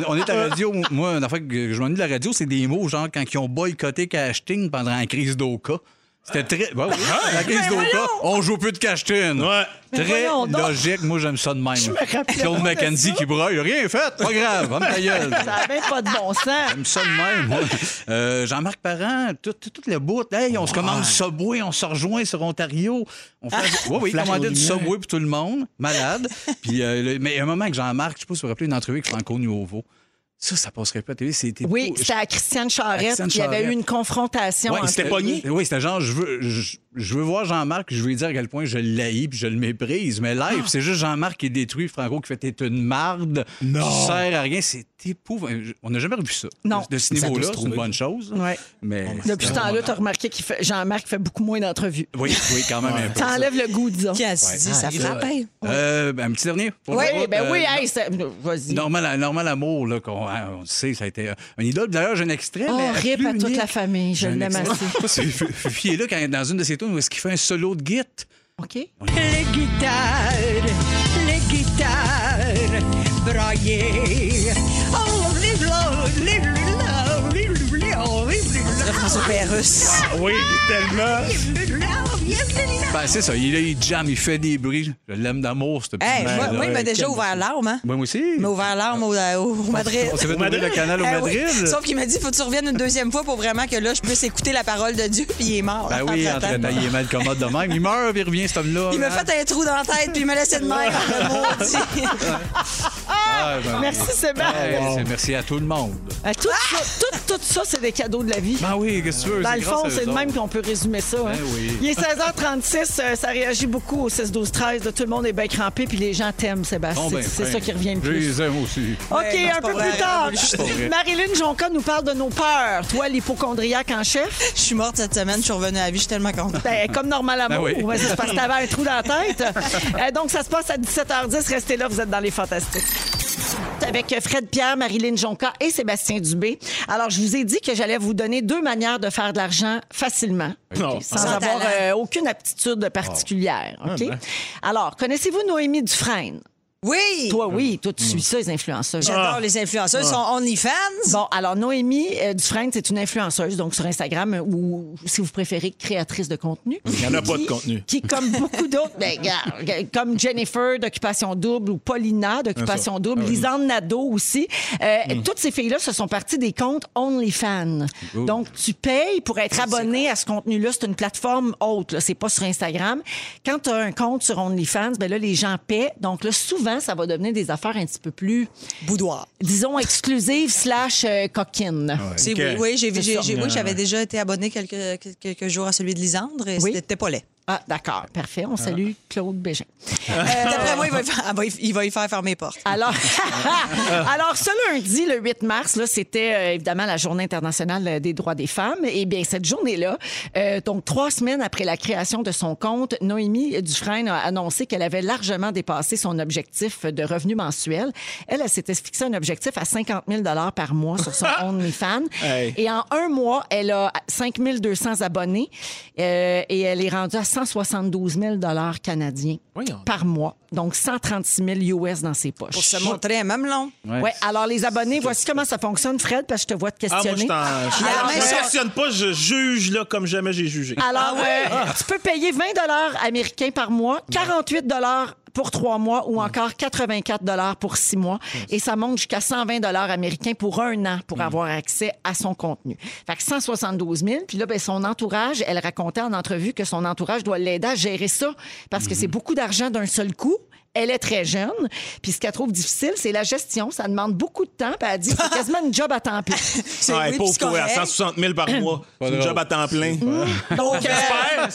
Speaker 2: On- On est à la radio. Moi, une affaire que je m'ennuie de la radio, c'est des mots genre quand ils ont boycotté Cashting pendant la crise d'Oka. C'était très. Ouais, ouais, la crise d'Oka, on joue plus de Cashting.
Speaker 4: Ouais.
Speaker 2: Très
Speaker 1: voyons donc.
Speaker 2: logique. Moi, j'aime ça de même. Claude McKenzie qui braille. Rien fait. Pas grave. Homme ta gueule.
Speaker 1: Ça n'a même pas de bon sens.
Speaker 2: J'aime ça de même. moi. Euh, Jean-Marc Parent, tout, tout, tout le bout. Hey, on se commande du Subway, on se rejoint sur Ontario. On fait... Ah. Oui, oui, il
Speaker 4: Flash
Speaker 2: commandait
Speaker 4: aux
Speaker 2: du
Speaker 4: lumières.
Speaker 2: Subway pour tout le monde. Malade. Puis, euh, le- Mais il y a un moment que Jean-Marc, je sais pas si vous vous rappelez, une entrevue avec Franco Nuovo. Ça, ça passerait pas à la télé. C'était
Speaker 1: Oui,
Speaker 2: beau.
Speaker 1: c'était à Christiane Charette.
Speaker 2: Christiane
Speaker 1: Il y avait
Speaker 2: Charette.
Speaker 1: eu une confrontation.
Speaker 2: Ouais,
Speaker 1: entre
Speaker 4: c'était
Speaker 2: euh,
Speaker 4: pogné.
Speaker 2: Oui, c'était genre, je veux, je, je veux voir Jean-Marc, je veux lui dire à quel point je l'haïs puis je le méprise. Mais live,
Speaker 1: Ah.
Speaker 2: c'est juste Jean-Marc qui est détruit, Franco qui fait t'es une marde,
Speaker 4: Non.
Speaker 2: tu sers à rien, c'est épouvantable. On n'a jamais revu ça.
Speaker 1: Non.
Speaker 2: De ce
Speaker 4: Ça peut
Speaker 2: niveau-là,
Speaker 4: se
Speaker 2: c'est une
Speaker 4: trouver.
Speaker 2: bonne chose.
Speaker 1: Ouais.
Speaker 2: Mais
Speaker 1: Depuis ce temps-là, tu as remarqué que Jean-Marc fait beaucoup moins d'entrevues.
Speaker 2: oui, oui, quand même un peu.
Speaker 1: Ça enlève le goût, disons.
Speaker 3: Qu'est-ce que tu
Speaker 2: Ah,
Speaker 3: dis? Ça frappe. hein?
Speaker 2: Euh, ben, un petit dernier. pour
Speaker 1: Oui,
Speaker 2: vous autres.
Speaker 1: ben
Speaker 2: Euh,
Speaker 1: oui, hey, c'est- vas-y.
Speaker 2: Normal, normal amour, là, qu'on hein, on le sait, ça a été euh, un idole. D'ailleurs, j'ai un extrait.
Speaker 1: Oh,
Speaker 2: mais
Speaker 1: rip
Speaker 2: plus
Speaker 1: à toute
Speaker 2: unique.
Speaker 1: la famille, je
Speaker 2: J'ai un
Speaker 1: l'aime
Speaker 2: extrait.
Speaker 1: assez.
Speaker 2: Je sais pas si Fu- Fufi est là quand il est dans une de ses tunes où est-ce qu'il fait un solo de guitare.
Speaker 1: OK?
Speaker 9: Les guitares, les guitares braillées. Oh, les blancs, les blancs, les blancs, les blancs.
Speaker 3: François Pérusse.
Speaker 4: Oui, tellement.
Speaker 9: Les blancs, yes, les blancs.
Speaker 2: Ben, c'est ça. Il, est là, il jam, il fait des bruits. Je l'aime d'amour, ce petit
Speaker 3: Hey,
Speaker 2: man,
Speaker 3: moi,
Speaker 2: là.
Speaker 3: moi, il m'a déjà
Speaker 4: quel-
Speaker 3: ouvert l'arme. Hein?
Speaker 2: Moi aussi.
Speaker 3: Il m'a ouvert l'arme au, euh, au- au Madrid.
Speaker 2: On s'est fait ouvrir le canal au
Speaker 3: Eh oui.
Speaker 2: Madrid.
Speaker 3: Sauf qu'il m'a dit faut que tu reviennes une deuxième fois pour vraiment que là, je puisse écouter la parole de Dieu, puis il est mort.
Speaker 2: Ben oui,
Speaker 3: entre-temps.
Speaker 2: entre il est hein. mal commode de même. Il meurt, puis il revient, cet homme-là.
Speaker 3: Il m'a fait un trou dans la tête, puis il m'a laissé de même. maudit.
Speaker 2: Ah, ben,
Speaker 1: Merci,
Speaker 2: hey,
Speaker 1: Sébastien.
Speaker 2: c'est- Merci à tout le monde.
Speaker 1: Euh, Tout, ça- tout, tout ça, c'est des cadeaux de la vie.
Speaker 2: Ben oui, qu'est-ce que tu veux?
Speaker 1: Dans le
Speaker 2: grâce
Speaker 1: fond,
Speaker 2: à
Speaker 1: c'est
Speaker 2: eux
Speaker 1: de même
Speaker 2: autres. Ben
Speaker 1: qu'on peut résumer ça. hein.
Speaker 2: oui.
Speaker 1: Il est 16h36, euh, ça réagit beaucoup au 16-12-13. là, Tout le monde est bien crampé, puis les gens t'aiment, Sébastien.
Speaker 2: Bon, ben,
Speaker 1: c'est c'est
Speaker 2: fin.
Speaker 1: ça qui revient le
Speaker 2: Je
Speaker 1: plus.
Speaker 2: les aime aussi.
Speaker 1: OK,
Speaker 3: Ouais, non,
Speaker 1: un
Speaker 3: c'est pas
Speaker 1: peu
Speaker 3: vrai,
Speaker 1: plus tard.
Speaker 2: vrai.
Speaker 1: Marilyn Jonca nous parle de nos peurs. Toi, l'hypochondriaque en chef,
Speaker 3: Je suis morte cette semaine, je suis revenue à la vie, je suis tellement contente.
Speaker 1: ben, comme normal à
Speaker 2: Ben
Speaker 1: moi,
Speaker 2: oui.
Speaker 1: ouais, c'est parce que t'avais un trou dans la tête. Euh, donc, ça se passe à 17h10. Restez là, vous êtes dans les fantastiques. Avec Fred Pierre, Marilyn Jonca et Sébastien Dubé. Alors, je vous ai dit que j'allais vous donner deux manières de faire de l'argent facilement.
Speaker 4: Non.
Speaker 1: sans,
Speaker 3: Sans
Speaker 1: avoir
Speaker 3: talent.
Speaker 1: euh, aucune aptitude particulière.
Speaker 2: Ah.
Speaker 1: OK?
Speaker 2: ben.
Speaker 1: Alors, connaissez-vous Noémie Dufresne?
Speaker 3: Oui!
Speaker 1: Toi,
Speaker 2: Ah,
Speaker 1: oui, toi, tu suis ça, les influenceuses.
Speaker 3: J'adore les influenceurs, ils sont OnlyFans.
Speaker 1: Bon, alors Noémie euh, Dufresne, c'est une influenceuse, donc sur Instagram, euh, ou si vous préférez, créatrice de contenu. Il
Speaker 4: y en a pas de contenu.
Speaker 1: Qui, comme beaucoup d'autres, ben, regarde, regarde, comme Jennifer d'Occupation Double ou Paulina
Speaker 4: Ah,
Speaker 1: d'Occupation Double, Lisanne Nadeau aussi, euh,
Speaker 4: Hmm.
Speaker 1: toutes ces filles-là se sont parties des comptes OnlyFans. Donc, tu payes pour être abonné à ce contenu-là. C'est une plateforme haute, là, c'est pas sur Instagram. Quand tu as un compte sur OnlyFans, ben là, les gens paient. Donc là, souvent, ça va devenir des affaires un petit peu plus
Speaker 3: Boudoir.
Speaker 1: disons, exclusive slash euh, coquine.
Speaker 3: C'est
Speaker 4: Ok.
Speaker 3: oui, oui, j'ai,
Speaker 1: C'est
Speaker 3: j'ai-
Speaker 1: ça.
Speaker 3: j'ai- oui, j'avais déjà été abonnée quelques, quelques jours à celui de Lisandre et
Speaker 1: Oui.
Speaker 3: c'était pas laid.
Speaker 1: Ah, d'accord. Parfait. On salue Claude Bégin.
Speaker 3: Euh, D'après moi, il va, y faire- elle va y- il va y faire fermer les portes.
Speaker 1: Alors, alors ce lundi, le 8 mars, là, c'était euh, évidemment la Journée internationale euh, des droits des femmes. Et bien, cette journée-là, euh, donc trois semaines après la création de son compte, Noémie Dufresne a annoncé qu'elle avait largement dépassé son objectif de revenu mensuel. Elle, elle s'était fixé un objectif à 50 000 par mois sur son OnlyFans.
Speaker 4: Hey.
Speaker 1: Et en un mois, elle a 5 200 abonnés euh, et elle est rendue à 172 000 canadiens
Speaker 4: Voyons.
Speaker 1: par mois. Donc, 136 000 US dans ses poches.
Speaker 3: Pour se montrer un mamelon.
Speaker 1: Ouais. alors les abonnés, voici comment ça fonctionne, Fred, parce que je te vois te
Speaker 4: Ah, moi, je
Speaker 1: questionner.
Speaker 4: t'en. Je
Speaker 3: Alors,
Speaker 4: je
Speaker 3: mais ça-
Speaker 4: questionne pas, je juge là comme jamais j'ai jugé.
Speaker 1: alors, euh, tu peux payer 20 américains par mois, 48 pour trois mois ou encore 84 pour six mois. Et ça monte jusqu'à 120 américains pour un an pour avoir accès à son contenu. Fait que 172 000. Puis là, ben, son entourage, elle racontait en entrevue que son entourage doit l'aider à gérer ça parce que c'est beaucoup d'argent d'un seul coup. Elle est très jeune. Puis ce qu'elle trouve difficile, c'est la gestion. Ça demande beaucoup de temps. Puis elle dit, c'est quasiment une job à temps plein.
Speaker 3: C'est
Speaker 4: Ouais,
Speaker 3: oui, puis
Speaker 4: pauvre
Speaker 3: c'est
Speaker 4: toi, à
Speaker 3: correct.
Speaker 4: 160 000 par mois. C'est une
Speaker 2: drôle.
Speaker 4: job à temps plein.
Speaker 1: Donc, euh, non,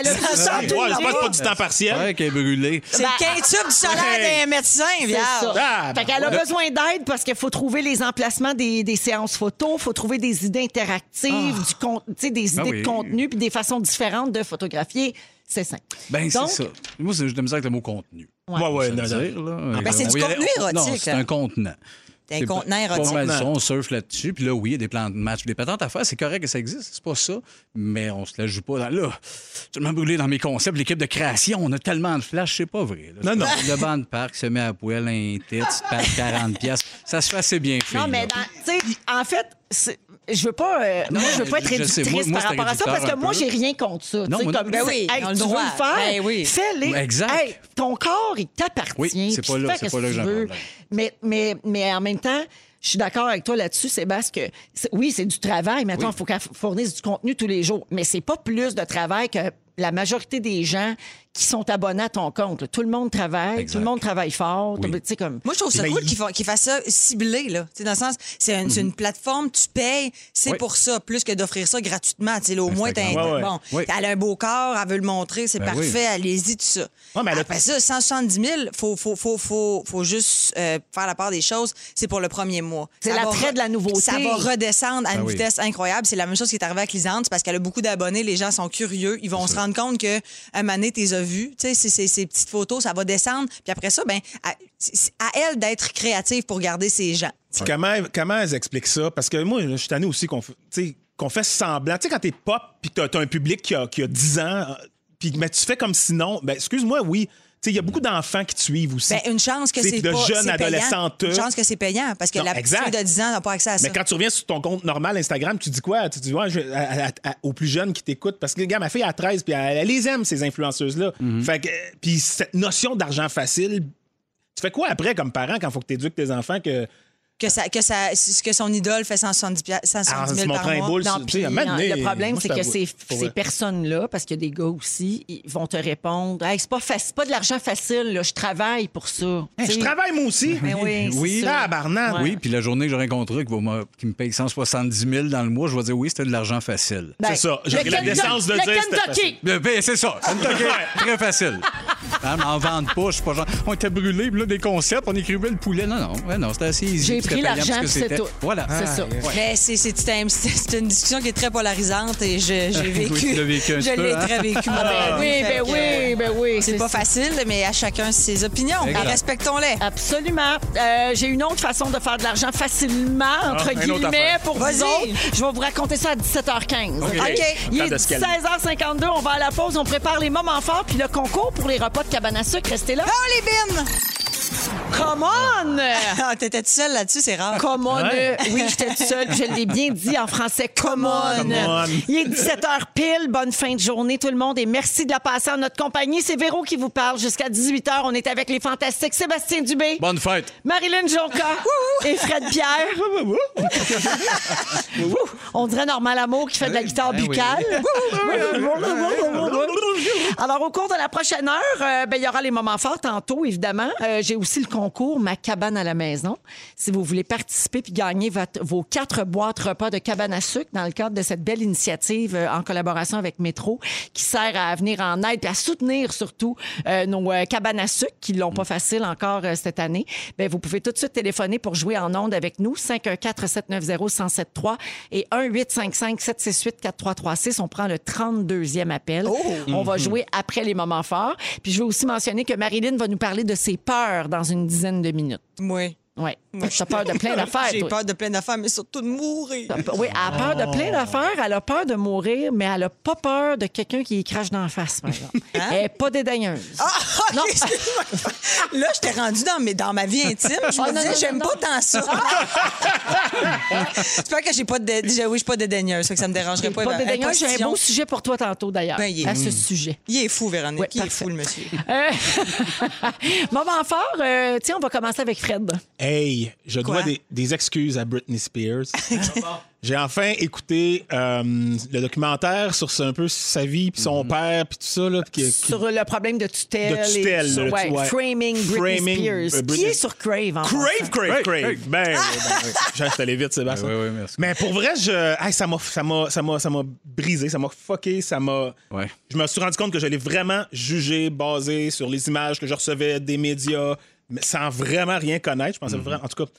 Speaker 1: elle a tout ça
Speaker 4: Ouais,
Speaker 1: tout
Speaker 4: je pense
Speaker 1: le
Speaker 4: pas du temps partiel.
Speaker 3: ah.
Speaker 2: Ouais, qu'elle est brûlée.
Speaker 3: C'est le quintuple du salaire d'un médecin,
Speaker 1: C'est
Speaker 3: viande.
Speaker 2: Ah,
Speaker 1: ça.
Speaker 2: ben
Speaker 1: Fait qu'elle a besoin d'aide parce qu'il faut trouver les emplacements des, des séances photo, faut trouver des idées interactives, du con- tu sais, des
Speaker 2: Ah
Speaker 1: idées
Speaker 2: oui.
Speaker 1: de contenu puis des façons différentes de photographier. C'est simple.
Speaker 2: Ben, c'est
Speaker 1: Donc-
Speaker 2: ça. Moi, c'est juste de misère avec le mot contenu.
Speaker 4: Ouais, ouais, non,
Speaker 2: Ça
Speaker 4: non.
Speaker 2: veut dire, là,
Speaker 3: ben, c'est
Speaker 2: Euh, on
Speaker 3: du
Speaker 2: y allait-
Speaker 3: contenu
Speaker 2: on- Non,
Speaker 3: érotique,
Speaker 2: c'est
Speaker 3: là.
Speaker 2: un contenant.
Speaker 3: C'est un
Speaker 2: C'est
Speaker 3: contenant
Speaker 2: pas-
Speaker 3: érotique.
Speaker 2: pas mal ça.
Speaker 4: Contenant.
Speaker 2: on surfe là-dessus. Puis là, oui, il y a des plans de match, des patentes à faire. C'est correct que ça existe, c'est pas ça. Mais on se la joue pas dans. Là, je tellement brûlé dans mes concepts. L'équipe de création, on a tellement de flash, c'est pas vrai. là.
Speaker 4: Non, non.
Speaker 2: Le banc de parc se met à poêle, un titre, tu te perds 40 piastres. Ça se fait assez bien fait.
Speaker 1: Non, mais
Speaker 2: là.
Speaker 1: dans- tu sais, en fait, c'est- je veux pas, euh,
Speaker 2: Non,
Speaker 1: moi, je veux pas
Speaker 2: je-
Speaker 1: être
Speaker 2: je sais.
Speaker 1: réductrice
Speaker 2: Moi- moi,
Speaker 1: par
Speaker 2: c'est
Speaker 1: rapport à ça parce que
Speaker 2: réducteur un
Speaker 1: moi,
Speaker 2: peu.
Speaker 1: j'ai rien contre ça.
Speaker 2: Non,
Speaker 1: Tu sais,
Speaker 2: moi non
Speaker 1: comme
Speaker 2: plus.
Speaker 3: Ben oui,
Speaker 1: hey,
Speaker 3: on
Speaker 1: tu
Speaker 3: le
Speaker 1: veux
Speaker 3: droit.
Speaker 1: le faire,
Speaker 3: Ben oui.
Speaker 1: fais-le.
Speaker 2: Exact.
Speaker 1: Hey, ton corps, il t'appartient.
Speaker 2: Oui, c'est
Speaker 1: puis
Speaker 2: pas là-
Speaker 1: fais
Speaker 2: c'est
Speaker 1: qu'est-ce
Speaker 2: pas là
Speaker 1: tu
Speaker 2: que j'ai un
Speaker 1: veux.
Speaker 2: problème.
Speaker 1: Mais, mais, mais en même temps, je suis d'accord avec toi là-dessus, Sébastien, que c'est- oui, c'est du travail. Maintenant, il faut qu'elle fournisse du contenu tous les jours. Mais c'est pas plus de travail que la majorité des gens qui sont abonnés à ton compte. là. Tout le monde travaille,
Speaker 2: Exact.
Speaker 1: tout le monde travaille fort. Tu sais, comme...
Speaker 3: Moi, je trouve ça
Speaker 2: Ben,
Speaker 3: cool
Speaker 2: il-
Speaker 3: qu'ils fa- qu'ils fassent ça ciblé, là. Tu sais, dans le sens, c'est un- c'est une plateforme, tu payes, c'est
Speaker 2: Oui.
Speaker 3: pour ça, plus que d'offrir ça gratuitement. Tu sais, là, au moins, t'as un-
Speaker 2: Instagram.
Speaker 4: Ouais, ouais.
Speaker 3: bon,
Speaker 2: Oui.
Speaker 3: elle a un beau corps, elle veut le montrer, c'est
Speaker 2: Ben oui.
Speaker 3: parfait, allez-y, tout ça.
Speaker 4: Ouais, mais elle a-
Speaker 3: Après ça, 170 000, faut, faut, faut, faut, faut juste euh, faire la part des choses, c'est pour le premier mois.
Speaker 1: C'est
Speaker 3: Ça va
Speaker 1: l'attrait
Speaker 3: re-
Speaker 1: de la nouveauté.
Speaker 3: Ça va redescendre à une
Speaker 2: Ben oui.
Speaker 3: vitesse incroyable. C'est la même chose qui est arrivée avec Lisande, c'est parce qu'elle a beaucoup d'abonnés, les gens sont curieux, ils vont se rendre compte que un mané t'es a vus, tu sais, c'est- c'est- ces petites photos, ça va descendre. Puis après ça, ben à, c'est à elle d'être créative pour garder ses gens.
Speaker 4: Puis Comment, comment elles expliquent ça? Parce que moi, je suis tanné aussi qu'on f- tu sais, qu'on fait semblant. Tu sais, quand t'es pop puis t'as t'as un public qui a, qui a 10 ans, euh, puis mais tu fais comme sinon, ben excuse-moi, oui. Tu sais, il y a beaucoup d'enfants qui te suivent aussi.
Speaker 3: Ben, une chance que
Speaker 4: Tu sais,
Speaker 3: c'est
Speaker 4: puis de
Speaker 3: pas
Speaker 4: jeunes
Speaker 3: c'est payant.
Speaker 4: adolescentes.
Speaker 3: Une chance que c'est payant parce que
Speaker 4: euh. Non,
Speaker 3: la petite
Speaker 4: exact.
Speaker 3: fille de 10 ans n'a pas accès à ça.
Speaker 4: Mais quand tu reviens sur ton compte normal Instagram, tu dis quoi? Tu dis ouais, je- à- à- à- aux plus jeunes qui t'écoutent. Parce que, gars, ma fille a 13, puis elle, elle les aime, ces influenceuses-là. Fait que, euh, puis cette notion d'argent facile, tu fais quoi après comme parent quand faut que tu éduques tes enfants que
Speaker 3: que ça que ça que son idole fait 170 pi- 170 000
Speaker 4: Ah,
Speaker 3: par
Speaker 4: se montrer un
Speaker 3: mois.
Speaker 4: boule,
Speaker 3: Non,
Speaker 1: Non, puis,
Speaker 4: Tu sais,
Speaker 1: hein,
Speaker 4: à un moment donné,
Speaker 1: le problème,
Speaker 4: moi,
Speaker 1: c'est
Speaker 4: je
Speaker 1: que
Speaker 4: t'avoue,
Speaker 1: ces,
Speaker 4: pour
Speaker 1: ces
Speaker 4: vrai.
Speaker 1: personnes-là, parce qu'il y a des gars aussi, ils vont te répondre Hey, c'est pas, faci- c'est pas de l'argent facile, là, je travaille pour ça. Tu
Speaker 4: Hey, je
Speaker 1: sais,
Speaker 4: travaille moi aussi.
Speaker 1: Ben oui, c'est
Speaker 2: Oui.
Speaker 1: ça.
Speaker 4: Tabarnak.
Speaker 1: Ouais.
Speaker 2: Oui, puis la journée que j'aurai un contrat qui, va me- qui me paye 170 000 dans le mois, je vais dire oui, c'était de l'argent facile.
Speaker 1: Ben,
Speaker 4: ça. J'aurais
Speaker 1: le
Speaker 4: la
Speaker 1: Ken-
Speaker 4: décence de
Speaker 1: le
Speaker 4: dire c'était
Speaker 1: Kentucky.
Speaker 4: facile.
Speaker 2: Ben, ben, c'est ça. C'est une toquée. Très facile. Ah, On m'en vende pas. Je suis pas genre. On était brûlés, puis là, des concepts, on écrivait le poulet. Non, non. Ouais, non, c'était assez easy.
Speaker 1: J'ai
Speaker 2: puis
Speaker 1: pris
Speaker 2: c'était payant
Speaker 1: l'argent,
Speaker 2: parce que
Speaker 1: puis c'est
Speaker 2: c'était-
Speaker 1: tout.
Speaker 2: Voilà. Ah,
Speaker 1: C'est ça.
Speaker 3: Mais c'est- c'est c'est un- c'est- c'est une discussion qui est très polarisante et je- j'ai vécu.
Speaker 2: Oui, tu l'as vécu un
Speaker 3: je
Speaker 2: petit peu,
Speaker 3: l'ai
Speaker 2: hein?
Speaker 3: très vécu. moi.
Speaker 1: Oui,
Speaker 3: Fait
Speaker 1: ben
Speaker 3: que,
Speaker 1: oui, ben oui.
Speaker 3: C'est pas facile, mais à chacun ses opinions. Mais respectons-les.
Speaker 1: Absolument. Euh, J'ai une autre façon de faire de l'argent facilement,
Speaker 4: Ah,
Speaker 1: entre
Speaker 8: une autre
Speaker 1: guillemets,
Speaker 8: affaire.
Speaker 1: pour
Speaker 3: Vas-y.
Speaker 1: vous autres. Je vais vous raconter ça à 17h15. OK.
Speaker 3: OK.
Speaker 1: Il
Speaker 4: Temps
Speaker 1: est
Speaker 4: de se calmer.
Speaker 1: 16h52, on va à la pause, on prépare les moments forts, puis le concours pour les repas de cabane à sucre. Restez là.
Speaker 3: Oh, les bines!
Speaker 1: Come on!
Speaker 3: Ah, T'étais tout seul là-dessus, c'est rare.
Speaker 1: Come on.
Speaker 4: Ouais.
Speaker 1: euh, Oui, j'étais toute seule. puis Je l'ai bien dit en français. Come on.
Speaker 3: Come
Speaker 4: on.
Speaker 1: Il est 17h pile. Bonne fin de journée, tout le monde. Et merci de la passer en notre compagnie. C'est Véro qui vous parle. Jusqu'à 18h, on est avec les fantastiques Sébastien Dubé,
Speaker 2: Bonne fête.
Speaker 1: Marilyn Jonca et Fred Pierre. on dirait Normal Amour qui fait de la guitare
Speaker 2: ben oui.
Speaker 1: buccale. Alors, au cours de la prochaine heure, euh, ben, il y aura les moments forts tantôt, évidemment. Euh, J'ai aussi le concours Ma cabane à la maison. Si vous voulez participer puis gagner votre- vos quatre boîtes repas de cabane à sucre dans le cadre de cette belle initiative euh, en collaboration avec Métro qui sert à venir en aide et à soutenir surtout euh, nos euh, cabanes à sucre qui l'ont pas facile encore euh, cette année, ben, vous pouvez tout de suite téléphoner pour jouer en ondes avec nous. 514-790-1073 et 1-855-768-4336. On prend le 32e appel.
Speaker 3: Oh!
Speaker 1: On
Speaker 3: Mhm.
Speaker 1: va jouer après les moments forts. Puis je veux aussi mentionner que Marilyn va nous parler de ses peurs dans une dizaine de minutes.
Speaker 3: Oui.
Speaker 1: Oui. T'as peur de plein d'affaires.
Speaker 3: J'ai
Speaker 1: toi.
Speaker 3: peur de plein d'affaires, mais surtout de mourir.
Speaker 1: T'as pe- Oui, elle a peur de plein d'affaires. Elle a peur de mourir, mais elle a pas peur de quelqu'un qui y crache dans la face, par exemple. Elle est pas dédaigneuse.
Speaker 3: Ah, ok,
Speaker 1: Non.
Speaker 3: excuse-moi. Là, j'étais rendue dans, mes- dans ma vie intime. Je
Speaker 1: Ah,
Speaker 3: me
Speaker 1: non,
Speaker 3: disais,
Speaker 1: non,
Speaker 3: j'aime
Speaker 1: non,
Speaker 3: pas
Speaker 1: non.
Speaker 3: tant ça. J'espère que j'ai pas de. dé- j'ai- Oui, je suis pas dédaigneuse, ça fait que ça me dérangerait pas.
Speaker 1: Pas
Speaker 3: Ben,
Speaker 1: dédaigneuse. J'ai un
Speaker 3: imposition.
Speaker 1: beau sujet pour toi tantôt, d'ailleurs,
Speaker 3: Ben, il est-
Speaker 1: à ce sujet.
Speaker 3: Il est fou, Véronique.
Speaker 1: Ouais,
Speaker 3: il est
Speaker 1: parfait.
Speaker 3: fou, le monsieur.
Speaker 1: Euh, Moment fort, euh, tiens, on va commencer avec Fred.
Speaker 4: Hey, je
Speaker 3: Quoi?
Speaker 4: dois des, des excuses à Britney Spears.
Speaker 1: Ah,
Speaker 4: J'ai enfin écouté euh, le documentaire sur ce- un peu sa vie, puis son père, puis tout ça. Là, qui- qui-
Speaker 1: Sur le problème de tutelle.
Speaker 4: De tutelle,
Speaker 1: et- sur-
Speaker 4: là,
Speaker 1: ouais,
Speaker 4: tu vois.
Speaker 1: Framing Britney
Speaker 4: Framing,
Speaker 1: Spears.
Speaker 4: euh,
Speaker 1: Qui
Speaker 4: Britney-
Speaker 1: est sur Crave, en passant?
Speaker 4: Crave, crave, crave.
Speaker 2: crave.
Speaker 4: Ben, ben, ben, Jean, je suis allé vite, Sébastien.
Speaker 2: Ben oui, oui, merci.
Speaker 4: Mais pour vrai, je, hey, ça m'a, ça m'a, ça m'a, ça m'a brisé, ça m'a fucké, ça m'a.
Speaker 2: Ouais.
Speaker 4: Je me suis rendu compte que je l'ai vraiment jugé, basé sur les images que je recevais des médias, mais sans vraiment rien connaître. Je pensais vraiment, en tout cas,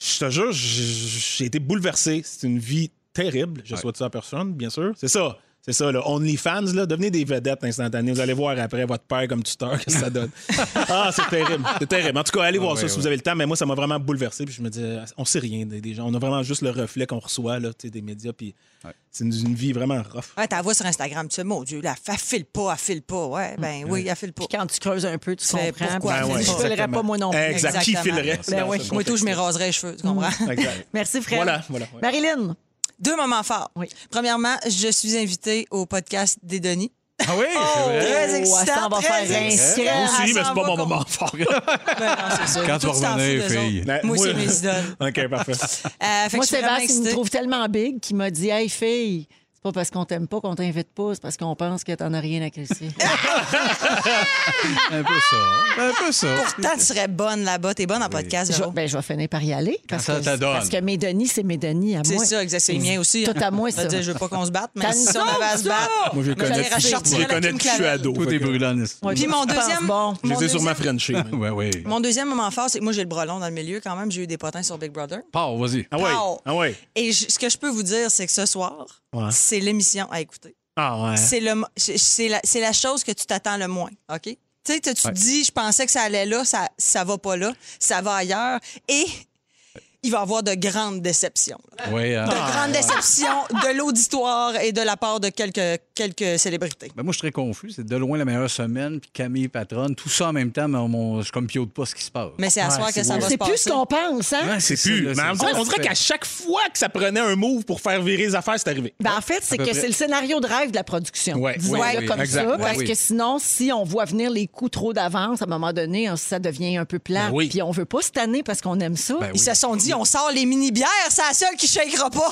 Speaker 4: je te jure, j- j'ai été bouleversé. C'est une vie terrible. Je souhaite ça à personne, bien sûr. C'est ça. C'est ça, le OnlyFans, là. Devenez des vedettes instantanées. Vous allez voir après votre père comme tuteur, qu'est-ce que ça donne. ah, c'est terrible. C'est terrible. En tout cas, allez voir ça si vous avez le temps. Mais moi, ça m'a vraiment bouleversé. Puis je me dis, euh, on sait rien des, des gens. On a vraiment juste le reflet qu'on reçoit, là, tu sais, des médias. Puis c'est une, une vie vraiment rough.
Speaker 3: Ouais, ta voix sur Instagram, tu sais, mon Dieu, là, elle file pas, elle file pas. Ouais, ben
Speaker 1: Mm.
Speaker 3: oui, elle file pas.
Speaker 1: Quand tu creuses un peu, tu
Speaker 3: Tu fais
Speaker 1: comprends.
Speaker 3: pourquoi?
Speaker 1: Puis
Speaker 3: Ben ouais,
Speaker 1: je ne filerais pas, moi non plus.
Speaker 4: Ah Exact. Qui
Speaker 3: Exactement.
Speaker 4: filerait?
Speaker 1: Ben oui.
Speaker 3: Moi, tout, je me raserais les cheveux, tu comprends?
Speaker 1: Mm.
Speaker 4: Exact.
Speaker 1: Merci, Fred.
Speaker 4: Voilà, voilà, ouais.
Speaker 1: Marilyn,
Speaker 3: Deux moments forts.
Speaker 1: Oui.
Speaker 3: Premièrement, je suis invitée au podcast des Denis.
Speaker 2: Ah oui,
Speaker 1: Oh.
Speaker 2: c'est vrai.
Speaker 1: elle
Speaker 3: Très excitant,
Speaker 1: s'en va
Speaker 3: très
Speaker 1: faire un
Speaker 3: excitant.
Speaker 1: scram.
Speaker 3: Elle
Speaker 4: Oh, Moi
Speaker 3: s'en
Speaker 4: aussi, mais
Speaker 3: va
Speaker 4: c'est pas mon
Speaker 3: comme-
Speaker 4: moment fort.
Speaker 3: Ben non, c'est sûr.
Speaker 2: Quand tu
Speaker 3: Toi,
Speaker 2: vas
Speaker 3: t'en fous
Speaker 2: revenir,
Speaker 3: d'eux
Speaker 2: fille.
Speaker 3: autres. Moi, c'est mes idoles.
Speaker 4: OK, parfait.
Speaker 3: Euh, fait que
Speaker 1: moi,
Speaker 3: je suis vraiment
Speaker 1: Sébastien, il me
Speaker 3: excitée.
Speaker 1: trouve tellement big qu'il m'a dit Hey, fille, c'est pas parce qu'on t'aime pas qu'on t'invite pas, c'est parce qu'on pense que t'en as rien à crisser.
Speaker 3: Ah,
Speaker 2: Un peu ça. Un peu ça.
Speaker 3: Pourtant, tu serais bonne là-bas. T'es bonne en podcast,
Speaker 1: je,
Speaker 3: Véro.
Speaker 1: ben, je vais finir par y aller. Parce
Speaker 2: ça
Speaker 1: que,
Speaker 2: t'adonne.
Speaker 1: parce que mes Denis, c'est mes Denis à
Speaker 3: C'est
Speaker 1: moi.
Speaker 3: ça, exact. C'est les miens aussi. hein.
Speaker 1: Tout à moi,
Speaker 3: Je veux
Speaker 1: ça.
Speaker 3: dire, Je veux pas qu'on se batte, mais
Speaker 1: T'as
Speaker 3: si
Speaker 1: une
Speaker 3: on avait à
Speaker 1: sauce,
Speaker 3: se battre,
Speaker 1: ça!
Speaker 4: Moi, je les connais.
Speaker 3: j'allais ressortir
Speaker 4: Je les
Speaker 3: avec
Speaker 4: connais
Speaker 3: Kim
Speaker 4: depuis que je suis
Speaker 3: Clavel.
Speaker 4: ado.
Speaker 2: Tout est
Speaker 4: Fait que-
Speaker 2: brûlant. n'est-ce pas?
Speaker 1: Ouais,
Speaker 3: Puis
Speaker 1: je
Speaker 3: mon
Speaker 1: pense
Speaker 3: deuxième-
Speaker 1: Bon.
Speaker 4: Je
Speaker 3: Mon
Speaker 4: les ai sûrement
Speaker 3: deuxième-
Speaker 4: frenchés. même.
Speaker 2: Ouais, ouais.
Speaker 3: Mon deuxième moment fort, c'est moi, j'ai le bras long dans le milieu quand même. J'ai eu des potins sur Big Brother.
Speaker 2: Pars, vas-y.
Speaker 4: Ah ouais.
Speaker 3: Pow!
Speaker 4: Ah ouais.
Speaker 3: Et je- ce que je peux vous dire, c'est que ce soir,
Speaker 4: Ouais.
Speaker 3: c'est l'émission à écouter.
Speaker 4: Ah ouais.
Speaker 3: C'est le mo- c'est- c'est la, c'est la chose que tu t'attends le moins, OK? Tu sais, tu te dis, je pensais que ça allait là, ça ça va pas là, ça va ailleurs. Et il va y avoir de grandes déceptions. là.
Speaker 2: Ouais, hein.
Speaker 3: De grandes déceptions de l'auditoire et de la part de quelques, quelques célébrités.
Speaker 2: Ben, moi, je suis très confus. C'est de loin la meilleure semaine, puis Camille Patronne, tout ça en même temps, mais mon- je suis comme pio de pas ce qui se passe.
Speaker 3: Mais c'est à soir que ça va se
Speaker 1: C'est
Speaker 3: passer.
Speaker 1: plus ce qu'on pense, hein?
Speaker 2: Ouais,
Speaker 4: C'est
Speaker 2: ça,
Speaker 4: plus.
Speaker 2: là,
Speaker 4: mais en
Speaker 2: c'est
Speaker 4: gros,
Speaker 2: ça,
Speaker 4: on dirait
Speaker 2: c'est-
Speaker 4: qu'à chaque fois que ça prenait un move pour faire virer les affaires, c'est arrivé.
Speaker 1: Ben, en fait, c'est
Speaker 2: peu
Speaker 1: que
Speaker 2: près.
Speaker 1: c'est le scénario de rêve de la production.
Speaker 4: Ouais,
Speaker 1: Disons-le
Speaker 3: ouais, oui,
Speaker 1: comme
Speaker 4: exact.
Speaker 1: ça.
Speaker 4: Ben
Speaker 1: Parce
Speaker 2: oui.
Speaker 1: que sinon, si on voit venir les coups trop d'avance, à un moment donné, on- ça devient un peu plat.
Speaker 4: Ben oui.
Speaker 1: Puis on veut pas cette année parce qu'on aime ça.
Speaker 2: Ben
Speaker 3: Ils
Speaker 2: oui.
Speaker 3: se sont dit, on sort les mini-bières, c'est la seule qui shakera pas.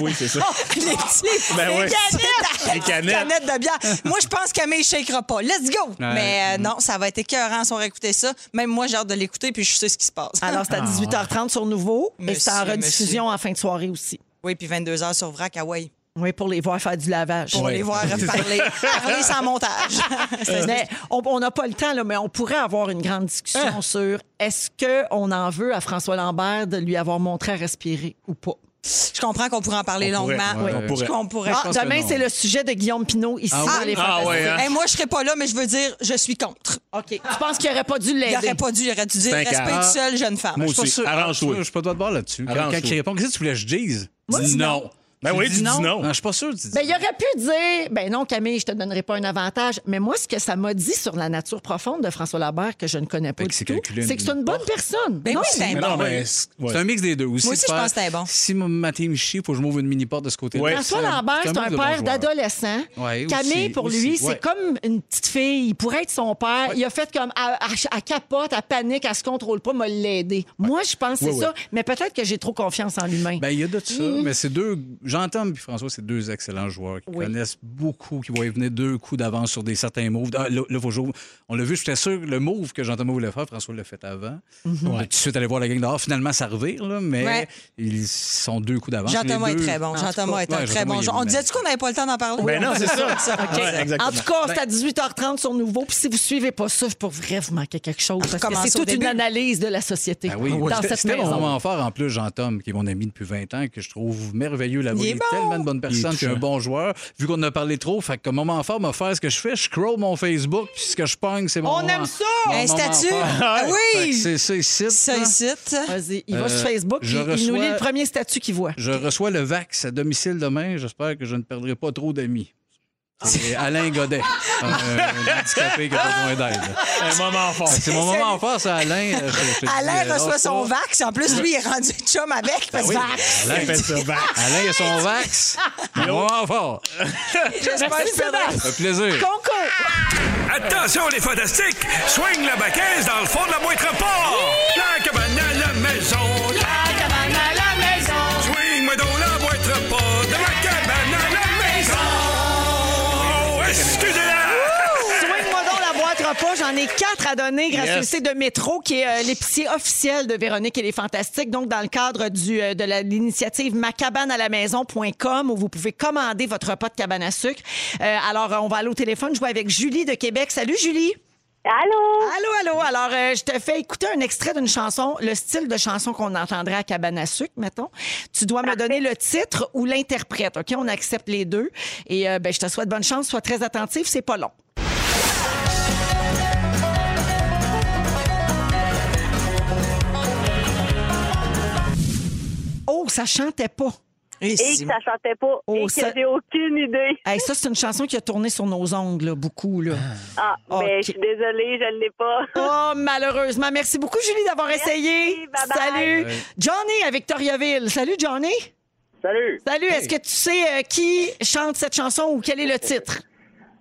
Speaker 4: oui, c'est ça.
Speaker 3: les petits,
Speaker 4: Ben
Speaker 3: les
Speaker 4: ouais.
Speaker 3: canettes,
Speaker 4: Les canettes.
Speaker 3: de bière. Moi, je pense que Camille ne shakera pas. Let's go! Mais euh, non, ça va être écœurant si on réécoutait ça. Même moi, j'ai hâte de l'écouter, puis je sais ce qui se passe.
Speaker 1: Alors, Ah c'est à 18h30 sur Nouveau. et c'est en
Speaker 3: Monsieur,
Speaker 1: rediffusion en fin de soirée aussi.
Speaker 3: oui, puis 22 h sur Vrac, Hawaii,
Speaker 1: Oui, pour les voir faire du lavage.
Speaker 3: pour les voir parler, parler sans montage.
Speaker 1: Mais on on n'a pas le temps, là, mais on pourrait avoir une grande discussion sur est-ce qu'on en veut à François Lambert de lui avoir montré à respirer ou pas.
Speaker 3: je comprends qu'on pourrait en parler
Speaker 4: On pourrait,
Speaker 3: longuement.
Speaker 4: ouais, on
Speaker 3: Je
Speaker 4: pourrait.
Speaker 3: qu'on pourrait.
Speaker 1: Ah,
Speaker 3: Ah,
Speaker 2: que
Speaker 1: demain,
Speaker 2: non.
Speaker 1: c'est le sujet de Guillaume Pinot ici.
Speaker 2: Ah
Speaker 1: sur
Speaker 3: oui?
Speaker 1: les
Speaker 4: Ah
Speaker 1: Fantastiques.
Speaker 4: ouais, hein?
Speaker 3: hey, Eh, moi, je serais pas là, mais je veux dire, je suis contre.
Speaker 1: OK. Tu penses qu'il n'aurait pas dû
Speaker 3: Il
Speaker 1: l'aider?
Speaker 3: aurait pas dû, il aurait dû dire
Speaker 4: C'est un cas.
Speaker 3: respecte seule jeune femme.
Speaker 4: Moi
Speaker 2: Je suis pas
Speaker 4: aussi.
Speaker 2: sûr.
Speaker 4: Arrange-toi.
Speaker 2: Je suis pas de votre bord là-dessus. Quand
Speaker 4: Arrange-toi.
Speaker 2: quelqu'un qui répond, qu'est-ce que tu voulais que je dise?
Speaker 1: Moi,
Speaker 2: Dis
Speaker 1: je dis non.
Speaker 2: non.
Speaker 4: Ben oui, tu dis non.
Speaker 2: Non, je suis pas sûr. tu dis-
Speaker 1: Ben, il aurait pu dire, ben non, Camille, je te donnerai pas un avantage. Mais moi, ce que ça m'a dit sur la nature profonde de François Lambert, que je ne connais pas
Speaker 2: Fait que
Speaker 1: du
Speaker 2: c'est
Speaker 1: tout,
Speaker 2: calculé une
Speaker 1: c'est que c'est une bonne personne.
Speaker 3: Ben
Speaker 1: non,
Speaker 3: oui, c'est un
Speaker 4: Mais
Speaker 3: bon.
Speaker 4: non, mais. c'est- ouais.
Speaker 2: C'est un mix des deux. Ou si
Speaker 3: aussi,
Speaker 2: tu
Speaker 3: je
Speaker 2: perds-
Speaker 3: pense que c'était bon.
Speaker 2: Si ma- ma team chie, faut que je m'ouvre une mini porte de ce côté-là.
Speaker 4: Ouais.
Speaker 1: François Lambert, c'est un
Speaker 2: mix de bons
Speaker 1: père
Speaker 2: joueurs.
Speaker 1: d'adolescent.
Speaker 2: Ouais, aussi,
Speaker 1: Camille, pour
Speaker 2: aussi,
Speaker 1: lui,
Speaker 2: ouais.
Speaker 1: c'est comme une petite fille. Il pourrait être son père. Il a fait comme, à, capote, à panique, à se contrôle pas, m'a l'aider. Moi, je pense que c'est
Speaker 4: Ouais,
Speaker 1: ça. Mais peut-être que j'ai trop confiance en l'humain.
Speaker 2: Ben, il y a de ça, mais c'est deux Jean-Tom puis François, c'est deux excellents joueurs qui
Speaker 1: Oui.
Speaker 2: connaissent beaucoup, qui vont y venir deux coups d'avance sur des certains moves. Ah, là, là, faut jouer. On l'a vu, j'étais sûr, le move que Jean-Thomas voulait faire, François l'a fait avant. On a Tout de suite aller voir la gang dehors. Finalement, ça revire, là, mais
Speaker 3: Ouais.
Speaker 2: ils sont deux coups d'avance.
Speaker 3: Jean-Thomas
Speaker 2: Les
Speaker 3: est
Speaker 2: deux-
Speaker 3: très bon. Jean-Thomas est un
Speaker 2: Ouais,
Speaker 3: très bon
Speaker 2: Jean-Thomas, il est
Speaker 3: joueur. On
Speaker 2: bon.
Speaker 3: disait-tu qu'on n'avait pas le temps d'en parler?
Speaker 4: Ben non, c'est ça. Ouais,
Speaker 1: En
Speaker 4: exactement.
Speaker 1: tout cas,
Speaker 2: Ben,
Speaker 1: c'est à 18h30 sur Nouveau. Puis si vous suivez pas ça, pour vrai, vous manquez quelque chose. Parce que
Speaker 3: commence
Speaker 1: c'est
Speaker 3: Ah, au
Speaker 1: toute une
Speaker 3: début.
Speaker 1: analyse de la société
Speaker 2: Ah oui,
Speaker 1: dans
Speaker 2: c'était-
Speaker 1: cette
Speaker 2: c'était mon
Speaker 1: maison.
Speaker 2: moment fort en plus, Jean-Tom, qui est mon ami depuis 20 ans, que je trouve merveilleux là-bas.
Speaker 3: Il
Speaker 2: Il
Speaker 3: est
Speaker 2: est,
Speaker 3: bon.
Speaker 2: tellement de bonnes personnes, puis un bon joueur. Vu qu'on en a parlé trop, fait que moment fort m'a fait ce que je fais, je scroll mon Facebook, puis ce que je pogne, c'est mon.
Speaker 1: On
Speaker 2: moment-
Speaker 1: aime ça!
Speaker 2: mon
Speaker 3: Un
Speaker 2: moment
Speaker 3: statut?
Speaker 2: fort.
Speaker 3: Ah oui!
Speaker 2: Fait que C'est hein. ça ici.
Speaker 3: Ça
Speaker 2: là.
Speaker 3: incite.
Speaker 1: Vas-y, il va
Speaker 2: Euh,
Speaker 1: sur Facebook,
Speaker 2: je
Speaker 1: puis il nous
Speaker 2: reçois-
Speaker 1: lit le premier statut qu'il voit.
Speaker 2: Je reçois le vax à domicile demain. J'espère que je ne perdrai pas trop d'amis. C'est Alain Godet, un, un handicapé qui a besoin d'aide.
Speaker 4: Un moment fort.
Speaker 2: C'est mon moment fort, ça, Alain. Euh, je- je te dis,
Speaker 3: Alain
Speaker 2: euh,
Speaker 3: reçoit son
Speaker 2: lâche pas.
Speaker 3: vax. En plus, lui, il est rendu chum avec. Parce que vax.
Speaker 4: Il fait ça, Ben, vax.
Speaker 2: Alain, il a son vax. Mon moment fort.
Speaker 3: J'espère que je perdrai.
Speaker 2: Un plaisir.
Speaker 10: Attention les fantastiques, swing la baquette dans le fond de la boîte repas. La cabane à la maison, la cabane à la maison. Swing-moi dans la boîte repas de la cabane à la maison. Oh, excusez-la.
Speaker 1: Swing-moi donc la boîte repas. J'en ai quatre à donner. Gracieuseté de Métro, qui est euh, l'épicier officiel de Véronique et les Fantastiques. Donc, dans le cadre du, euh, de la- l'initiative macabanealamaison.com, où vous pouvez commander votre repas de cabane à sucre. Euh, alors, euh, on va aller au téléphone jouer avec Julie de Québec. Salut, Julie.
Speaker 11: Allô?
Speaker 1: Allô, allô. Alors, euh, je te fais écouter un extrait d'une chanson, le style de chanson qu'on entendrait à Cabane à sucre, mettons. Tu dois me donner le titre ou l'interprète, OK? On accepte les deux. Et euh, ben, je te souhaite bonne chance. Sois très attentif, c'est pas long. Oh, ça chantait pas.
Speaker 3: Et
Speaker 11: Et
Speaker 3: si-
Speaker 11: que ça chantait pas.
Speaker 1: Oh,
Speaker 11: et que
Speaker 1: ça-
Speaker 11: j'ai aucune idée.
Speaker 1: Hey, ça, c'est une chanson qui a tourné sur nos ongles, là, beaucoup. Là.
Speaker 11: Ah,
Speaker 1: Ok.
Speaker 11: ben, je suis désolée, je ne l'ai pas.
Speaker 3: Ah.
Speaker 1: Oh, malheureusement. Merci beaucoup, Julie, d'avoir essayé.
Speaker 11: bye-bye.
Speaker 1: Salut. Johnny à Victoriaville. Salut, Johnny.
Speaker 12: Salut!
Speaker 1: Salut. Est-ce que tu sais euh, qui chante cette chanson ou quel est le titre?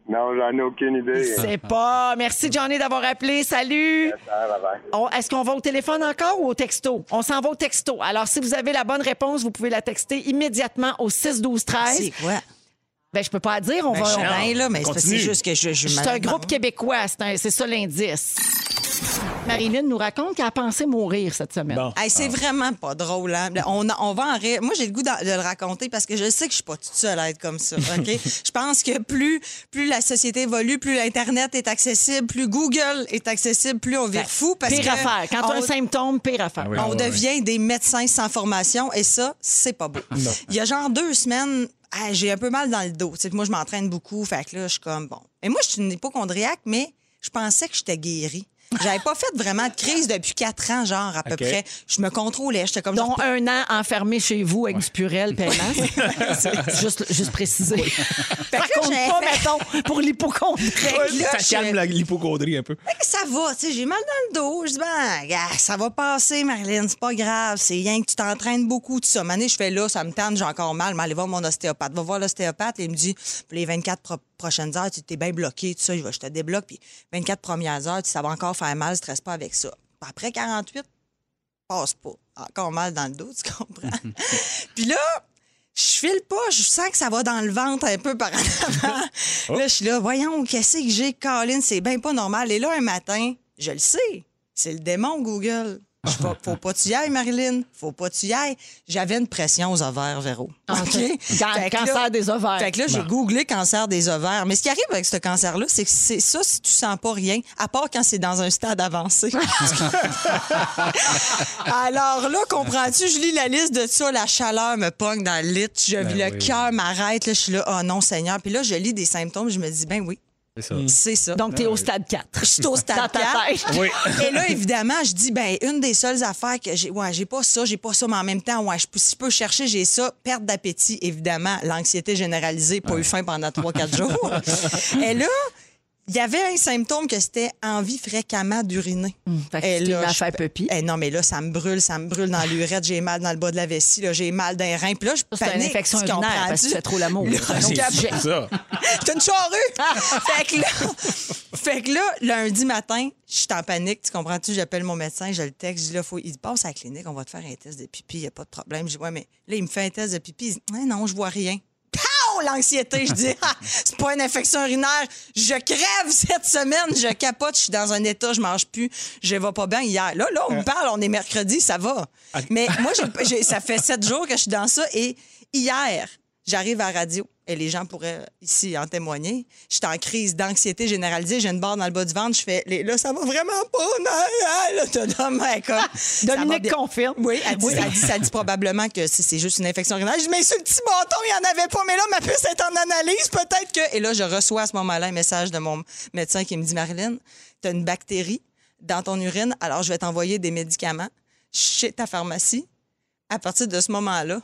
Speaker 12: Non, j'en ai aucune idée.
Speaker 1: C'est pas. Merci, Johnny, d'avoir appelé. Salut.
Speaker 12: Ah, bye bye.
Speaker 1: On- Est-ce qu'on va au téléphone encore ou au texto? On s'en va au texto. Alors, si vous avez la bonne réponse, vous pouvez la texter immédiatement au 6-12-13.
Speaker 3: C'est quoi?
Speaker 1: Ben, je peux pas la dire. On
Speaker 3: Ben,
Speaker 1: va.
Speaker 3: je
Speaker 1: on-
Speaker 3: sais bien, là, mais c'est parce que c'est
Speaker 4: Continue.
Speaker 3: juste que je, je
Speaker 1: C'est un groupe québécois, c'est un- c'est ça l'indice. Marilyn nous raconte qu'elle a pensé mourir cette semaine.
Speaker 4: Bon.
Speaker 3: Hey, c'est vraiment pas drôle. hein. On, on va en rire. Moi, j'ai le goût d'en- de le raconter parce que je sais que je suis pas toute seule à être comme ça. OK? je pense que plus, plus la société évolue, plus l'Internet est accessible, plus Google est accessible, plus on vire fou. Parce
Speaker 1: pire
Speaker 3: que
Speaker 1: affaire. Quand
Speaker 3: on-
Speaker 1: t'as un symptôme, pire affaire.
Speaker 2: Ah oui.
Speaker 3: on devient des médecins sans formation et ça, c'est pas beau. Il y a genre deux semaines, ah, j'ai un peu mal dans le dos. Tu sais, moi, je m'entraîne beaucoup. Fait que là, je suis comme bon. Et moi, je suis une hypochondriaque, mais je pensais que j'étais guérie. J'avais pas fait vraiment de crise depuis quatre ans, genre, à peu près. Je me contrôlais. J'étais comme.
Speaker 1: Dont un an enfermé chez vous avec du purel paiement. juste, juste préciser.
Speaker 3: Fait
Speaker 1: Par
Speaker 3: que là,
Speaker 1: contre,
Speaker 3: j'ai
Speaker 1: pas,
Speaker 3: fait-
Speaker 1: mettons, pour l'hypochondrie.
Speaker 3: Fait que là,
Speaker 4: Ça
Speaker 3: je-
Speaker 4: calme la- l'hypochondrie un peu.
Speaker 3: Fait que ça va, tu sais, j'ai mal dans le dos. Je dis, ben, gars, ça va passer, Marilyn, c'est pas grave. C'est rien que tu t'entraînes beaucoup, tout ça. Mané, je fais là, ça me tente, j'ai encore mal. Mais allez voir mon ostéopathe. Va voir l'ostéopathe. Il me dit, pour les 24 pro- prochaines heures, tu t'es bien bloqué, tout ça. Je vais- je te débloque. Puis 24 premières heures, tu sais, ça va encore faire mal, stresse pas avec ça. Puis Après 48, passe pas. Encore mal dans le dos, tu comprends? Puis là, je file pas, je sens que ça va dans le ventre un peu par en avant. Là, je suis là, voyons, qu'est-ce que j'ai, Colin, c'est bien pas normal. Et là, un matin, je le sais, c'est le démon Google. Je fais, faut pas tu y ailles, Marilyn. Faut pas tu y ailles. J'avais une pression aux ovaires, Véro. OK? Fait que là-
Speaker 1: Ah, cancer des ovaires.
Speaker 3: fait que là, j'ai googlé cancer des ovaires. Mais ce qui arrive avec ce cancer-là, c'est que c'est ça si tu sens pas rien, à part quand c'est dans un stade avancé. Alors là, comprends-tu, je lis la liste de ça, la chaleur me pogne dans le lit, je vis le cœur m'arrête, là, je suis là, oh non, Seigneur. Puis là, je lis des symptômes, je me dis, ben oui,
Speaker 2: C'est ça.
Speaker 1: Mm.
Speaker 3: c'est ça.
Speaker 1: Donc, t'es au stade 4.
Speaker 3: Je suis au
Speaker 1: Dans
Speaker 3: stade
Speaker 1: ta
Speaker 3: 4.
Speaker 1: tête.
Speaker 3: Et là, évidemment, je dis, ben une des seules affaires que j'ai, ouais, j'ai pas ça, j'ai pas ça, mais en même temps, ouais, je, peux- si je peux chercher, j'ai ça. Perte d'appétit, évidemment. L'anxiété généralisée, pas eu faim pendant 3-4 jours. Et là, il y avait un symptôme que c'était envie fréquemment d'uriner.
Speaker 1: Hum, fait que tu t'es mis à
Speaker 3: je-
Speaker 1: faire pipi.
Speaker 3: Eh non, mais là, ça me brûle, ça me brûle dans l'urette, j'ai mal dans le bas de la vessie, là, j'ai mal dans les reins. Puis là, je
Speaker 1: C'est une
Speaker 3: panique,
Speaker 1: infection
Speaker 3: tu
Speaker 1: urinaire parce que
Speaker 3: comprends-tu?
Speaker 1: tu fais trop l'amour.
Speaker 3: Là, je
Speaker 1: Donc,
Speaker 3: capote.
Speaker 1: j'ai-
Speaker 4: Ça.
Speaker 3: J'étais une charrue! fait que Ah, là, Fait que là, lundi matin, je suis en panique, tu comprends-tu? J'appelle mon médecin, je le texte, je dis là, faut, il passe à la clinique, on va te faire un test de pipi, il n'y a pas de problème. Je dis, ouais, mais là, il me fait un test de pipi, il dit, Ouais, non, je vois rien. Pow! L'anxiété, je dis, Ah, c'est pas une infection urinaire, je crève cette semaine, je capote, je suis dans un état, je mange plus, je vais pas bien hier. Là, là, on me parle, on est mercredi, ça va. Mais moi, j'ai- j'ai- ça fait sept jours que je suis dans ça et hier, j'arrive à la radio et les gens pourraient ici en témoigner. J'étais en crise d'anxiété généralisée, j'ai une barre dans le bas du ventre, je fais les- là ça va vraiment pas. non, non, là, t'as- non, mais comme, ça va
Speaker 1: Dominique
Speaker 3: bien.
Speaker 1: confirme.
Speaker 3: Oui, elle dit, elle dit- ça dit probablement que c'est- c'est juste une infection urinaire. Je dis, mais sur le petit bâton, il n'y en avait pas, mais là, ma puce est en analyse, peut-être que. Et là, je reçois à ce moment-là un message de mon médecin qui me dit Marilyn, t'as une bactérie dans ton urine, alors je vais t'envoyer des médicaments chez ta pharmacie. À partir de ce moment-là,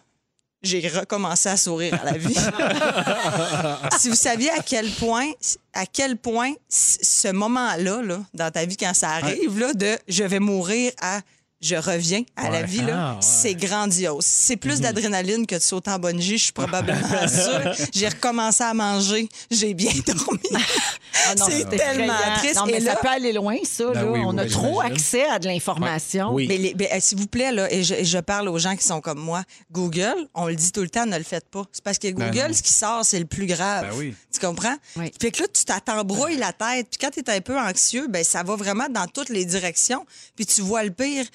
Speaker 3: j'ai recommencé à sourire à la vie. si vous saviez à quel point, à quel point c- ce moment-là, là, dans ta vie, quand ça arrive, là, de je vais mourir à je reviens à la
Speaker 9: Ouais.
Speaker 3: vie, là,
Speaker 9: Ah, ouais.
Speaker 3: c'est grandiose. C'est plus
Speaker 9: Mhm.
Speaker 3: d'adrénaline que de sauter en bungee, je suis probablement sûre. J'ai recommencé à manger, j'ai bien dormi.
Speaker 1: Ah non,
Speaker 3: c'est
Speaker 1: c'était
Speaker 3: tellement
Speaker 1: effrayant.
Speaker 3: triste.
Speaker 1: Non, mais
Speaker 3: Et
Speaker 1: ça
Speaker 3: là-
Speaker 1: peut aller loin, ça.
Speaker 3: Ben
Speaker 1: là.
Speaker 3: oui,
Speaker 1: On
Speaker 3: oui,
Speaker 1: a trop
Speaker 3: j'imagine.
Speaker 1: accès à de l'information.
Speaker 3: Mais les- mais, euh, s'il vous plaît, là, et je, et je parle aux gens qui sont comme moi, Google, on le dit tout le temps, ne le faites pas. C'est parce que
Speaker 1: Ben
Speaker 3: Google,
Speaker 1: non.
Speaker 3: ce qui sort, c'est le plus grave.
Speaker 1: Ben oui.
Speaker 3: Tu comprends? Fait que là, tu t'embrouilles la tête. Puis quand tu es un peu anxieux, ben ça va vraiment dans toutes les directions. Puis tu vois le pire.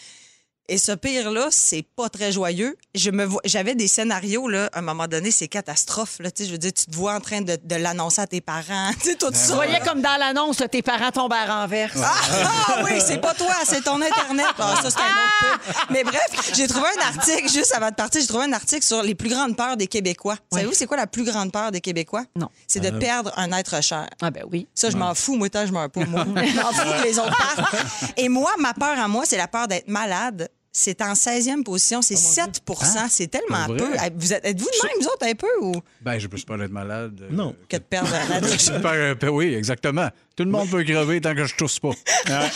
Speaker 3: Et ce pire-là, c'est pas très joyeux. Je me vois- j'avais des scénarios, là, à un moment donné, c'est catastrophe, là. Tu sais, je veux dire, tu te vois en train de, de l'annoncer à tes parents. Tu sais, tout
Speaker 1: Tu
Speaker 3: ça.
Speaker 1: voyais
Speaker 3: là.
Speaker 1: comme dans l'annonce, tes parents tombent à renverse.
Speaker 3: Ah, ah oui, c'est pas toi, c'est ton Internet. Ah, ça, c'est un autre peu. Mais bref, j'ai trouvé un article, juste avant de partir, j'ai trouvé un article sur les plus grandes peurs des Québécois. Savez-vous, c'est quoi la plus grande peur des Québécois? Non. C'est de
Speaker 1: Euh.
Speaker 3: perdre un être cher.
Speaker 1: Ah ben oui.
Speaker 3: Ça, je m'en fous. Moi, tant que je meurs pas, moi. je m'en fous que les autres partent. Et moi, ma peur à moi, c'est la peur d'être malade. C'est en 16e position, c'est 7
Speaker 1: Ah,
Speaker 3: C'est tellement
Speaker 2: Pour
Speaker 3: peu.
Speaker 2: vrai?
Speaker 3: Vous êtes- Êtes-vous de même, vous autres, un peu? Ou...
Speaker 2: Ben, je peux pas être malade. euh, Non.
Speaker 3: Que de perdre un être
Speaker 2: ben Oui, exactement. Tout le monde peut crever tant que je tousse pas. Hein?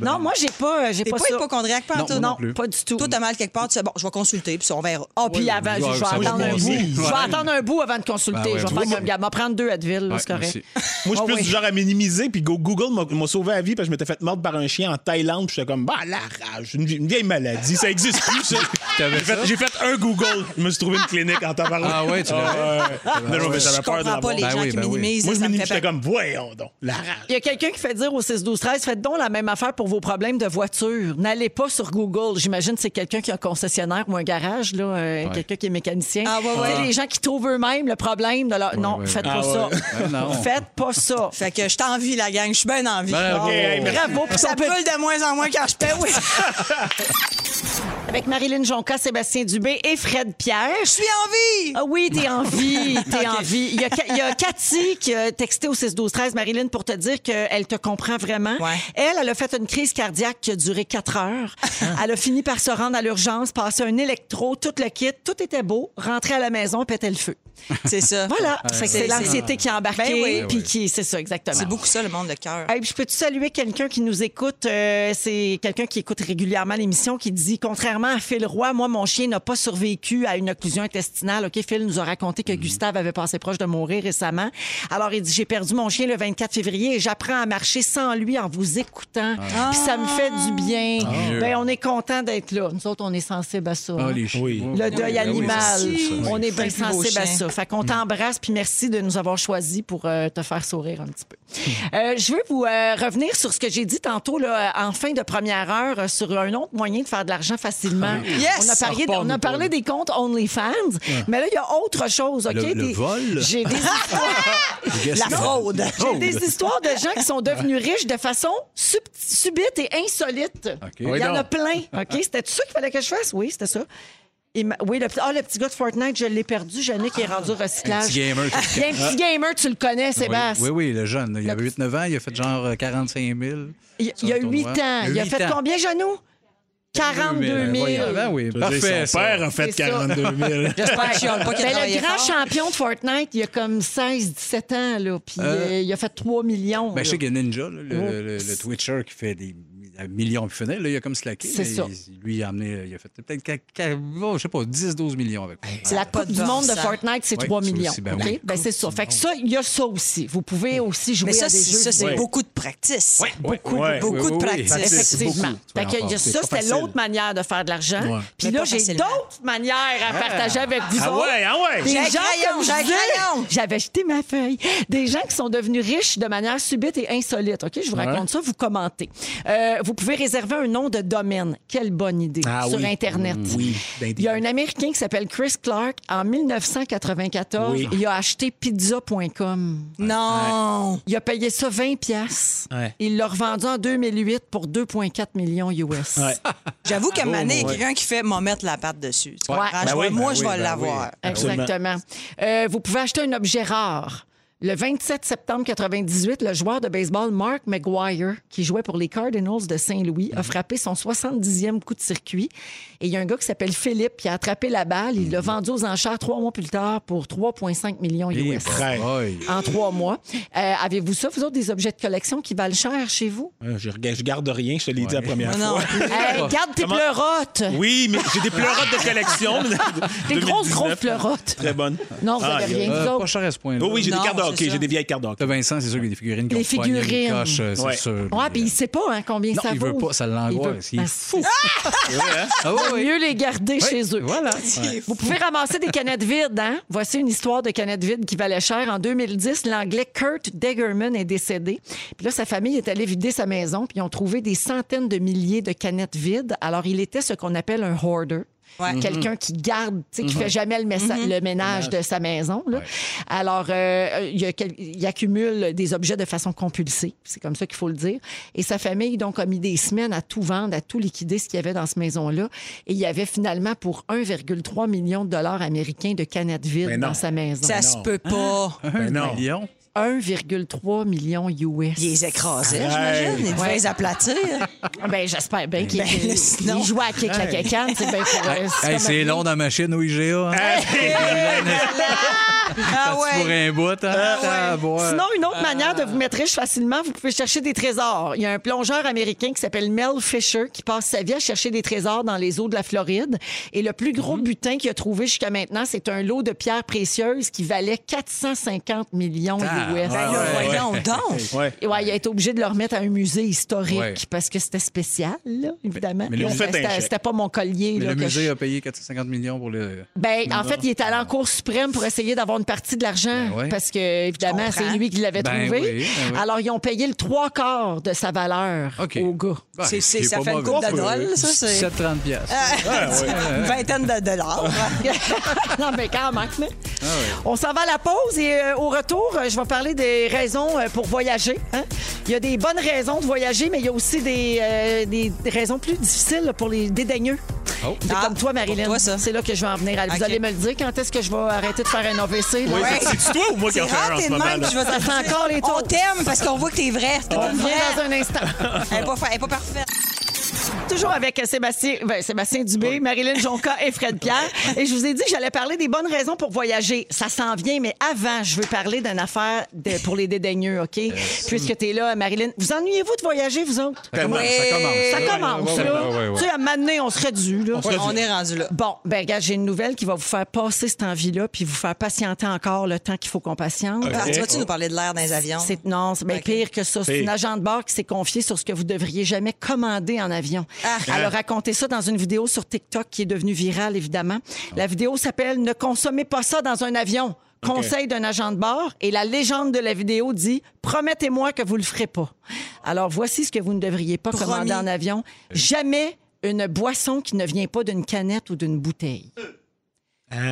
Speaker 1: non, moi, j'ai pas, euh, j'ai
Speaker 3: Ah! T'es
Speaker 1: pas,
Speaker 3: pas
Speaker 1: ça.
Speaker 3: hypochondriaque, pas en
Speaker 1: Non,
Speaker 3: tout?
Speaker 1: moi non Non, plus. pas
Speaker 3: du tout. Toi, t'as mal quelque part, tu sais, bon, je vais consulter, puis ça, on verra.
Speaker 1: Ah, puis avant, je,
Speaker 3: Ouais,
Speaker 1: je vais
Speaker 3: ça va
Speaker 1: attendre un bout.
Speaker 3: passer.
Speaker 1: Je vais
Speaker 3: Ouais.
Speaker 1: attendre un bout avant de consulter.
Speaker 4: Ben ouais,
Speaker 1: je vais
Speaker 4: moi,
Speaker 1: faire
Speaker 4: moi-
Speaker 1: comme, regarde, m'en prendre deux Advil, là, c'est correct.
Speaker 4: Moi, je suis
Speaker 1: Ah
Speaker 4: plus
Speaker 1: oui.
Speaker 4: du genre à minimiser, puis Go- Google m'a- m'a sauvé la vie parce que je m'étais fait mordre par un chien en Thaïlande, puis j'étais comme, bah, la rage, une, vie- une vieille maladie, ça existe plus, ça. J'ai
Speaker 2: T'avais ça?
Speaker 4: fait, j'ai fait un Google, je me suis trouvé une clinique en tabarnak.
Speaker 2: Ah ouais, tu l'avais?
Speaker 4: ouais.
Speaker 3: Ah
Speaker 4: Non, non, mais
Speaker 2: Je
Speaker 4: j'avais peur de
Speaker 2: comprends pas
Speaker 4: l'avoir.
Speaker 2: les gens Ben oui, qui ben oui. minimisent,
Speaker 4: Moi, je
Speaker 2: ça me
Speaker 4: minimise,
Speaker 2: fait
Speaker 4: j'étais comme, voyons donc, la rage.
Speaker 1: Il y a quelqu'un qui fait dire au 6-12-13, faites donc la même affaire pour vos problèmes de voiture. N'allez pas sur Google. J'imagine que c'est quelqu'un qui a un concessionnaire ou un garage, là, euh,
Speaker 2: Ouais.
Speaker 1: quelqu'un qui est mécanicien.
Speaker 3: Ah, ouais,
Speaker 1: Tu sais,
Speaker 3: ouais.
Speaker 1: Les gens qui trouvent eux-mêmes le problème de leur... non,
Speaker 3: ouais,
Speaker 1: faites
Speaker 3: ouais.
Speaker 1: pas
Speaker 3: Ah, ouais.
Speaker 1: ça.
Speaker 3: Ben non.
Speaker 1: Faites pas ça.
Speaker 3: Fait que je t'envie, la gang. Je suis bien envie.
Speaker 1: Ben, ok, hey, merci. Bravo pour
Speaker 3: Ça
Speaker 1: ton
Speaker 3: brûle de moins en moins quand je paie, oui.
Speaker 1: Avec Marilyn Jonca, Sébastien Dubé et Fred Pierre. Je
Speaker 3: suis en vie!
Speaker 1: Ah oui, t'es en vie, t'es
Speaker 9: Ok.
Speaker 1: en vie. Il y, a, Ka- il y a Cathy qui a texté au 6-12-13, Marilyn, pour te dire qu'elle te comprend vraiment. Elle, elle a fait une crise cardiaque qui a duré 4 heures.
Speaker 3: Ah.
Speaker 1: Elle a fini par se rendre à l'urgence, passer un électro, tout le kit, tout était beau, rentrer à la maison, pétait le feu.
Speaker 3: C'est ça.
Speaker 1: Voilà, Fait que c'est l'anxiété qui a embarqué,
Speaker 3: Euh, Ben oui.
Speaker 1: puis qui, c'est ça, exactement.
Speaker 3: C'est beaucoup ça, le monde de cœur.
Speaker 1: Hey, puis je peux-tu saluer quelqu'un qui nous écoute? Euh, c'est quelqu'un qui écoute régulièrement l'émission qui dit Contrairement à Phil Roy, moi, mon chien n'a pas survécu à une occlusion intestinale. OK, Phil nous a raconté
Speaker 2: Mhm.
Speaker 1: que Gustave avait passé proche de mourir récemment. Alors, il dit J'ai perdu mon chien le 24 février et j'apprends à marcher sans lui en vous écoutant.
Speaker 9: Ah.
Speaker 1: Puis ça me fait du bien.
Speaker 2: Ah.
Speaker 1: Ben, on est content d'être là. Nous autres, on est sensibles à ça.
Speaker 2: Ah,
Speaker 1: hein?
Speaker 2: les chiens.
Speaker 1: Le deuil animal. on est bien
Speaker 3: Les plus beaux
Speaker 1: sensible à
Speaker 3: chiens.
Speaker 1: ça. Fait qu'on t'embrasse, puis merci de nous avoir choisis pour euh, te faire sourire un petit peu. Euh, je veux vous euh, revenir sur ce que j'ai dit tantôt là, en fin de première heure euh, sur un autre moyen de faire de l'argent facilement.
Speaker 9: Ah, Yes!
Speaker 1: On a, parlé,
Speaker 9: Ça repart,
Speaker 1: on a
Speaker 9: nous,
Speaker 1: parlé des comptes OnlyFans,
Speaker 9: Ouais.
Speaker 1: mais là, il y a autre chose. OK?
Speaker 9: Le- le
Speaker 1: Des-
Speaker 9: vol?
Speaker 1: J'ai des
Speaker 9: Yes,
Speaker 1: histoires.
Speaker 9: La fraude.
Speaker 1: J'ai des histoires de gens qui sont devenus riches de façon sub- subite et insolite. Il
Speaker 9: Oui,
Speaker 1: y en
Speaker 9: donc.
Speaker 1: a plein. OK? C'était ça qu'il fallait que je fasse? Oui, c'était ça. Il m'a- oui, le, petit- ah, le petit gars de Fortnite, je l'ai perdu. Yannick est rendu au recyclage.
Speaker 2: Un petit gamer, tu le
Speaker 1: Il y a un petit gamer, tu le connais, Sébastien.
Speaker 2: Oui, oui, le jeune. Il avait 8-9 ans, il a fait genre euh, 45 000.
Speaker 1: Il, il y a
Speaker 2: Sur un
Speaker 1: 8
Speaker 2: tournoi.
Speaker 1: ans. Il a
Speaker 2: Huit
Speaker 1: fait
Speaker 2: ans.
Speaker 1: combien, Genoux? 42 000.
Speaker 2: Voyons, ben oui,
Speaker 4: Tu veux
Speaker 2: parfait.
Speaker 4: dire,
Speaker 2: ça.
Speaker 4: son père a fait
Speaker 1: C'est ça.
Speaker 4: 42 000.
Speaker 1: Ouais.
Speaker 4: J'espère qu'il chiale pas qu'il a
Speaker 1: Ben,
Speaker 4: travaillé
Speaker 1: le grand
Speaker 4: fort.
Speaker 1: champion de Fortnite, il a comme 16-17 ans, là, puis
Speaker 2: Euh.
Speaker 1: euh, il a fait 3 millions.
Speaker 2: Ben,
Speaker 1: là. Oh.
Speaker 2: je sais qu'il y a Ninja, là, le,
Speaker 1: Ouais.
Speaker 2: le- le Twitcher qui fait des, un million puis finit. Là, il a comme slacké.
Speaker 1: C'est
Speaker 2: mais
Speaker 1: ça.
Speaker 2: il- lui, il a amené, il a fait peut-être, quatre- quatre- oh, je sais pas, 10-12 millions avec.
Speaker 1: C'est la Coupe du monde de Fortnite, c'est
Speaker 2: Ouais,
Speaker 1: 3
Speaker 2: ça
Speaker 1: millions.
Speaker 2: aussi, ben
Speaker 1: OK?
Speaker 2: oui.
Speaker 1: Ben, c'est ça. Fait que ça, il y a ça aussi. Vous pouvez aussi jouer
Speaker 3: Mais ça,
Speaker 1: à des
Speaker 3: c'est-
Speaker 1: jeux
Speaker 3: ça, c'est
Speaker 1: vidéo.
Speaker 3: beaucoup de practice.
Speaker 1: Ouais, beaucoup,
Speaker 3: Ouais.
Speaker 1: beaucoup
Speaker 3: Oui, oui,
Speaker 1: de
Speaker 3: oui.
Speaker 1: practice.
Speaker 3: Practice, c'est
Speaker 1: Effectivement.
Speaker 3: beaucoup.
Speaker 1: Fait que il y a
Speaker 3: C'est
Speaker 1: ça,
Speaker 3: pas
Speaker 1: c'était
Speaker 3: facile.
Speaker 1: l'autre manière de faire de l'argent.
Speaker 3: Ouais.
Speaker 1: Puis
Speaker 3: Mais
Speaker 1: là,
Speaker 3: pas
Speaker 1: j'ai
Speaker 3: facilement.
Speaker 1: d'autres manières à
Speaker 3: Ah.
Speaker 1: partager avec vous.
Speaker 3: Ah
Speaker 1: autres.
Speaker 3: ouais, ah ouais.
Speaker 1: Des
Speaker 3: J'ai
Speaker 1: gens
Speaker 3: un crayon,
Speaker 1: comme
Speaker 3: j'ai un
Speaker 1: vous autres.
Speaker 3: crayon.
Speaker 1: J'avais jeté ma feuille. Des gens qui sont devenus riches de manière subite et insolite. OK, je vous
Speaker 13: Ouais.
Speaker 1: raconte ça, vous commentez. Euh, vous pouvez réserver un nom de domaine. Quelle bonne idée.
Speaker 13: Ah
Speaker 1: Sur
Speaker 13: oui.
Speaker 1: Internet.
Speaker 3: Mm,
Speaker 13: Oui. Ben,
Speaker 1: Il y a un Américain qui s'appelle Chris Clark. En 1994,
Speaker 13: Oui.
Speaker 1: il a acheté pizza.com. Non! Il a payé ça 20 pièces.
Speaker 13: Ouais.
Speaker 1: Il l'a revendu en 2008 pour 2,4 millions US.
Speaker 3: J'avoue qu'à un
Speaker 1: Oh,
Speaker 3: moment donné, il y a
Speaker 1: ouais.
Speaker 3: quelqu'un qui fait m'en mettre la patte dessus. Tu
Speaker 1: Ouais.
Speaker 3: comprends? Je vais- moi, je vais l'avoir.
Speaker 1: Exactement. Euh, vous pouvez acheter un objet rare. Le 27 septembre 98, le joueur de baseball Mark McGuire, qui jouait pour les Cardinals de Saint-Louis, a frappé son 70e coup de circuit. Et il y a un gars qui s'appelle Philippe qui a attrapé la balle. Il l'a vendu aux enchères trois mois plus tard pour 3,5 millions US. En trois mois. Euh, Avez-vous ça, vous autres, des objets de collection qui valent cher chez vous?
Speaker 4: Euh, Je, rega- je garde rien, je te l'ai dit la première
Speaker 1: Non, non.
Speaker 4: fois.
Speaker 1: Hey, garde tes
Speaker 4: Comment-
Speaker 1: pleurotes.
Speaker 4: Oui, mais j'ai des pleurotes de collection.
Speaker 1: Des grosses,
Speaker 4: 2019.
Speaker 1: grosses pleurotes.
Speaker 4: Très bonnes.
Speaker 1: Non, vous
Speaker 4: Ah,
Speaker 1: avez
Speaker 4: il y a-
Speaker 1: rien, vous
Speaker 4: Euh,
Speaker 1: autres?
Speaker 2: Pas cher à ce point-là.
Speaker 4: Oh oui, j'ai des cartes de
Speaker 1: Non,
Speaker 4: hockey,
Speaker 1: c'est
Speaker 4: j'ai des vieilles cartes de hockey.
Speaker 2: Vincent, c'est sûr qu'il y a des figurines qui
Speaker 1: Les
Speaker 2: ont poigné une
Speaker 1: figurines.
Speaker 2: coche, euh,
Speaker 1: Ouais.
Speaker 2: c'est sûr.
Speaker 1: Ouais, puis il sait pas hein, combien
Speaker 2: Non,
Speaker 1: ça
Speaker 2: il
Speaker 1: vaut.
Speaker 2: veut pas, ça l'angoisse, il est
Speaker 1: Ben,
Speaker 2: fou.
Speaker 1: c'est-
Speaker 2: C'est vrai, hein? Ah oui,
Speaker 1: Vaut
Speaker 2: oui.
Speaker 1: mieux les garder
Speaker 2: Oui,
Speaker 1: chez eux.
Speaker 2: voilà.
Speaker 1: Ouais. Vous pouvez ramasser des canettes vides, hein? Voici une histoire de canettes vides qui valait cher. En 2010, l'anglais Kurt Degerman est décédé. Puis là, sa famille est allée vider sa maison, puis ils ont trouvé des centaines de milliers de canettes vides. Alors, il était ce qu'on appelle un hoarder.
Speaker 13: Ouais.
Speaker 1: Quelqu'un
Speaker 13: Mhm.
Speaker 1: qui garde, tu sais, qui
Speaker 13: Mhm.
Speaker 1: fait jamais le, messa-
Speaker 13: Mhm.
Speaker 1: le ménage de sa maison. là. Alors, euh, il, y a quel- il accumule des objets de façon compulsée, c'est comme ça qu'il faut le dire. Et sa famille, donc, a mis des semaines à tout vendre, à tout liquider ce qu'il y avait dans cette maison-là. Et il y avait finalement pour 1,3 million de dollars américains de canettes vides dans sa maison.
Speaker 3: Ça se peut pas.
Speaker 4: Ben
Speaker 2: Un million.
Speaker 1: 1,3 million US. Il les écrasait,
Speaker 3: j'imagine. Il devait les
Speaker 1: aplatir. Ben, j'espère bien qu'il
Speaker 3: Ben, là, sinon-
Speaker 1: il jouait à kick la
Speaker 2: Hey.
Speaker 1: cacane. C'est bien pour eux.
Speaker 2: Hey, c'est long dans la machine au IGA. hein?
Speaker 1: Ah
Speaker 2: Parti pour un bout, hein? Ah, boy.
Speaker 1: Sinon, une autre manière de vous mettre riche facilement, vous pouvez chercher des trésors. Il y a un plongeur américain qui s'appelle Mel Fisher qui passe sa vie à chercher des trésors dans les eaux de la Floride. Et le plus gros
Speaker 2: Mhm.
Speaker 1: butin qu'il a trouvé jusqu'à maintenant, c'est un lot de pierres précieuses qui valait 450 millions
Speaker 13: Ah,
Speaker 1: US.
Speaker 13: ben là, Ouais, voyons ouais. donc.
Speaker 1: Ouais. Ouais, il a été obligé de le remettre à un musée historique
Speaker 2: Ouais.
Speaker 1: parce que c'était spécial, là, évidemment.
Speaker 2: mais ils ont fait un
Speaker 1: C'était
Speaker 2: chèque.
Speaker 1: c'était pas mon collier.
Speaker 2: Mais
Speaker 1: là,
Speaker 2: le
Speaker 1: que je-
Speaker 2: musée a payé 450 millions pour le.
Speaker 1: ben, en
Speaker 2: Non.
Speaker 1: fait, il est allé en Cour suprême pour essayer d'avoir une partie de l'argent
Speaker 2: Ben ouais.
Speaker 1: parce que, évidemment,
Speaker 2: comprends.
Speaker 1: c'est lui qui l'avait
Speaker 2: Ben
Speaker 1: trouvé.
Speaker 2: oui, ben oui.
Speaker 1: Alors, ils ont payé le trois quarts de sa valeur au gars.
Speaker 2: Ben,
Speaker 3: C'est- c'est-
Speaker 2: c'est
Speaker 3: ça
Speaker 2: pas
Speaker 3: fait une
Speaker 2: mauvais.
Speaker 3: coupe de dollars, ça, c'est- Ah,
Speaker 2: 730 piastres.
Speaker 3: Une vingtaine de dollars.
Speaker 1: non, mais quand même. hein.
Speaker 2: Ah
Speaker 1: On s'en va à la pause et euh, au retour, euh, je vais parler des raisons euh, pour voyager. hein. Il y a des bonnes raisons de voyager, mais il y a aussi des, euh, des des raisons plus difficiles pour les dédaigneux.
Speaker 2: Oh.
Speaker 1: C'est comme toi, Marilyn. C'est là que je vais en venir. Vous
Speaker 13: Ok.
Speaker 1: allez me le dire quand est-ce que je vais arrêter de faire un AVC. là?
Speaker 13: Oui, c'est- c'est-tu toi ou moi qui en fais un en ce moment, là?
Speaker 1: Ça fait encore les
Speaker 3: On t'aime parce qu'on voit que t'es vrai.
Speaker 1: On revient dans un instant.
Speaker 3: Elle n'est pas, fa- elle est pas parfaite.
Speaker 1: Toujours avec euh, Sébastien, ben, Sébastien Dubé, Marilyn Jonca et Fred Pierre. Et je vous ai dit, que j'allais parler des bonnes raisons pour voyager. Ça s'en vient, mais avant, je veux parler d'une affaire de- pour les dédaigneux, OK? Puisque tu es là, Marilyn. Vous ennuyez-vous de voyager, vous autres?
Speaker 2: Ça commence, ça commence.
Speaker 1: Ça
Speaker 2: Ouais,
Speaker 1: commence,
Speaker 2: ouais,
Speaker 1: là.
Speaker 2: ouais, ouais, ouais.
Speaker 1: Tu sais, à un moment donné, on serait dû, là.
Speaker 3: On serait dû. On est rendu là.
Speaker 1: Bon, ben, regarde, j'ai une nouvelle qui va vous faire passer cette envie-là puis vous faire patienter encore le temps qu'il faut qu'on patiente.
Speaker 3: Ah, tu vas-tu nous parler de l'air dans les avions?
Speaker 1: C'est- non, c'est bien pire que ça. C'est
Speaker 3: Pire.
Speaker 1: une agent de bord qui s'est confiée sur ce que vous devriez jamais commander en avion. Elle a raconté ça dans une vidéo sur TikTok qui est devenue virale, évidemment. La vidéo s'appelle Ne consommez pas ça dans un avion.
Speaker 13: OK.
Speaker 1: Conseil d'un agent de bord. Et la légende de la vidéo dit Promettez-moi que vous le ferez pas. Alors voici ce que vous ne devriez pas
Speaker 13: Promis.
Speaker 1: commander en avion. Jamais une boisson qui ne vient pas d'une canette ou d'une bouteille.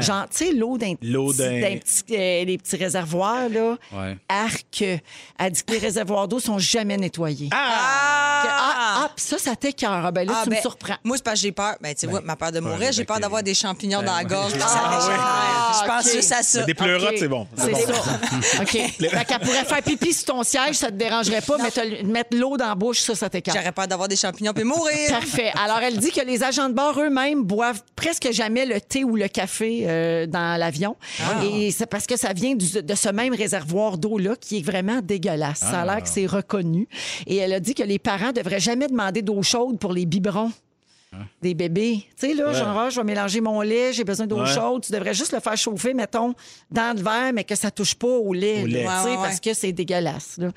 Speaker 1: Genre, tu sais, l'eau d'un
Speaker 4: L'eau
Speaker 1: petit-
Speaker 4: d'un-
Speaker 1: d'un petit- euh, des petits réservoirs, là.
Speaker 4: Ouais.
Speaker 1: Arc. euh, Elle dit que les réservoirs d'eau sont jamais nettoyés.
Speaker 3: Ah!
Speaker 1: Que- ah, ah, puis ça, ça t'écœure. Ah, Ben là,
Speaker 3: Ah,
Speaker 1: tu me
Speaker 3: ben,
Speaker 1: surprends.
Speaker 3: Moi, c'est parce que j'ai peur. Ben, tu sais, ouais, ma peur de mourir, j'ai peur d'avoir des champignons
Speaker 1: Ben,
Speaker 3: dans la
Speaker 1: ouais.
Speaker 3: gorge. Ça
Speaker 1: Ah,
Speaker 3: fait
Speaker 1: ouais.
Speaker 3: mal. Je
Speaker 1: Ah,
Speaker 3: pense
Speaker 1: ok.
Speaker 3: juste à ça.
Speaker 1: Mais des pleurotes, Ok. c'est bon. C'est C'est bon. ça. OK. Fait qu'elle pourrait faire pipi sur ton siège, ça te dérangerait pas, mais te- mettre l'eau dans la bouche, ça, ça t'écarte.
Speaker 3: J'aurais peur d'avoir des champignons puis mourir.
Speaker 1: Parfait. Alors, elle dit que les agents de bord eux-mêmes boivent presque jamais le thé ou le café café euh, dans l'avion.
Speaker 14: Ah.
Speaker 1: Et c'est parce que ça vient du- de ce même réservoir d'eau-là qui est vraiment dégueulasse. Ça a
Speaker 14: Ah.
Speaker 1: l'air que c'est reconnu. Et elle a dit que les parents devraient jamais demander d'eau chaude pour les biberons. Des bébés. Tu sais, là,
Speaker 14: Hein? Ouais.
Speaker 1: genre, ah, je vais mélanger mon lait, j'ai besoin d'eau
Speaker 14: Ouais.
Speaker 1: chaude. Tu devrais juste le faire chauffer, mettons, dans le verre, mais que ça touche pas au lait.
Speaker 14: Au
Speaker 1: là,
Speaker 14: lait.
Speaker 1: tu
Speaker 14: Ouais,
Speaker 1: sais,
Speaker 14: ouais,
Speaker 1: Parce
Speaker 14: ouais.
Speaker 1: que c'est dégueulasse. là.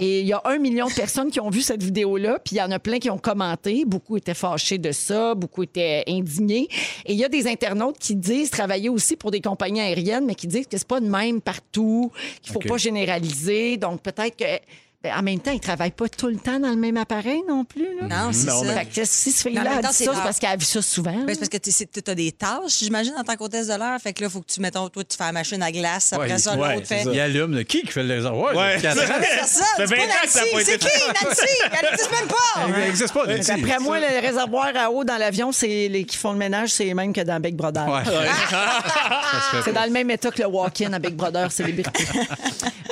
Speaker 1: Et il y a un million de personnes qui ont vu cette vidéo-là, puis il y en a plein qui ont commenté. Beaucoup étaient fâchés de ça, beaucoup étaient indignés. Et il y a des internautes qui disent travailler aussi pour des compagnies aériennes, mais qui disent que c'est pas de même partout, qu'il faut
Speaker 14: OK.
Speaker 1: pas généraliser. Donc peut-être que. ben, en même temps, ils travaillent pas tout le temps dans le même appareil non plus. Là.
Speaker 3: Non, c'est Non, ça. mais-
Speaker 1: Fait que si ce
Speaker 3: Mais en
Speaker 1: fille-là
Speaker 3: même
Speaker 1: a dit
Speaker 3: temps,
Speaker 1: ça,
Speaker 3: c'est
Speaker 1: c'est
Speaker 3: rare.
Speaker 1: parce qu'elle a vu ça souvent.
Speaker 3: Ben, c'est parce que tu as des tâches, j'imagine, en tant qu'hôtesse de l'air. Fait que là, faut que tu, mettons, toi, tu fais la machine à glace. Après
Speaker 2: Ouais,
Speaker 3: ça,
Speaker 2: ouais,
Speaker 3: l'autre hein.
Speaker 2: c'est
Speaker 3: fait.
Speaker 2: ça. Il allume le qui qui fait le réservoir?
Speaker 4: Ouais.
Speaker 2: Il y a quatre ans.
Speaker 3: Personne,
Speaker 4: Ça
Speaker 3: c'est
Speaker 4: fait
Speaker 3: pas
Speaker 4: 20 ans que ça a
Speaker 3: Nancy,
Speaker 4: pas été
Speaker 3: c'est qui,
Speaker 4: fait.
Speaker 3: Nancy? Elle n'existe même pas!
Speaker 2: Elle n'existe pas, Nancy.
Speaker 1: D'après moi, le réservoir à eau dans l'avion, c'est les qui font le ménage, c'est les mêmes que dans Big Brother. C'est dans le même état que le walk-in à Big Brother, c'est les libertés.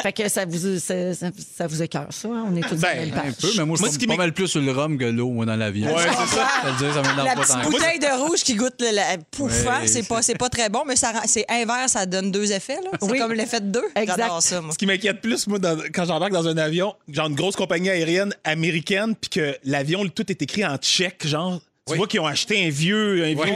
Speaker 1: fait que ça vous, ça, ça- ça vous écœure, ça. hein? On est tous dans la même
Speaker 2: Ben, Un
Speaker 1: page.
Speaker 2: peu, mais moi, je suis pas mal plus sur le rhum que l'eau, moi, dans l'avion.
Speaker 4: Ouais, c'est ça.
Speaker 2: Je vais te dire, ça m'énerve
Speaker 3: La
Speaker 2: pas tant
Speaker 3: petite
Speaker 2: que ça.
Speaker 3: bouteille de rouge qui goûte le, la poufa,
Speaker 2: Ouais,
Speaker 3: c'est pas, c'est pas très bon, mais ça rend- c'est inverse, ça donne deux effets. là. C'est comme l'effet de deux. J'adore ça, moi.
Speaker 4: Ce qui m'inquiète plus, moi, dans- quand j'embarque dans un avion, genre une grosse compagnie aérienne américaine, puis que l'avion, tout est écrit en tchèque, genre. Tu vois qu'ils ont acheté un vieux, un vieux
Speaker 1: Ouais,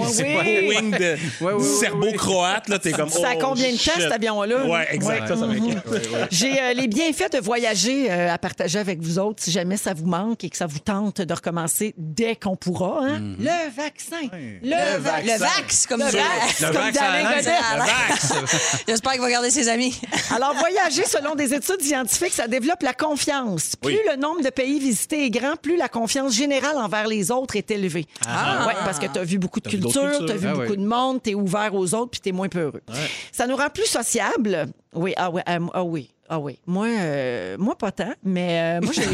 Speaker 1: oui.
Speaker 4: wing de
Speaker 1: Ouais, ouais, ouais,
Speaker 4: serbo-croate. Là, t'es comme,
Speaker 1: Ça a
Speaker 4: oh,
Speaker 1: combien de temps,
Speaker 4: shit.
Speaker 1: cet avion-là?
Speaker 4: Ouais, exact. Ça, ça
Speaker 1: Ouais.
Speaker 4: m'inquiète.
Speaker 1: J'ai euh, les bienfaits de voyager euh, à partager avec vous autres si jamais ça vous manque et que ça vous tente de recommencer dès qu'on pourra. hein.
Speaker 2: Mhm.
Speaker 1: Le vaccin.
Speaker 3: Le vaccin. Le vax, comme
Speaker 1: Le
Speaker 3: ça.
Speaker 1: vax,
Speaker 3: Le
Speaker 1: comme
Speaker 3: vax à
Speaker 1: Daniel
Speaker 3: la
Speaker 1: Godet.
Speaker 3: langue. Le vax. J'espère qu'il va garder ses amis.
Speaker 1: Alors, voyager, selon des études scientifiques, ça développe la confiance. Plus
Speaker 3: Oui.
Speaker 1: le nombre de pays visités est grand, plus la confiance générale envers les autres est élevée.
Speaker 14: Ah.
Speaker 1: Ouais, parce que tu as vu beaucoup de
Speaker 14: T'as vu d'autres
Speaker 1: cultures,
Speaker 14: cultures.
Speaker 1: tu as vu
Speaker 14: Ah
Speaker 1: beaucoup
Speaker 14: ouais.
Speaker 1: de monde, tu es ouvert aux autres, puis tu es moins peureux. Ça nous rend plus sociables. Oui, ah, ouais, ah, ah oui. Ah oui, moi, euh, moi pas tant, mais euh, moi j'ai j'ai-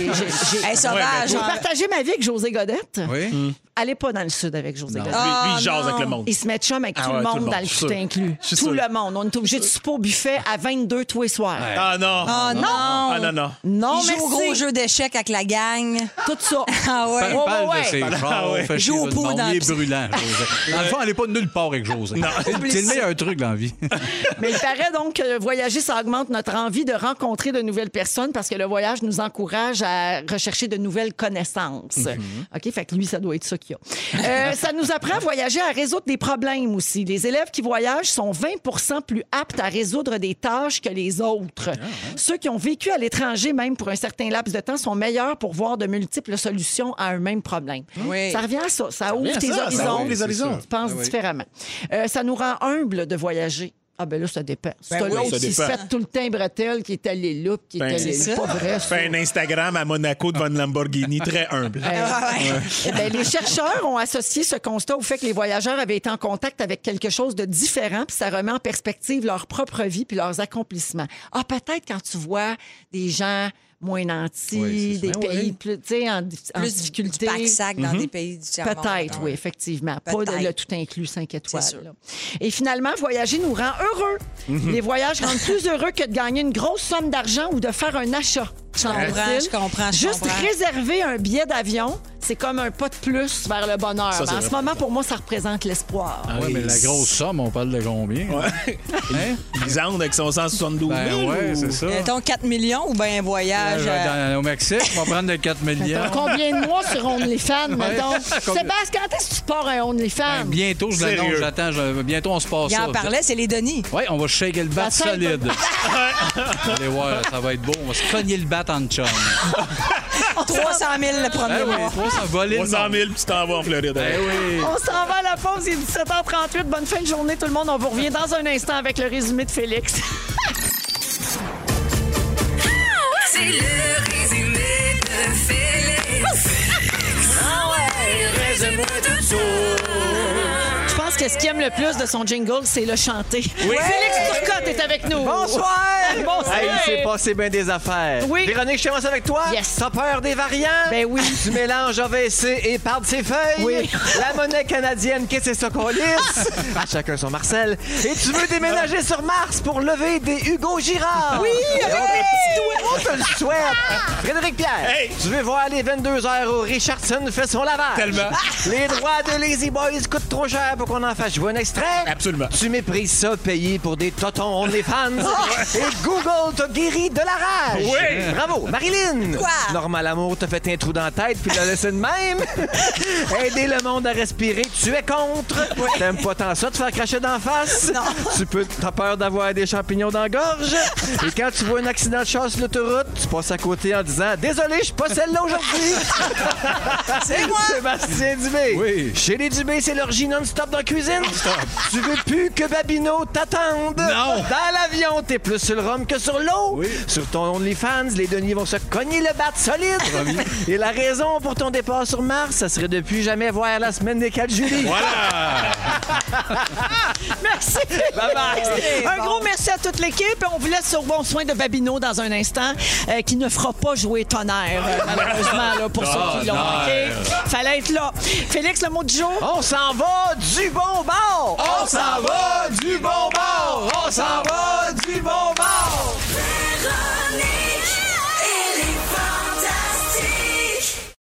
Speaker 1: j'ai-
Speaker 3: Hey, sauvage,
Speaker 1: j'ai
Speaker 3: hein.
Speaker 1: partagé ma vie avec José Godette.
Speaker 2: Oui.
Speaker 1: Allez pas dans le sud avec José
Speaker 4: Non.
Speaker 1: Godette.
Speaker 3: Ah.
Speaker 4: Lui- lui, il jase avec le monde.
Speaker 1: Il se met chum avec
Speaker 4: Ah
Speaker 1: tout
Speaker 4: ouais,
Speaker 1: le monde dans le
Speaker 4: je suis
Speaker 1: fut
Speaker 4: sûr.
Speaker 1: inclus.
Speaker 4: Je suis
Speaker 1: Tout
Speaker 4: sûr.
Speaker 1: le monde. On est obligé de souper au buffet à 22 tous les soirs.
Speaker 4: Ah non.
Speaker 1: Ah non!
Speaker 4: Ah non, non.
Speaker 1: Non,
Speaker 3: Oh il
Speaker 1: merci.
Speaker 3: joue au gros jeu d'échecs avec la gang.
Speaker 1: Tout ça.
Speaker 3: Ah ouais.
Speaker 2: Parle- parle de ses chars, fait chier
Speaker 3: Joue au
Speaker 2: tout le
Speaker 3: pot
Speaker 2: monde.
Speaker 3: dans
Speaker 2: Il
Speaker 3: la
Speaker 2: est brûlant, José. Dans le fond, elle n'est pas de nulle part avec José. C'est c'est le meilleur truc dans la vie.
Speaker 1: Mais il paraît donc que voyager, ça augmente notre envie de rencontrer de nouvelles personnes parce que le voyage nous encourage à rechercher de nouvelles connaissances.
Speaker 14: Mhm.
Speaker 1: OK? Fait que lui, ça doit être ça qu'il y a. Euh, ça nous apprend à voyager, à résoudre des problèmes aussi. Les élèves qui voyagent sont 20 plus aptes à résoudre des tâches que les autres.
Speaker 3: Ah,
Speaker 1: Ceux qui ont vécu à l'étranger, même pour un certain laps de temps, sont meilleurs pour voir de multiples solutions à un même problème.
Speaker 3: Oui.
Speaker 1: Ça revient à ça. Ça ouvre
Speaker 3: revient à
Speaker 1: tes
Speaker 3: ça, ça
Speaker 1: horizons.
Speaker 3: ouvre les
Speaker 1: C'est
Speaker 3: horizons.
Speaker 1: sûr. Tu penses
Speaker 3: Ah oui.
Speaker 1: différemment. Euh, ça nous rend humble de voyager. Ah ben là, ça dépend. C'est
Speaker 4: oui,
Speaker 1: l'autre
Speaker 4: ça
Speaker 1: qui se
Speaker 4: dépend.
Speaker 1: fait tout le temps bretelle, qui est allé là, puis qui est allé là. Pas vrai, ça.
Speaker 4: Fais un Instagram à Monaco devant une Lamborghini, très humble. Ouais.
Speaker 1: Eh ben, les chercheurs ont associé ce constat au fait que les voyageurs avaient été en contact avec quelque chose de différent, puis ça remet en perspective leur propre vie puis leurs accomplissements. Ah, peut-être quand tu vois des gens moins nantis, des
Speaker 3: ça.
Speaker 1: pays plus, tu sais, en, en
Speaker 3: Ben Plus
Speaker 1: difficulté.
Speaker 3: du pack-sac dans des pays du tiers-monde.
Speaker 1: Peut-être, oui, effectivement. Pas de-
Speaker 3: Peut-être.
Speaker 1: le tout inclus 5 étoiles.
Speaker 3: sûr.
Speaker 1: là. Et finalement, voyager nous rend heureux.
Speaker 3: Mhm.
Speaker 1: Les voyages rendent plus heureux que de gagner une grosse somme d'argent ou de faire un achat. Je
Speaker 3: comprends, je comprends, je
Speaker 1: Juste
Speaker 3: comprends.
Speaker 1: réserver un billet d'avion, c'est comme un pas de plus vers le bonheur.
Speaker 2: Ça, c'est
Speaker 1: Mais en
Speaker 2: vrai.
Speaker 1: ce moment, pour moi, ça représente l'espoir.
Speaker 2: Ah ouais, mais la grosse somme, on parle de combien? Hein?
Speaker 4: Ils andent avec son 172
Speaker 2: Ben
Speaker 4: 000
Speaker 2: ouais,
Speaker 4: ou-
Speaker 2: c'est ça.
Speaker 3: Euh,
Speaker 2: Ben,
Speaker 3: Mettons 4 millions ou bien un voyage.
Speaker 2: Je vais
Speaker 3: euh,
Speaker 2: dans- au Mexique, on va prendre de 4 millions.
Speaker 1: Mettons, Euh, combien de mois sur OnlyFans, mettons?
Speaker 2: Ouais. Ben,
Speaker 1: Sébastien, quand est-ce que tu pars un OnlyFans?
Speaker 2: Bientôt, je l'annonce,
Speaker 1: Sérieux.
Speaker 2: j'attends, je- bientôt on se passe
Speaker 1: Il
Speaker 2: ça.
Speaker 1: en parlait,
Speaker 3: c'est les Denis.
Speaker 2: Oui, on va shaker le bat
Speaker 1: La scène-
Speaker 2: solide. Allez voir, ça va être beau. On va se cogner le bat en chum.
Speaker 3: 300 000 le premier
Speaker 2: Eh oui,
Speaker 3: mois.
Speaker 2: 300 volés.
Speaker 4: 300 000, puis tu t'en vas en Floride.
Speaker 2: Eh oui.
Speaker 1: On s'en va à la pause, il est 17h38. Bonne fin de journée, tout le monde. On vous revient dans un instant avec le résumé de Félix.
Speaker 9: C'est le résumé de Félix. Ah ouais, résumé de tout.
Speaker 1: Je pense que ce qu'il aime le plus de son jingle, c'est le chanter.
Speaker 15: Ouais.
Speaker 1: Félix Turcotte est avec nous. Bonsoir.
Speaker 15: Hey, il s'est passé bien des affaires.
Speaker 1: Oui.
Speaker 15: Véronique, je commence avec toi.
Speaker 1: Yes.
Speaker 15: T'as peur des variants?
Speaker 1: Ben oui.
Speaker 15: Tu mélanges AVC et par de ses feuilles.
Speaker 1: Oui.
Speaker 15: La monnaie canadienne, qu'est-ce que c'est ça qu'on lisse? À chacun son Marcel. Et tu veux déménager sur Mars pour lever des Hugo Girard.
Speaker 14: Oui, avec Ah.
Speaker 15: on,
Speaker 14: les petits
Speaker 15: on te le souhaite. Frédéric Pierre, tu veux voir les 22 heures où Richardson fait son lavage.
Speaker 14: Tellement.
Speaker 15: Les droits de Lazy Boys coûtent trop cher pour qu'on en Jean-François, je veux un extrait.
Speaker 2: Ah.
Speaker 15: Absolument. Tu méprises ça, payé pour des totons OnlyFans. Et Google t'a guéri de la rage.
Speaker 9: Oui.
Speaker 15: Bravo. Marilyn.
Speaker 9: Quoi?
Speaker 15: Normal Amour t'a fait un trou dans la tête puis l'a laissé de même. Aider le monde à respirer, tu es contre. T'aimes pas tant ça te faire cracher d'en face.
Speaker 9: Non.
Speaker 15: Tu peux, t'as peur d'avoir des champignons dans la gorge. Et quand tu vois un accident de chasse sur l'autoroute, tu passes à côté en disant Désolé, je suis pas celle-là aujourd'hui.
Speaker 9: C'est moi.
Speaker 15: Sébastien Dubé. Oui. Chez les Dubé, c'est l'orgie non-stop dans la cuisine. Tu veux plus que Babino t'attende. Non. Dans l'avion, t'es plus sur le rhum que sur l'eau. Sur ton OnlyFans, les deniers vont se cogner le bat solide. Et la raison pour ton départ sur Mars, ça serait de plus jamais voir la semaine des 4 juillet.
Speaker 9: Voilà.
Speaker 1: Merci.
Speaker 15: Bye bye.
Speaker 1: Un gros merci à toute l'équipe. On vous laisse sur bon soin de Babino dans un instant, euh, qui ne fera pas jouer tonnerre, euh, malheureusement, là, pour ceux qui l'ont manqué.
Speaker 9: Tonnerre.
Speaker 1: Fallait être là. Félix, le mot du jour?
Speaker 15: On s'en va du bon bord!
Speaker 9: On s'en va du bon bord. On s'en va